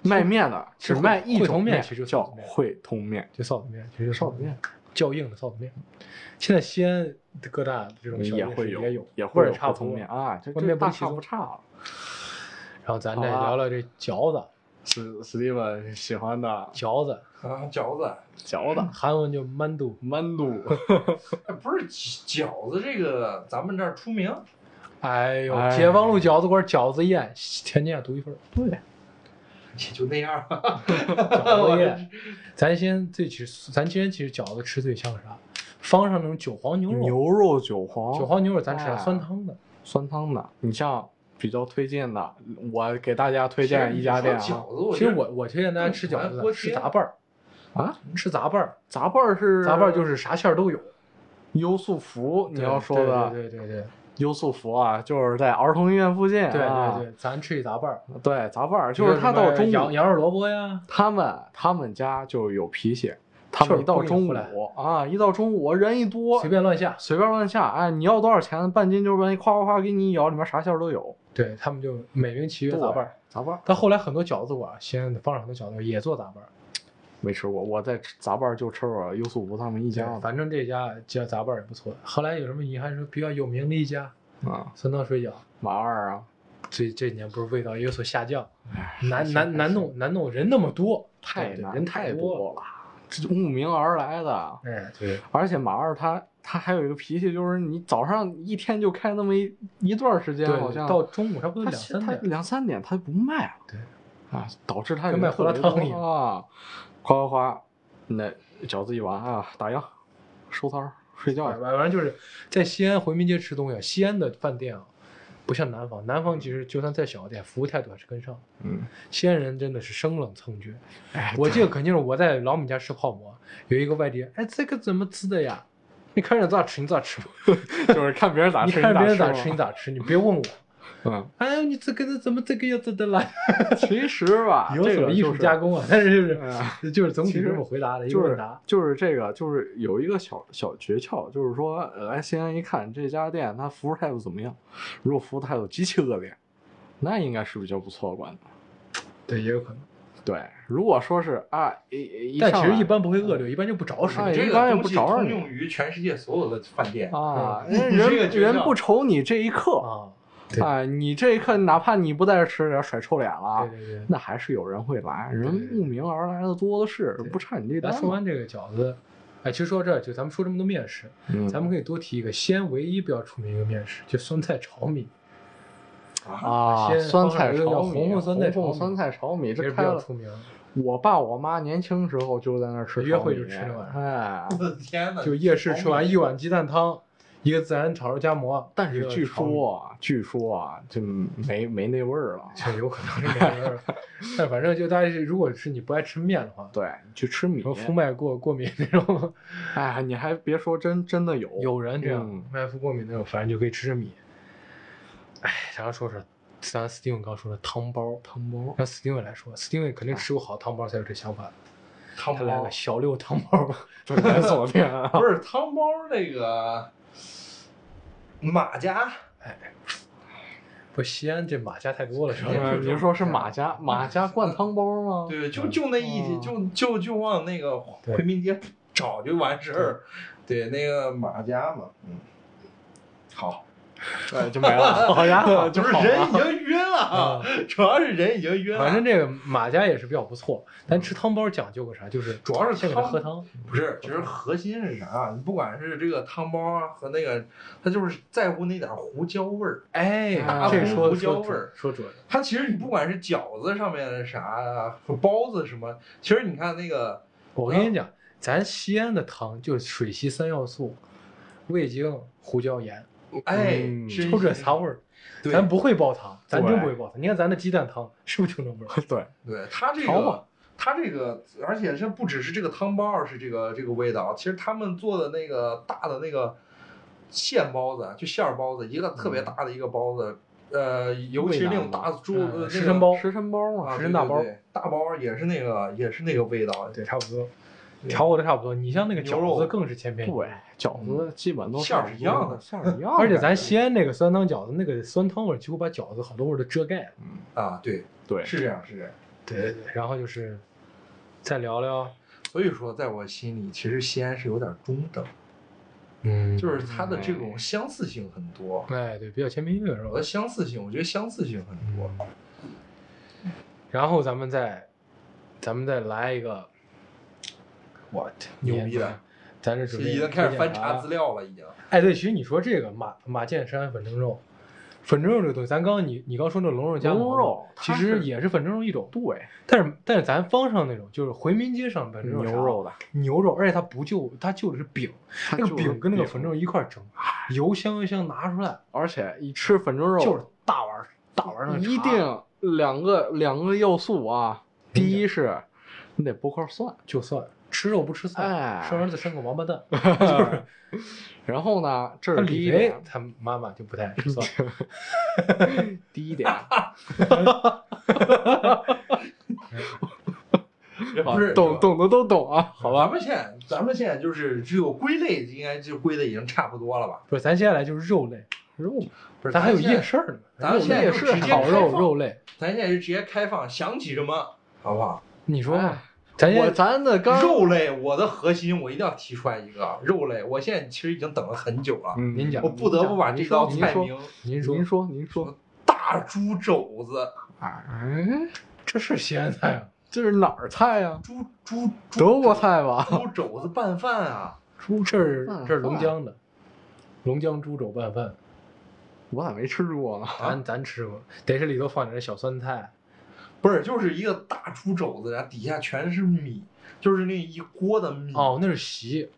D: 卖面的只
E: 是
D: 卖一
E: 汇
D: 种
E: 通面
D: 面
E: 其实就是
D: 叫
E: 汇通面
D: 汇通面，
E: 就臊子面，其实就
D: 臊子面。
E: 较硬的臊子面。现在西安各大这种小
D: 也
E: 夜
D: 会
E: 市
D: 有，
E: 也有，
D: 也
E: 或
D: 会
E: 者
D: 有
E: 差
D: 不
E: 不
D: 同
E: 多
D: 面。啊，这
E: 或
D: 这
E: 面不
D: 大
E: 稀
D: 差
E: 松
D: 不差了。
E: 然后咱再
D: 好吧
E: 聊聊这饺子，
D: 史史蒂文喜欢的
E: 饺子
C: 啊，饺子，
D: 饺 子、
E: 韩文就馒头，
D: 馒头，
C: 哎，不是饺子这个，咱们这儿出名，
E: 哎呦，
D: 哎
E: 解放路饺子馆饺子宴，天津也独 一份儿。对，
C: 也就那样吧。
E: 饺子宴，咱先最其实，咱今天其实饺子吃最像啥？方上那种韭黄牛 肉，
D: 牛肉韭黄、
E: 韭黄牛肉咱吃啥
D: 哎
E: 酸汤的，
D: 酸汤的。你像比较推荐的，我给大家推荐一家店
C: 其实你
D: 啊
C: 说饺子，我
E: 其
C: 觉
E: 实
C: 得
E: 我我推荐大家吃饺
C: 嗯
E: 子
C: 锅
E: 的
C: 贴
E: 吃杂拌儿，
D: 啊，
E: 吃杂拌儿，
D: 杂拌儿是
E: 杂拌儿就是啥馅儿都有。
D: 优素福，你要说的
E: 对对对对
D: 优素福啊，就是在儿童医院附近
E: 对对
D: 啊，
E: 对对，咱吃一杂拌儿，
D: 对对杂拌儿就是他到
E: 比如说什
D: 中
E: 么羊
D: 午，
E: 羊肉萝卜呀，
D: 他们他们家就有皮鞋，他
E: 就
D: 们
E: 是
D: 一到
E: 不给
D: 中
E: 胡来
D: 午啊，一到中午人一多
E: 随，便乱下。
D: 随便乱下，哎，你要多少钱？半斤就是半斤，夸夸夸给你一舀，里面啥馅儿都有。
E: 对他们就美名其曰
D: 对
E: 杂拌儿。
D: 杂拌儿
E: 但后来很多饺子馆，西安的方上很多饺子馆也做杂拌儿。
D: 没吃过，我在吃杂拌儿就吃过优素福他们一啊家
E: 对反正这家叫杂拌儿也不错。后来有什么遗憾是比较有名的一家
D: 啊，
E: 酸汤水饺，
D: 马二啊，
E: 这这几年不是味道有所下降，
D: 还
E: 难
D: 是
E: 难
D: 还
E: 难
D: 是
E: 弄难弄，人那么多，
D: 太
E: 对对
D: 难
E: 人
D: 太
E: 多
D: 多了，这慕名而来的。
E: 了。哎，对，
D: 而且马二他他还有一个脾气，就是你早上一天就开那么一一段儿时间，
E: 对
D: 好像
E: 到中午差不多
D: 他
E: 两
D: 现
E: 三
D: 他
E: 点，
D: 两三点他就不卖了，
E: 对
D: 啊，导致他
E: 跟卖胡辣汤一样
D: 啊，夸夸夸，那饺子一碗啊，打烊，收摊儿睡觉
E: 哎反
D: 去，
E: 反正就是在西安回民街吃东西啊，西安的饭店啊，不像南方，南方其实就算再小一点，服务态度还是跟上。
D: 嗯，
E: 西安人真的是生冷蹭倔。
D: 哎，
E: 我记得肯定是我在老米家吃泡馍，有一个外地人，哎，这个怎么吃的呀？你看着咋吃你咋吃吧，
D: 就是看别人咋
E: 你
D: 吃，
E: 看着别人咋
D: 吃
E: 吃你咋吃，你别问我。
D: 嗯，
E: 哎呦，你这个人怎么这个样子的啦？，
D: 其实吧
E: 有
D: 啊这
E: 什么
D: 个
E: 艺
D: 就
E: 术
D: 是
E: 加工啊？但 是就是
D: 嗯
E: 就是总体
D: 其实
E: 这么回答的一个
D: 就
E: 问
D: 是
E: 答。
D: 就是这个，就是有一个小小诀窍，就是说，呃，来西安一看这家店，它服务态度怎么样？如果服务态度极其恶劣，那应该是比较不错的馆子。
E: 对，也有可能。
D: 对，如果说是啊，一一
E: 但其
D: 上
E: 实
D: 来
E: 一般不会恶劣，一般就不找
D: 哎
E: 水。
C: 这
D: 一
C: 个
D: 般也
C: 东
D: 不
C: 西
D: 着
C: 通
D: 你
C: 用于全世界所有的饭店。
D: 啊，
C: 嗯
D: 人
C: 你这个
D: 人
C: 诀
D: 人
C: 窍
D: 不瞅你这一刻
E: 啊，对
D: 啊，你这一刻哪怕你不在这吃，点甩臭脸了
E: 对，对对。
D: 那还是有人会来，人
E: 对对
D: 慕名而来的多的是
E: 对，
D: 不差你这
E: 咱
D: 单
E: 说
D: 嘛。
E: 完这个饺子，哎，其实说到这儿，就咱们说这么多面食，
D: 嗯
E: 咱们可以多提一个西安唯一比较出名一个面食，就酸菜炒米，
D: 啊
E: 先，
D: 酸菜
E: 放上一个叫
D: 炒米，红
E: 红红酸菜炒米
D: 酸菜炒米，这
E: 这是比
D: 开
E: 较
D: 了。
E: 出名。
D: 我爸我妈年轻时候就在那儿吃炒米，
E: 约会就吃那玩意
D: 哎，
C: 我的天哪！
E: 就夜市吃完一碗鸡蛋汤，一个孜然炒肉夹馍，
D: 但
E: 一
D: 是
E: 个
D: 据
E: 炒米
D: 说啊，据说啊，就没没那味儿了。
E: 这有可能是没人， 但反正就大家是如果是你不爱吃面的话，
D: 对，去吃米
E: 什，么麸麦过过敏那种，
D: 哎，你还别说，真真的有
E: 有人这样
D: 嗯
E: 麦麸过敏那种，反正就可以吃吃米。哎，咱说说，咱 Steven 刚说的汤包，
D: 汤包，
E: 让 Steven 来说，Steven 肯定吃过好汤包才有这想法。
C: 汤
E: 他来
C: 包
E: 个，小六汤包吧，
D: 这连锁店啊
C: 不是汤包那个马家，
E: 不，西安这马家太多了，是吧？
D: 嗯 你说是马家马家灌汤包吗？
C: 对，就就那一
D: 哦
C: 就就就往那个
E: 对
C: 回民街找就完事儿。对，那个马家嘛，嗯，好，啊
D: 对，哎就没了。好家伙，
C: 不
D: 就是
C: 人已经晕 了，主要是人已经晕了。
E: 反正这个马家也是比较不错，咱吃汤包讲究个啥，就是
C: 主要是
E: 先给他
C: 汤
E: 喝汤，
C: 不是，其实核心是啥？你不管是这个汤包啊和那个，他就是在乎那点儿胡椒味儿。
E: 哎
D: 啊，
E: 这说
C: 胡椒
E: 说
C: 味儿
E: 准，说准了，
C: 它其实你不管是饺子上面的啥啊，和包子什么，其实你看那个
E: 我跟你讲，咱西安的汤就水席三要素：味精、胡椒、盐，
C: 哎，
D: 嗯
C: 真
E: 瞅准
C: 是
E: 啥味儿。
C: 对
E: 咱不会爆汤，咱真
D: 对
E: 不会爆汤。你看咱的鸡蛋汤是不是就那味儿？
D: 对，
C: 对它这
D: 炒嘛
C: 个，它这个，而且这不只是这个汤包是这个这个味道，其实他们做的那个大的那个馅包子，啊就馅儿包子，一个特别大的一个包子，呃，尤其是那种大猪
E: 嗯
C: 呃那
E: 时
C: 个
E: 辰包
D: 时辰包嘛，
C: 啊，对
E: 时辰大包
C: 对对大包也是那个也是那个味道，啊
E: 对，差不多，
C: 对
E: 调和的差不多。你像那个
C: 牛
E: 饺
C: 肉
E: 子更是千篇一律。
D: 对，饺子基本都
C: 馅儿是一样的
D: 馅儿一样的。
E: 而且咱西安那个酸汤饺子，那个酸汤味儿几乎把饺子好多味儿都遮盖了。
C: 啊，对，
D: 对
C: 是这样是这样。
E: 对对对。然后就是再聊聊，
C: 所以说，在我心里，其实西安是有点中等，
E: 嗯
C: 就是它的这种相似性很多。
E: 哎，对，比较千篇一律是
C: 我的
E: 吧？
C: 相似性，我觉得相似性很多。
E: 嗯然后咱们再，咱们再来一个
C: 我牛逼的，，
E: 咱这
C: 这
E: 准备
C: 已经开始翻查
E: 料。
C: 资料了，已经。
E: 哎，对，其实你说这个马马涧山粉蒸肉，粉蒸肉这个东西，咱刚刚你你刚说那龙肉夹
D: 龙
E: 馍，
D: 肉
E: 其
D: 它
E: 实
D: 是
E: 也是粉蒸肉一种，
D: 对
E: 但是但是咱方上那种就是回民街上粉蒸肉啥
D: 牛肉的，
E: 牛肉，而且它不就它就的是饼，
D: 它
E: 那个
D: 就
E: 饼跟那个粉蒸肉一块儿蒸，油香油香拿出来
D: 而且一吃粉蒸肉
E: 就是大碗儿大碗儿那个
D: 一
E: 茶
D: 定两个两个要素啊，第一是你得剥块蒜，
E: 就算吃肉不吃蒜，
D: 哎
E: 生儿子生个王八蛋，就是
D: 然后呢，这
E: 他
D: 是第
E: 李
D: 一
E: 维
D: 点，
E: 他妈妈就 不太爱吃蒜，
D: 第一点，啊
C: 不是
D: 懂懂的都懂啊，好
C: 咱
D: 吧，
C: 们现在，咱们现在就是只有归类，应该就归的已经差不多了吧？
E: 不是，咱接下来就是肉类，
D: 肉
C: 不是，
E: 咱还有
C: 现在
E: 夜，市呢，
C: 咱们现在
D: 夜
C: 就
D: 市
C: 直接
E: 烤
C: 开
E: 肉
C: 放
E: 肉，类，
C: 咱现在就直接开放，想起什么，好不好？
E: 你说
D: 哎
E: 呢？咱
D: 我
E: 先
D: 咱的刚
C: 肉类，我的核心我一定要提出来一个肉类，我现在其实已经等了很久了，
D: 嗯
E: 您讲
C: 我不得不把这道菜名
E: 您说
D: 您说您说，
C: 大猪肘子，
D: 哎，
E: 这是西安菜 啊？
D: 这是哪儿菜呀？
C: 猪猪猪
D: 德国菜吧？
C: 猪肘子拌饭啊，
E: 猪这是
D: 拌饭
E: 这是龙江的，龙江猪肘拌饭，
D: 我咋没吃过呢？
E: 咱咱吃过，得是里头放点小酸菜，
C: 不是，就是一个大猪肘子，然后底下全是米，就是那一锅的米。
E: 哦，那是席，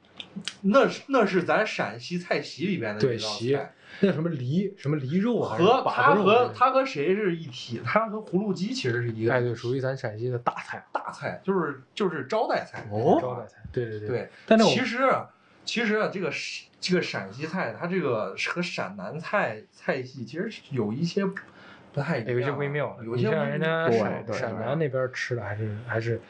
C: 那是那是咱陕西菜系里边的
E: 对
C: 一道
E: 席
C: 菜，
E: 那什么梨什么梨肉啊还是
C: 和
E: 把
C: 它
E: 子
C: 和
E: 肉之类的
C: 它和谁是一体？它和葫芦鸡其实是一
E: 哎
C: 个
E: 对，属于咱陕西的大菜
C: 大菜，就是就是招待菜。
E: 招待菜，对哦对对。
C: 对，
E: 但是我
C: 其实啊其实啊，这个陕这个陕西菜，它这个和陕南菜菜系其实是有一些不太一样，啊
E: 有一些微妙，
C: 有
E: 你
C: 些
E: 像
C: 微
E: 人家
D: 对
E: 陕
D: 对
E: 陕
D: 对
E: 南那边吃的还是还是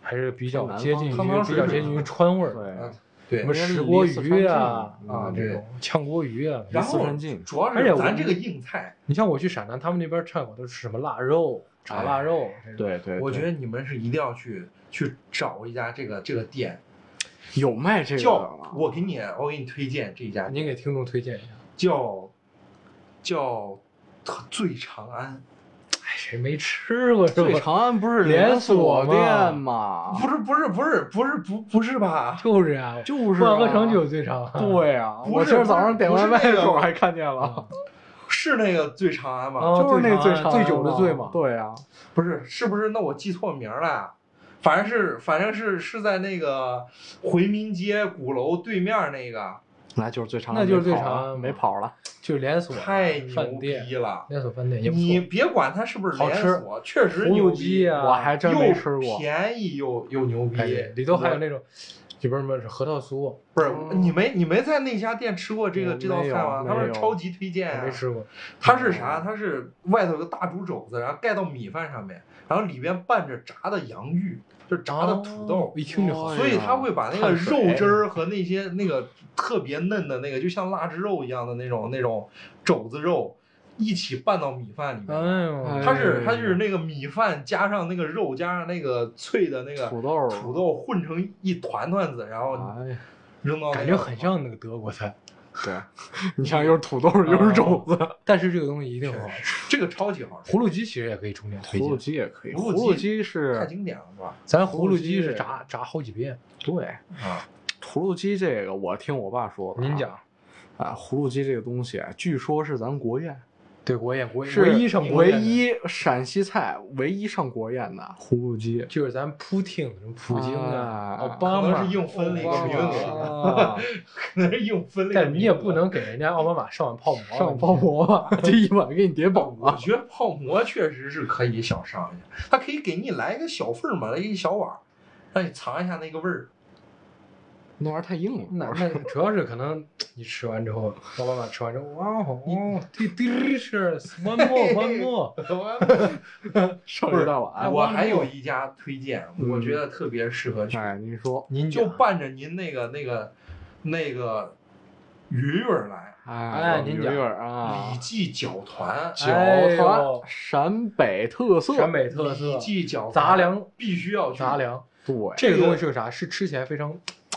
E: 还是比较
D: 南
E: 接
D: 方
E: 近于
C: 汤汤
E: 比
C: 水
E: 较接
C: 水
E: 近于
C: 嘛
E: 川味儿，
D: 对
C: 嗯，对
E: 什么
D: 人家
E: 石
D: 离
E: 锅
D: 四
E: 鱼
D: 川
E: 啊
D: 近
C: 啊
E: 啊
D: 嗯
E: 这
C: 对
E: 种炝锅鱼啊。
C: 然
D: 四
C: 后
D: 川近
C: 主要
E: 而且
C: 是
E: 我
C: 咱这个硬菜，
E: 你像我去陕南，他们那边串口都是什么腊肉、炸腊肉这种，
D: 对对，
C: 我
D: 对
C: 觉得你们是一定要去去找一家这个这个店，
D: 有卖这个
C: 叫
D: 的
E: 啊
D: 吗
C: 我给你我给你推荐这家，
E: 您给听众推荐一下。
C: 叫叫醉长安，
E: 哎，谁没吃过是
D: 对，
E: 吧？
D: 长安不是
E: 连
D: 连锁
E: 锁
D: 店吗？
C: 不是不是不是不是不不是吧？
E: 就是啊，
D: 就是
E: 万
D: 啊
E: 和城就有最长。
D: 对啊，
C: 不
D: 我
C: 是
D: 今儿早上点
C: 不是
D: 外卖
C: 不是
D: 的时候
C: 那个
D: 还看见了
E: 啊，，
C: 是那个醉长安吗？
E: 啊
D: 就是那
E: 最
D: 哦最
E: 长
D: 长
E: 醉酒的醉嘛
D: 对啊，
C: 不是，是不是？那我记错名儿了呀？反正是，反正是是在那个回民街鼓楼对面儿那个，
D: 那就是最长，
E: 那就是最
D: 没跑了
E: 长
D: 没跑了。
E: 就是连锁
C: 太牛
E: 饭店，
C: 逼了！
E: 连锁饭店也不
C: 你
E: 错。
C: 别管它是不是连锁，确实
E: 葫
C: 牛
E: 芦
C: 逼
E: 鸡，啊，
D: 我还真没吃
C: 又
D: 过，
C: 便宜又又牛逼
E: 哎，里头还有
C: 我
E: 那种里边儿什么核桃酥，啊
C: 不是你没你没在那家店吃过这
D: 我
C: 个这道
D: 没
C: 菜
D: 有
C: 吗？他
D: 没
C: 们
D: 有
C: 超级推荐
E: 我
C: 啊
E: 没！吃过。
C: 它是啥？它是外头有个大猪肘子，然后盖到米饭上面，然后里边拌着炸的洋芋，就炸的土豆。
E: 一听就好
D: 哦。
C: 所以他会把那个
D: 碳水
C: 肉汁儿和那些那个特别嫩的那个，就像腊汁肉一样的那种那种肘子肉，一起拌到米饭里面。
E: 哎呦，
D: 哎
C: 它是它是那个米饭加上那个肉加上那个脆的那个
D: 啊土豆，
C: 土，豆混成一团团子，然后
D: 哎呀，
C: 扔到那个
E: 感觉很像那个德国菜，
D: 对， 哦你像又是土豆又是肘子，
E: 但是这个东西一定很好吃。
C: 这个超级好吃，
E: 葫芦鸡其实也可以重点推
D: 葫芦
E: 荐，
D: 鸡也可以，
C: 葫
D: 葫
C: 芦鸡
D: 芦鸡
C: 太
D: 是
C: 经典了是吧？
E: 咱葫芦鸡
D: 葫芦
E: 是
D: 鸡
E: 炸炸好几遍，
D: 对
C: 啊，
D: 葫芦鸡这个我听我爸说的啊，
E: 您讲
D: 啊，葫芦鸡这个东西，啊据说是咱国宴，
E: 对国宴国宴
D: 是
E: 唯一上国
D: 唯
E: 宴的
D: 一陕西菜唯一上国宴的葫芦鸡，
E: 就是咱普京什么普京啊
D: 啊，
E: 奥巴
C: 可能
E: 马
C: 是硬分了一
E: 奥
C: 个
E: 巴
C: 名
E: 马
C: 额，
D: 啊，
C: 可能是硬分了一个名额。
E: 但你也不能给人家奥巴马上碗泡馍，
D: 上泡。馍吧，这一碗给你叠饱
C: 我
D: 了。
C: 觉得泡馍确实是可以小上一下，它可以给你来一个小份儿嘛，来一小碗儿，让你尝一下那个味儿。
D: 那玩意儿太硬了，
E: 那那主要是可能你吃完之后，奥巴马吃完之后，哇哦，delicious，one more，one more，
D: 上一大
E: 啊
D: 碗。
C: 哎我还有一家推荐，
D: 嗯
C: 我觉得特别适合去，
D: 哎，您说，
E: 您
C: 就
E: 讲，
C: 伴着您那个那个那个鱼鱼儿来，
E: 哎您
D: 有
E: 讲
D: 点儿啊
C: 李，记搅团，
D: 九
E: 哎
D: 团
E: 呦
D: 陕北特色，
E: 陕北特色
C: 李记搅团
E: 杂粮，
C: 必须要去
E: 杂，粮，
D: 对
E: 这个东西是个啥？是吃起来非常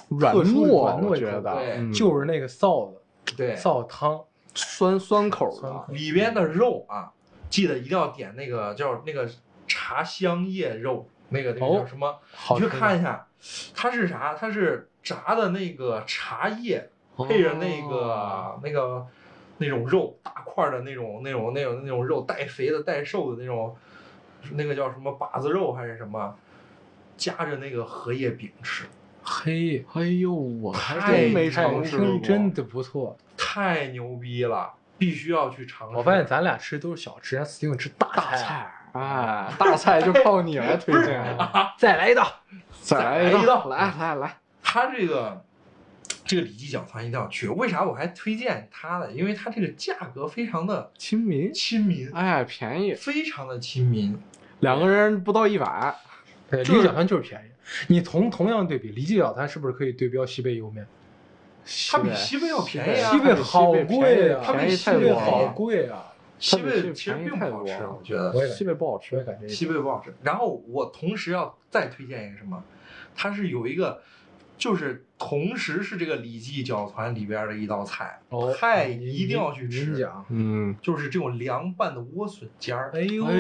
D: 软
E: 特殊的
D: 糯，
E: 软糯
D: 我
E: 一
D: 觉
E: 口
D: 得
C: 对
D: 嗯
E: 就是那个臊子，
C: 对，
E: 臊汤，
D: 酸酸口
E: 酸口
D: 的，
C: 里边的肉啊，记得一定要点那个叫那个茶香叶肉，那个那个
E: 哦
C: 叫什么？
E: 好
C: 你去
E: 吃的
C: 看一下，它是啥？它是炸的那个茶叶，配着那个、
D: 哦
C: 那个那种肉，大块儿的那种那种那种那种肉，带肥的带瘦的那种，那个叫什么把子肉还是什么？夹着那个荷叶饼吃，
E: 嘿，
D: 哎呦，我还
C: 太
D: 真没
C: 太
D: 尝
C: 好
D: 试
C: 吃
D: 过，
E: 真真的不错。
C: 太牛逼了，必须要去尝试。
E: 我发现咱俩吃都是小吃，人家 Steven 吃大
D: 大
E: 菜，
D: 菜儿，哎，大菜就靠你来推荐了，再来一道，再来
C: 再来一道
D: 来来来，
C: 他这个这个里脊搅团一定要去，为啥我还推荐它呢？因为它这个价格非常的
D: 亲民，
C: 亲民，
D: 哎，便宜，
C: 非常的亲民。
D: 两个人不到一百，
E: 对，
D: 就是
E: 李小摊就是便宜。你同同样对比，李记小摊是不是可以对标西贝莜面？
C: 它比西贝要便宜啊！
E: 西贝
D: 它比
E: 好
D: 西贝
E: 贵
D: 便
E: 啊，
D: 宜
C: 它比
E: 西
C: 西
E: 贝
C: 贝
E: 好
C: 好
E: 贵啊！
C: 西
D: 它比
C: 贝
D: 西贝
C: 其实
D: 便宜
C: 并
D: 太
C: 不好
D: 多
C: 吃，
D: 了
C: 我觉得
E: 我也感
D: 西
E: 觉，
D: 北不好
E: 我也
D: 吃，
E: 感觉
C: 西贝不好吃。然后我同时要再推荐一个什么？它是有一个，就是同时是这个里脊搅团里边的一道菜，
E: 哦，
C: 太
E: 您
C: 一定要去
E: 您您
C: 吃，
E: 讲，
D: 嗯，
C: 就是这种凉拌的莴笋尖儿。
E: 哎呦，
D: 哎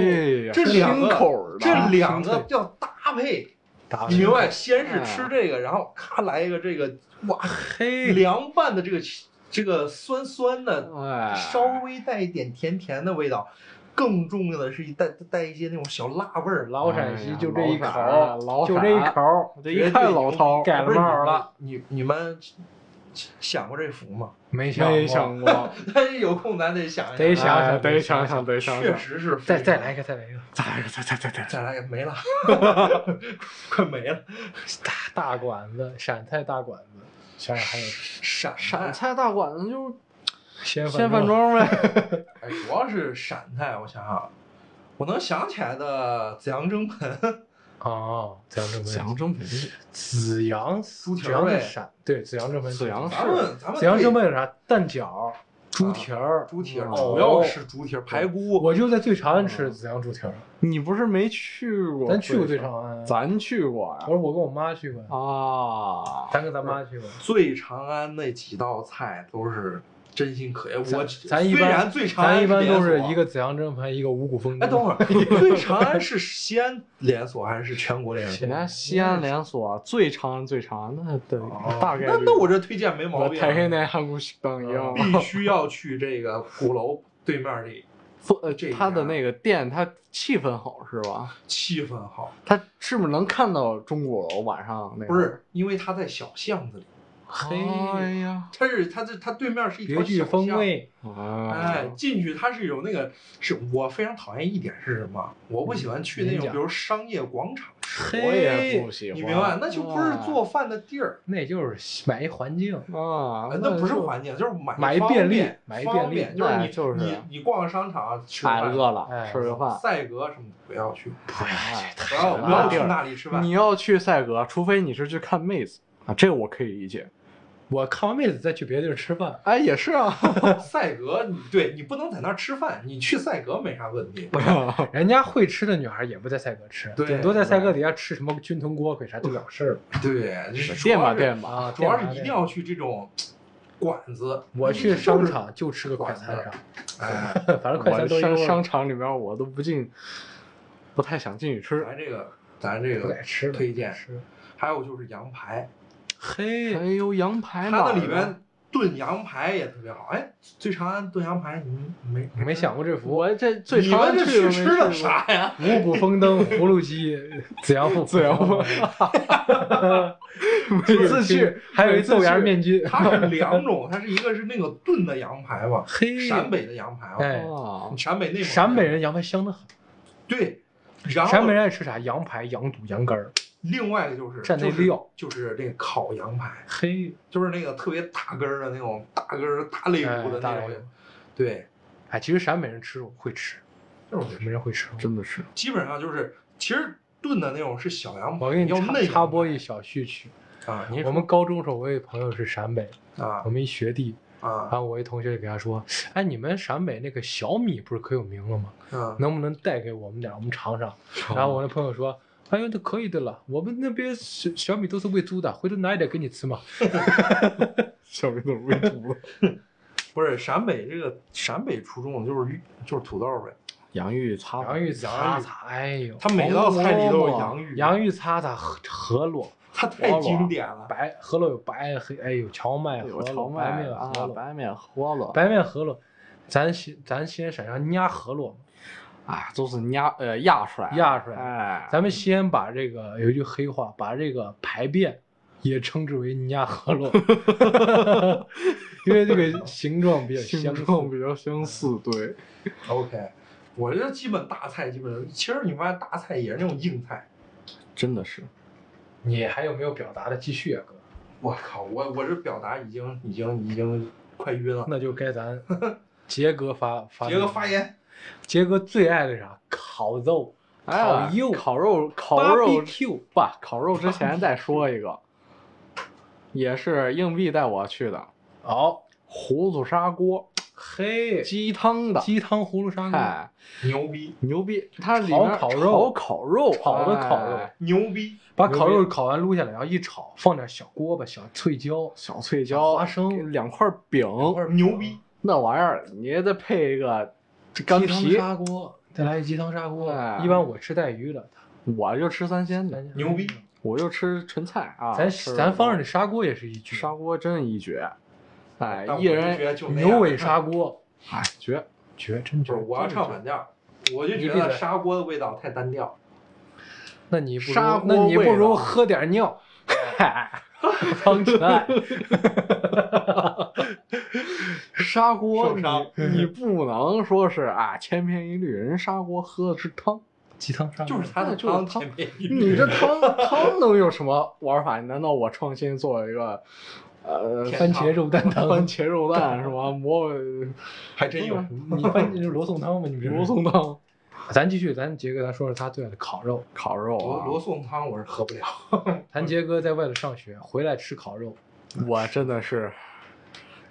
D: 呀，
C: 这两
D: 清
C: 个
D: 口儿的，
E: 啊
C: 这两
E: 清
C: 个
E: 脆
C: 要搭配，
E: 打
C: 你明白？先
E: 啊
C: 是吃这个，然后咔来一个这个，哇，
E: 嘿，
C: 凉拌的这个这个酸酸的，
D: 哎，
E: 啊
C: 稍微带一点甜甜的味道，更重要的是一带带一些那种小辣味儿，
E: 老陕西就这一口
D: 哎呀老陕啊老
E: 儿，就这一
D: 陕
E: 口儿，
C: 这
D: 一看老饕
E: 改了
C: 不是
E: 帽儿
C: 你
E: 了
C: 你你们享过这福吗？
E: 没
D: 没
E: 想
D: 想过，
C: 但是有空咱得想一想，
E: 得想
D: 哎得
E: 想
D: 想想，得想
C: 确
D: 想，
C: 实是
E: 再
C: 非
E: 再
C: 常
E: 来一个，再来一个，
D: 再来一个，再再再再，
C: 再来也没 了，快没了。
E: 大大馆子，陕菜大馆子，想想还有
C: 陕
D: 陕
C: 菜，
D: 菜大馆子就是
E: 鲜
D: 鲜
E: 饭
D: 饭庄呗。
C: 哎，主要是陕菜，我想想，我能想起来的紫阳蒸盆，
E: 哦，紫阳
D: 紫
E: 蒸
D: 阳
E: 盆，
D: 蒸盆，
E: 紫阳
C: 猪蹄
E: 紫
C: 儿
E: 阳
C: 呗
E: 是陕，对，紫阳蒸盆，
D: 紫阳
C: 咱们咱们
E: 紫阳
C: 对
E: 蒸盆有啥？蛋饺、猪蹄儿，
C: 猪蹄儿，
D: 哦
C: 主要是猪蹄儿、排骨，
E: 我就在最长安吃紫阳猪蹄儿，
D: 你不是没去过？
E: 咱去过最，长安，
D: 咱去过
E: 我说我跟我妈去过，
D: 呀。啊，
E: 咱跟咱妈去过，
C: 最长安那几道菜都是真心可以。我
E: 咱咱一
C: 虽
E: 般
C: 然最长安
E: 咱一般都是
C: 连锁
E: 一个紫阳蒸盆，一个五谷丰
C: 哎，
E: 登。
C: 等会儿，最长安是西安连锁还是全国连锁？
D: 人家西安连锁最长最长，那得
C: 哦
D: 大概
C: 那
D: 率
C: 那我这推荐没毛
D: 我
C: 病啊，
D: 太黑那汉古西等一样。
C: 必须要去这个鼓楼对面这
D: 做呃
C: 这，一
D: 他的
C: 家
D: 那个店，它气氛好是吧？
C: 气氛好，
D: 他是不是能看到钟鼓楼晚上那？
C: 不，是因为它在小巷子里，
E: 嘿
D: 哎呀，
C: 它是它这它对面是一条
E: 别具
C: 小
E: 风
C: 巷。
E: 味，
C: 哎
D: 哎，，
C: 进去它是有那个，是我非常讨厌一点是什么？我不喜欢去那
E: 您
C: 种
E: 讲
C: 比如商业广场，
D: 我也不嗯喜欢，
C: 你明白？那就不是做饭的地儿，
E: 那就是买一环境。
D: 啊
C: 哎，
D: 那
C: 那不是
D: 就
C: 环境，就是买
E: 买一
C: 方
E: 便利
C: 便
E: 买一
C: 方
E: 便利
C: 就是
D: 那
C: 你
D: 就是
C: 你你逛个商场吃
D: 哎
C: 饭
D: 饿了
E: 哎
D: 吃个饭，
C: 赛格什么的不要去，
D: 不
C: 不
D: 要
C: 要
D: 了
C: 不要去
D: 地儿
C: 那里吃饭
D: 你。要去赛格，除非你是去看妹子啊，这我可以理解。
E: 我看完妹子再去别地儿吃饭，
D: 哎，也 是啊，
C: 赛格，你对你不能在那儿吃饭，你去赛格没啥问题。
E: 人家会吃的女孩也不在赛格吃，
C: 对
E: 顶多在赛格底下吃什么军屯锅盔啥就了事儿
C: 对，就是主
D: 垫吧
C: 要是
D: 垫吧，
E: 啊。
C: 主要是一定要去这种馆子。
E: 我去商场就吃个快餐啥，
C: 哎，
E: 反正快
D: 我
E: 餐都一
D: 商
E: 个味儿
D: 商场里面我都不进，不太想进去吃。
C: 咱这个咱这
E: 不
C: 个
E: 敢吃了。
C: 推荐
E: 吃，
C: 还有就是羊排，
E: 嘿，
D: 哎呦，羊
C: 它
D: 排哪
C: 那
D: 儿啊
C: 里边炖羊排也特别好。哎，最长安炖羊排，你没
E: 没想过这福，
D: 我这最
C: 你
D: 常
C: 们这
D: 去
C: 去
D: 没
C: 吃的
D: 去过？
C: 啥呀？
E: 五谷丰登、葫芦鸡、紫阳铺、
D: 自由风，每次去
E: 还有一
D: 每次去
E: 豆芽面筋，
C: 它是两种，它是一个是那个炖的羊排嘛，
E: 嘿，
C: 陕北的羊排嘛，
E: 哎
D: 啊，
C: 陕北内蒙的
E: 陕北人羊排香的很，
C: 对，然后
E: 陕北人爱吃啥？羊排、羊肚、羊肝儿，
C: 另外一个就是
E: 蘸那
C: 就是
E: 料
C: 就是那个烤羊排，
E: 嘿，
C: 就是那个特别大根儿的那种大根儿大肋骨的
E: 哎大
C: 那
E: 肋
C: 种
E: 骨，
C: 对，
E: 哎，其实陕北人吃肉会吃，
C: 就是
E: 没人会吃肉。
D: 真的是
C: 基本上就是其实炖的那种是小羊排，
E: 我给你
C: 要
E: 插
C: 嫩
E: 插播一小序曲，
C: 啊，你
E: 我们高中时候我有一朋友是陕北，
C: 啊
E: 我们一学弟，然
C: 啊
E: 后我一同学就给他说，哎，你们陕北那个小米不是可有名了吗？
C: 啊，
E: 能不能带给我们点儿，我们尝尝？然后我那朋友说。哎呦，那可以的了，我们那边小小米都是喂猪的，回头拿一点给你 吃嘛。
D: 小米怎么喂毒了？
C: 不是陕北这个陕北注重的就是就是土豆呗，
D: 洋芋擦
E: 洋芋
C: 洋
E: 擦
C: 芋
E: 擦，哎呦，
C: 它每道菜里都有
D: 黄瓜
C: 洋芋，
E: 洋芋擦擦，河河洛
C: 它太经典了，
E: 白河洛有白黑，哎呦，荞麦
D: 有
E: 河
D: 荞
E: 洛
D: 麦
E: 白面
D: 啊
E: 河，洛
D: 白面饸饹，
E: 白面河洛，咱西咱西安陕上压河洛嘛，
D: 哎，都是压呃压出来的，
E: 压出来的
D: 哎，
E: 咱们西安把这个有一句黑话，把这个排便也称之为“压河洛”，因为这个形状比较
D: 形
E: 相
D: 状
E: 似。
D: 比较相似，对，
C: OK，我觉得基本大菜基本，其实你发现大菜也是那种硬菜。
D: 真的是
E: 你还有没有表达的？继续啊，哥，
C: 我靠，我我这表达已经已经已经快晕了。
E: 那就该咱杰哥发发
C: 杰哥发，言，
E: 杰哥最爱的啥？烤肉，烤
D: 肉、
E: 肉，
D: 烤肉、烤肉
E: BBQ
D: 不，烤肉之前再说一个，也是硬币带我去 的
E: 哦，
D: 糊涂砂锅，
E: 嘿，
D: 鸡汤的，
E: 鸡汤葫芦砂锅，
D: 哎，
C: 牛逼，
D: 牛逼，它里面
E: 炒烤
D: 炒
E: 肉
D: 烤肉，
E: 炒的烤肉
D: 哎
C: 牛逼！
E: 把
D: 牛
E: 烤
D: 逼
E: 肉烤完撸下来，然后一炒，放点小锅巴、小脆椒，
D: 小脆椒、
E: 花生
D: 两块饼，
C: 牛逼！
D: 那玩意儿你也得配一个这干
E: 鸡汤
D: 皮，
E: 砂锅，再来一鸡汤砂锅。
D: 哎
E: 一般我吃带鱼的，
D: 我就吃三鲜的，
C: 牛逼！
D: 我就吃纯菜啊。
E: 咱
D: 吃
E: 咱方上的砂锅也是一绝，
D: 砂锅真是一绝，哎
C: 但，我
D: 一
C: 就
D: 人
C: 觉得就那样
E: 牛尾砂锅
D: 哎绝，
E: 绝
C: 不
E: 真绝
C: 是，。我要唱反调，我就觉
E: 一
C: 得
E: 定得
C: 砂锅的味道太单调。
E: 那你不如
D: 砂
E: 那
D: 锅
E: 你不
D: 味
E: 如
D: 道
E: 喝点 尿，
A: 汤菜，
D: 砂锅
C: 受伤
D: 你你不能说是啊千篇一律，人砂锅喝的是汤，
A: 鸡汤砂锅
C: 就是它的
D: 嗯就是
C: 汤
D: 汤
C: 前面一
D: 你这汤汤能有什么玩法？难道我创新做一个呃
C: 甜
E: 番茄肉蛋汤，
D: 番茄肉蛋是 吧？蘑菇
C: 还真
D: 嗯
C: 有。
E: 你番茄罗宋汤吗？你不是
D: 罗宋汤、
E: 咱继续，咱杰哥咱说说他对外的烤肉。
D: 烤肉
C: 罗
D: 啊，
C: 罗宋汤我是喝不了，
E: 咱杰哥在外头上学，回来吃烤肉，
D: 我真的是，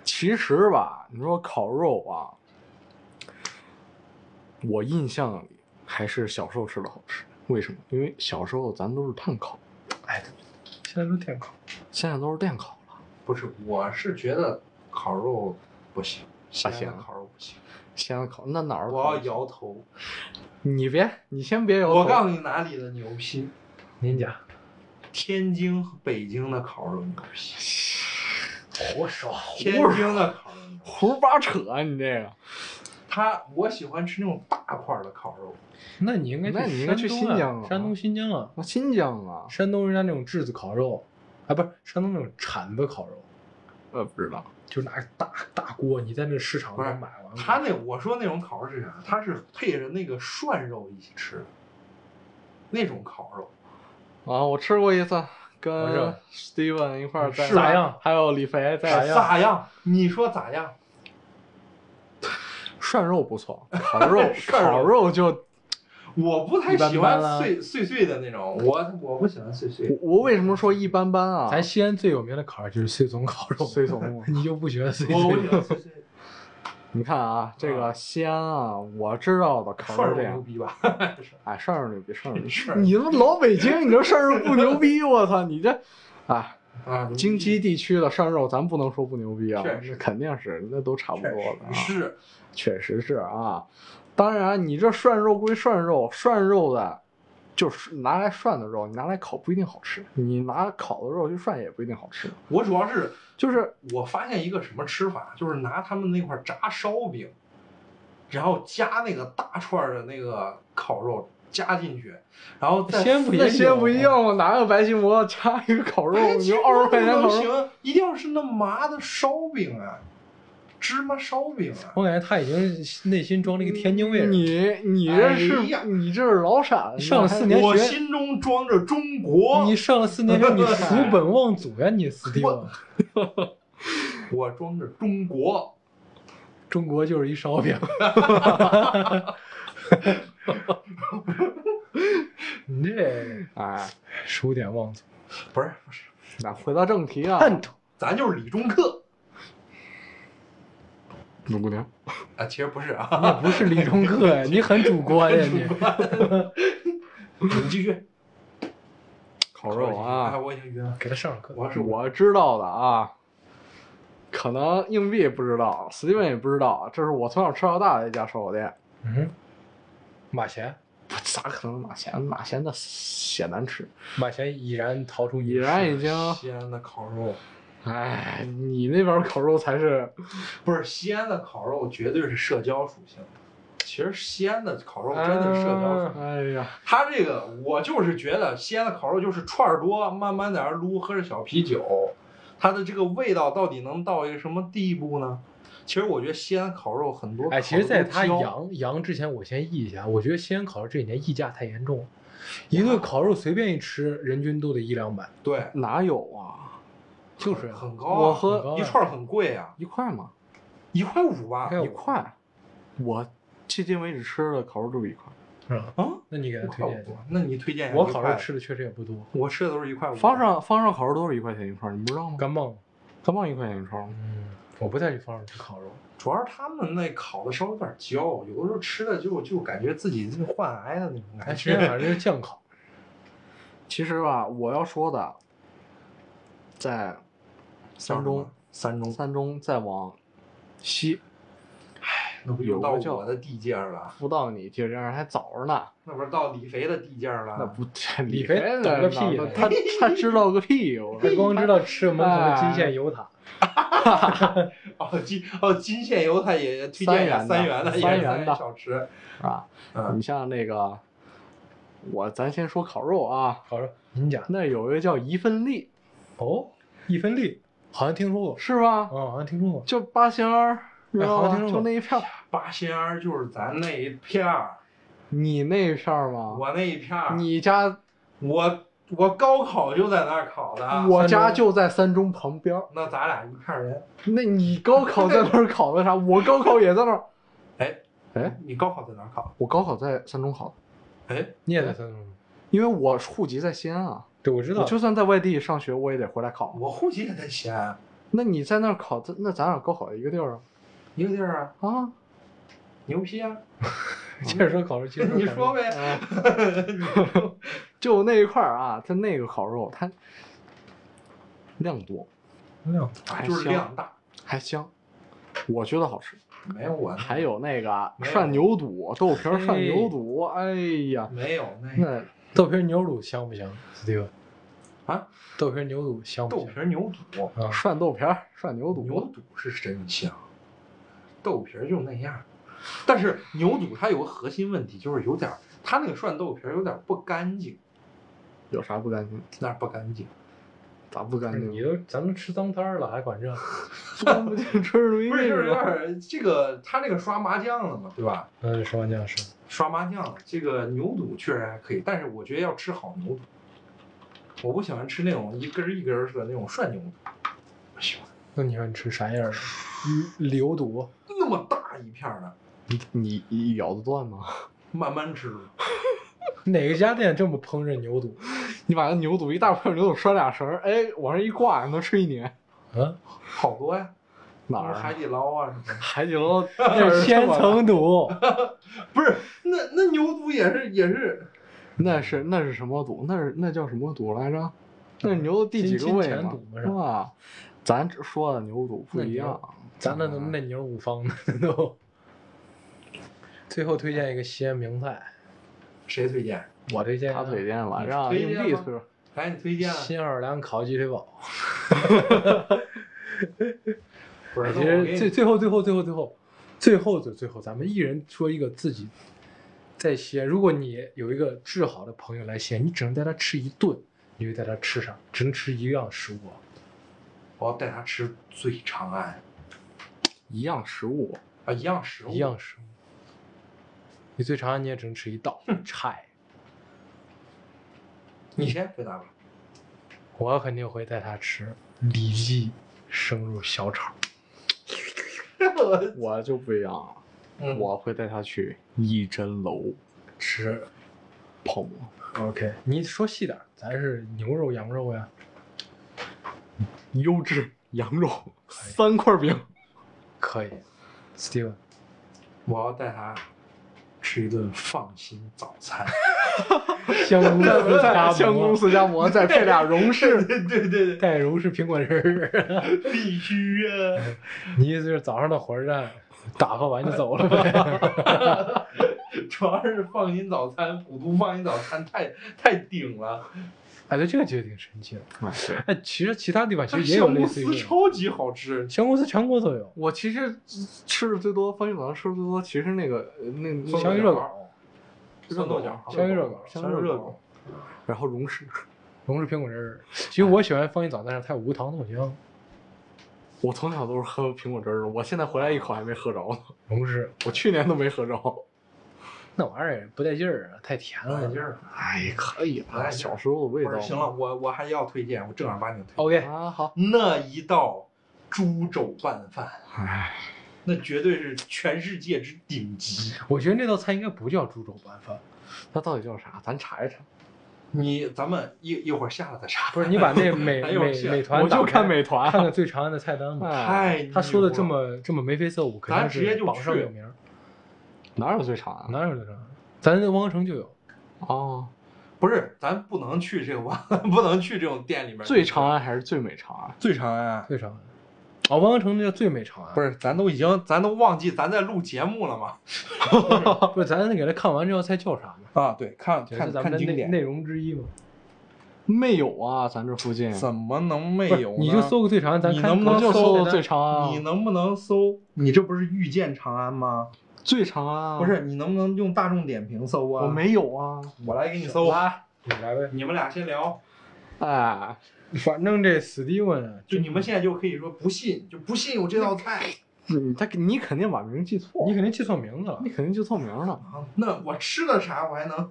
D: 其实吧，你说烤肉啊，我印象里还是小时候吃的好吃。为什么？因为小时候咱都是炭烤，
E: 现在都天烤。
D: 现在都是电烤了。
C: 不是，我是觉得烤肉不行，西安
D: 行
C: 的
D: 啊
C: 烤肉不行，
D: 现在烤那哪儿？
C: 我要！摇头。
D: 你别，你先别摇头。
C: 我告诉你哪里的牛批，
E: 您讲，
C: 天津和北京的烤肉牛批，
E: 胡说，
C: 天津的烤肉牛批。
D: 胡八扯，啊你这个。
C: 它我喜欢吃那种大块儿的烤肉，
E: 那你应该
D: 那你应该去
E: 山
D: 新
E: 东
D: 疆啊
E: 山东新疆啊，
D: 那新疆啊，
E: 山东人家那种炙子烤肉，啊，不是山东那种铲子烤肉，
D: 呃，不知道。
E: 就拿个大大锅，你在那市场
C: 不是
E: 上买完了。
C: 它那我说那种烤肉是啥？它是配着那个涮肉一起吃的，那种烤肉。
D: 啊，我吃过一次，
E: 我知道
D: 跟 Steven 一块儿在
E: 是咋样
D: 还有李肥在
C: 咋样？你说咋样？
D: 涮肉不错，烤肉
C: 涮肉
D: 烤肉就
C: 我不太
E: 一般
C: 喜
E: 般啦
C: 欢碎碎碎的那种，我我不喜欢碎 碎
D: 我。我为什么说一般般啊？
E: 咱西安最有名的烤肉就是燧总烤肉，
D: 随 从，啊
E: 你就不喜欢燧
C: 我不喜
E: 总？
C: 欢碎 碎。
D: 你看啊，这个西安啊，我知道的烤
C: 涮
D: 肉
C: 肉牛
D: 店，
C: 逼 吧？
E: 啊
D: 哎，涮肉牛逼，涮肉牛逼
C: 是。
D: 你他妈老北京，你这涮肉不牛逼？我操，你这，哎，
C: 啊，
D: 京畿地区的涮肉，咱不能说不牛逼啊，
C: 确实
D: 那肯定是，那都差不多了啊。
C: 是
D: 确实是啊。当然，你这涮肉归涮肉，涮肉的，就是拿来涮的肉，你拿来烤不一定好吃，你拿烤的肉去涮也不一定好吃。
C: 我主要是
D: 就是
C: 我发现一个什么吃法，就是拿他们那块炸烧饼，然后加那个大串儿的那个烤肉加进去，然后再
E: 先不
D: 那
E: 也
D: 先不一样，我拿个白吉馍加一个烤肉，
C: 哎
D: 你
C: 其实
D: 就二十块钱
C: 那
D: 烤
C: 不
D: 肉。
C: 行，一定要是那麻的烧饼啊，芝麻烧饼啊。
E: 我感觉他已经内心装了一个天津味儿。
D: 你你这
C: 哎
D: 是、
C: 呀
D: 你这是老陕，
E: 上了四年
C: 我
E: 学
C: 心中装着中国，
E: 你上了四年 学，你叔本忘祖呀，你死定了。
C: 我装着中国，
E: 中国就是一烧饼。 你这
D: 哎，
E: 十五点忘祖，
C: 不是不是，
D: 那回到正题啊，
E: 叛徒。
C: 咱就是理中客
D: 五娘，
C: 啊，其实不是
E: 你也
C: 啊，
E: 不是理中客呀，你很主观呀 你。
C: 你继续
D: 嗯烤肉
C: 哎，
D: 啊，
C: 我已经晕了，
E: 给他上上课。
C: 我是我
D: 我知道的啊，可能硬币也不知道，Steven 也不知道，这是我从小吃到大的一家烧烤店。
E: 嗯，马贤，
D: 不咋可能马贤马贤的血难吃，
E: 马贤已然逃出
D: 已
E: 一
D: 然已经，
C: 西安的烤肉。
D: 哎，你那边烤肉才是
C: 不是西安的烤肉绝对是社交属性的，其实西安的烤哦肉真的是社交属性。
D: 哎呀，
C: 它这个我就是觉得西安的烤肉就是串儿多，慢慢在那儿撸，喝着小啤酒，它的这个味道到底能到一个什么地步呢？其实我觉得西安烤肉很多，
E: 哎，其实，在他
C: 羊，
E: 阳阳之前，我先议一下，我觉得西安烤肉这几年溢价太严重了，一顿烤肉随便一吃，人均都得一两百，
C: 对，
D: 哪有啊？
E: 就是
C: 很高啊，
D: 我
E: 很高
D: 喝
E: 啊
C: 一串儿很贵啊，
D: 一块嘛，
C: 一块五吧，
E: 哎呦
D: 一块，我迄今为止吃的烤肉都是一块，
E: 是吧？
C: 啊，
E: 那你给他
C: 一块
E: 推荐一
C: 五
E: 下。，
C: 那你推荐一下
E: 我
C: 一
E: 烤
C: 块
E: 肉
C: 的，
E: 吃的确实也不多，
C: 我吃的都是一块五，
D: 方上方上烤肉都是一块钱一串，你不知道吗？
E: 干棒。
D: 干棒一块钱一串吗？
E: 嗯，我不太去方上吃烤肉。
C: 主要是他们那烤的稍微有点焦，有的时候吃的就就感觉自己就患癌的那种
E: 哎，
C: 感
E: 西安
C: 觉。
E: 反正是酱烤，
D: 其实吧，我要说的，在三中，
C: 三中，
D: 三中再往西，
C: 那不
D: 有
C: 就
D: 个
C: 到
D: 叫
C: 我的地界儿了？啊
D: 不到你这样还早着呢。
C: 那不是到李肥的地界儿了？
D: 那不，
E: 李
D: 李
E: 飞
D: 飞
E: 懂
D: 那
E: 个屁
D: 那他他知道个屁！我
E: 他光知道吃我门口的金线油塔，
C: 哦，金哦金线油它也推荐
D: 三
C: 给
D: 元
C: 三元的，
D: 的
C: 也是
D: 三元
C: 元
D: 的
C: 小吃，
D: 是吧？
C: 嗯
D: 你像那个，我咱先说烤肉啊，
E: 好了，您讲
D: 那有一个叫一份力，
E: 哦，一分力好像听说过，
D: 是嗯吧？
E: 哦，好像听说过，
D: 就八仙儿，你知道
E: 哎
D: 吧？
E: 好像听说过
D: 就那一片儿，
C: 八仙儿就是咱那一片儿，
D: 你那一片儿吗？
C: 我那啊一片儿，
D: 你家
C: 我我高考就在那儿考的，啊
D: 我家就在三中旁边儿，
C: 那咱俩一片儿人，
D: 那你高考在那儿考的啥？我高考也在那儿，
C: 哎
D: 哎，
C: 你高考在哪儿考？
D: 我高考在三中考的，
C: 哎，
E: 你也在三中吗？
D: 因为我户籍在西安啊，
E: 对，我知
D: 我
E: 道，
D: 就算在外地上学，我也得回来考。
C: 我户籍也在西安，
D: 那你在那儿考，那咱俩高考一个地儿啊？
C: 一个地儿啊，
D: 啊，
C: 牛批啊！
E: 接着说考试，接着
C: 你
E: 考试
C: 说呗，
D: 嗯就那一块儿啊，它那个烤肉它量多，
E: 亮
D: 还
C: 就是
D: 香，
C: 量大，
D: 还香，我觉得好吃。
C: 没有我那
D: 还有那个
C: 嗯没有
D: 涮牛肚、豆皮儿涮牛肚，哎呀，
C: 没有那个
D: 那
E: 豆皮牛肚香不香，斯蒂芬？
C: 啊，
E: 豆皮牛肚香
C: 豆
E: 不
C: 皮
E: 香？
C: 儿牛肚，
E: 啊，
D: 涮豆皮儿、涮牛
C: 牛
D: 肚，
C: 肚是真香，豆皮儿就那样。但是牛肚它有个核心问题，就是有点儿，它那个涮豆皮儿有点儿不干净，
D: 有啥不干净？
C: 那儿不干净。
D: 咋不干
C: 嗯
E: 你
D: 净？
E: 都咱们吃脏摊儿了，还管这？
D: 干不净吃东西
C: 不是，就是有点
D: 吗？
C: 儿这个，它那个刷麻酱的嘛，对吧？
E: 嗯，说完这样说，
C: 刷麻酱，这个牛肚确实还可以，但是我觉得要吃好牛肚，我不喜欢吃那种一根儿一根儿的那种涮牛肚，不喜欢
E: 那你说你吃啥样儿的？牛肚，
C: 那么大一片儿的，
D: 你你咬得断吗？
C: 慢慢吃。
E: 哪个家店这么烹饪牛肚？
D: 你把那牛肚一大片牛肚拴俩绳儿，哎，往上一挂，能吃一年。
E: 啊，
C: 好多呀，
D: 哪
C: 什
D: 儿
C: 么海
D: 啊？
C: 底捞啊什么的。
D: 海 底捞
E: 那是千 层肚，
C: 不是，那那牛肚也是也是，
D: 那是那是什么肚？那是那叫什么肚来着？那是牛的第几个
E: 金
D: 胃
E: 钱
D: 嘛
E: 肚不？是
D: 是吧？咱只说的牛肚不一样，
E: 咱那都
C: 啊
E: 那牛五方的都。最后推荐一个西安名菜，
C: 谁推荐？
E: 我推荐啊
D: 他推荐了，让
C: 推
D: 硬
C: 荐
D: 币
C: 吗
D: 推了。
C: 来，你推荐啊？
E: 新奥尔良烤鸡腿堡。
C: 不是，
E: 其
C: 那我给
E: 实
C: 你
E: 最最后最后最后最后最后的最后，咱们一人说一个自己在西安。如果你有一个至好的朋友来西安，你只能带他吃一顿，你会带他吃啥？只能吃一样食物啊。
C: 我要带他吃最长安
D: 一样食物，
C: 啊，一样食物，
E: 一样食物。你最长你也只能吃一道 菜，
C: 你先回 答吧。
E: 我肯定会带他吃里脊生肉小炒。
D: 我就不一样了，
C: 嗯
D: 我会带他去一真楼
E: 吃
D: 泡馍。
E: OK，你说细点儿，咱是牛肉、羊肉呀，
D: 优质羊肉三块饼，
E: 可以。Steven，
C: 我要带他吃一顿放心早餐。
E: 香菇 丝夹
D: 香
E: 馍
D: 公，司夹馍，再配俩荣氏。
C: 对对对，
E: 带荣氏苹果仁儿。
C: 必须啊！
E: 你意思是早上的火车站打发完就走了 呗？
C: 主要是放心早餐，古都放心早餐太太顶了，
E: 哎，对，这个其实挺神奇的。
D: 是
E: 哎，其实其他地方其
C: 这
E: 实也有
C: 香
E: 类
C: 菇
E: 似于
C: 丝
E: 这种
C: 超级好吃。
E: 香菇丝，全国都有。
D: 我其实吃的最多，方心早上吃的最多，其实那个呃那个
E: 香芋
D: 那
E: 肉
D: 个
E: 稿、
C: 酸豆角，
E: 香芋热狗、
C: 香芋热狗，
D: 然后荣氏，
E: 荣氏苹果仁儿。其实我喜欢放一早餐上，它有无糖豆浆。
D: 我从小都是喝苹果汁儿的，我现在回来一口还没喝着呢，
E: 荣氏
D: 我去年都没喝着。
E: 那玩意儿也不带劲儿啊，太甜
C: 软
E: 了
C: 劲。儿。
D: 哎，可以
C: 哎
D: 吧，小时候的味
C: 嗯不
D: 道。
C: 是，行了，我我还要推荐，我正儿八经推荐。
E: OK，
D: 啊，好，
C: 那一道猪肘拌饭，
D: 哎，
C: 那绝对是全世界之顶级。
E: 我觉得那道菜应该不叫猪肘拌饭，
D: 那到底叫啥？咱查一查。
C: 你咱们一一会儿下了再查。
E: 不是你把 那美
C: 哎呦
E: 美
C: 是
E: 美团
D: 啊我
E: 打
D: 就
E: 开
D: 看美团
E: 看看最长安的菜单吧。
C: 太
D: 哎，
C: 牛了
E: 他说的这么这么眉飞色舞，肯定
C: 咱直接
E: 是
C: 就
E: 榜上
C: 去
E: 有名儿。
D: 哪有最长啊？
E: 哪有最长安？咱那汪城就有。
D: 哦，
C: 不是，咱不能去这个网， 不能去这种店里面。
D: 最长啊安还是最美长安？
C: 最长安
E: 最长安，哦，汪城那叫最美长啊安，
C: 不是，咱都已经咱都忘记咱在录节目了吗？
E: 不是，咱给他看完这道菜叫啥嘛？
C: 啊，对，看
E: 也是咱们的内内容之一嘛。
D: 没有啊，咱这附近
C: 怎么能没
A: 不是
C: 有呢？啊
A: 你就搜个最长，咱
C: 你
A: 看
C: 能不
D: 我
C: 能
D: 就
C: 搜
D: 搜最长啊安，
C: 你能不能搜？你这不是遇见长安吗？
D: 最长啊安
C: 不？是，你能不能用大众点评搜啊？
D: 我，没有啊，
C: 我来给你搜。
D: 来，
E: 你来呗。
C: 你们俩先聊，
D: 哎，
E: 反正这 Steven 啊，
C: 就你们现在就可以说不信，就不信有这道菜
D: 你他你肯定把名记错，
E: 你肯定记错名字了
D: 你。肯定记错名了。
C: 啊。那我吃了啥，我还能？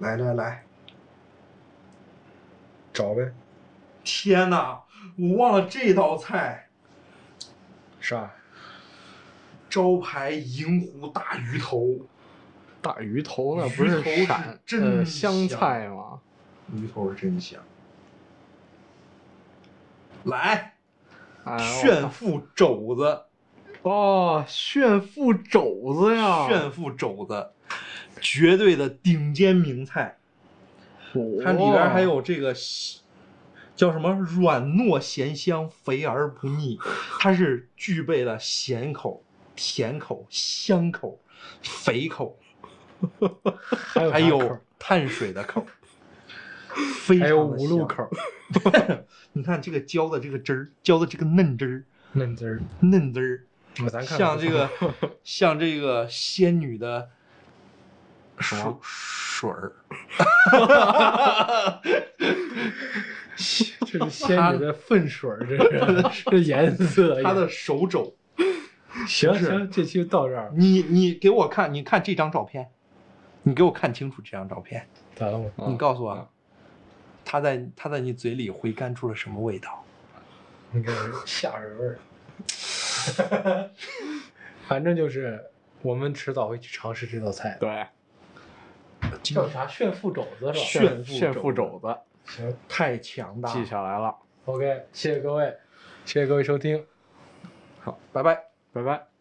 C: 来来来，
E: 找呗，
C: 天哪，我忘了这道菜，
E: 啥？
C: 招牌银湖大鱼头。
D: 大鱼头那
C: 鱼
D: 不是
C: 头是
D: 陕
C: 真
D: 呃
C: 香
D: 湘菜吗？
C: 鱼头是真香。来，
D: 哎
C: 炫富肘子，
D: 哦，炫富肘子呀！
C: 炫富肘子，绝对的顶尖名菜。
D: 哦
C: 它里边还有这个西叫什么软糯咸香，肥而不腻，它是具备了咸口、甜口、香口、肥口，
E: 还有啥
C: 还
E: 口
C: 有
E: 儿
C: 碳水的口，非
E: 还
C: 常
E: 有
C: 的
E: 五哎路
C: 香
E: 口儿，
C: 你看这个浇的这个汁儿，浇的这个嫩汁儿，
E: 嫩滋儿。
C: 嫩汁儿。
E: 我咱看
C: 像这个 像这个仙女的水
D: 么
C: 水儿，
E: 这是仙女的粪水儿，这是这颜色也。
C: 她的手肘。
E: 行
C: 是
E: 行，这期就到这儿，
C: 你你给我看，你看这张照片，你给我看清楚这张照片，
E: 咋了？我
C: 你告诉我
D: 嗯，
C: 它在它在你嘴里回甘出了什么味道？
E: 你看吓人味儿。 反正就是我们迟早会去尝试这道菜的。
D: 对
E: 叫啥？炫富肘子是吧？
C: 炫富
D: 炫
C: 肘
D: 富
C: 子
D: 肘子
E: 行
C: 太强大
D: 记
C: 了，
D: 下来了，
E: ，OK，谢谢各位，谢谢各位收听。
C: 拜拜。
D: 拜拜。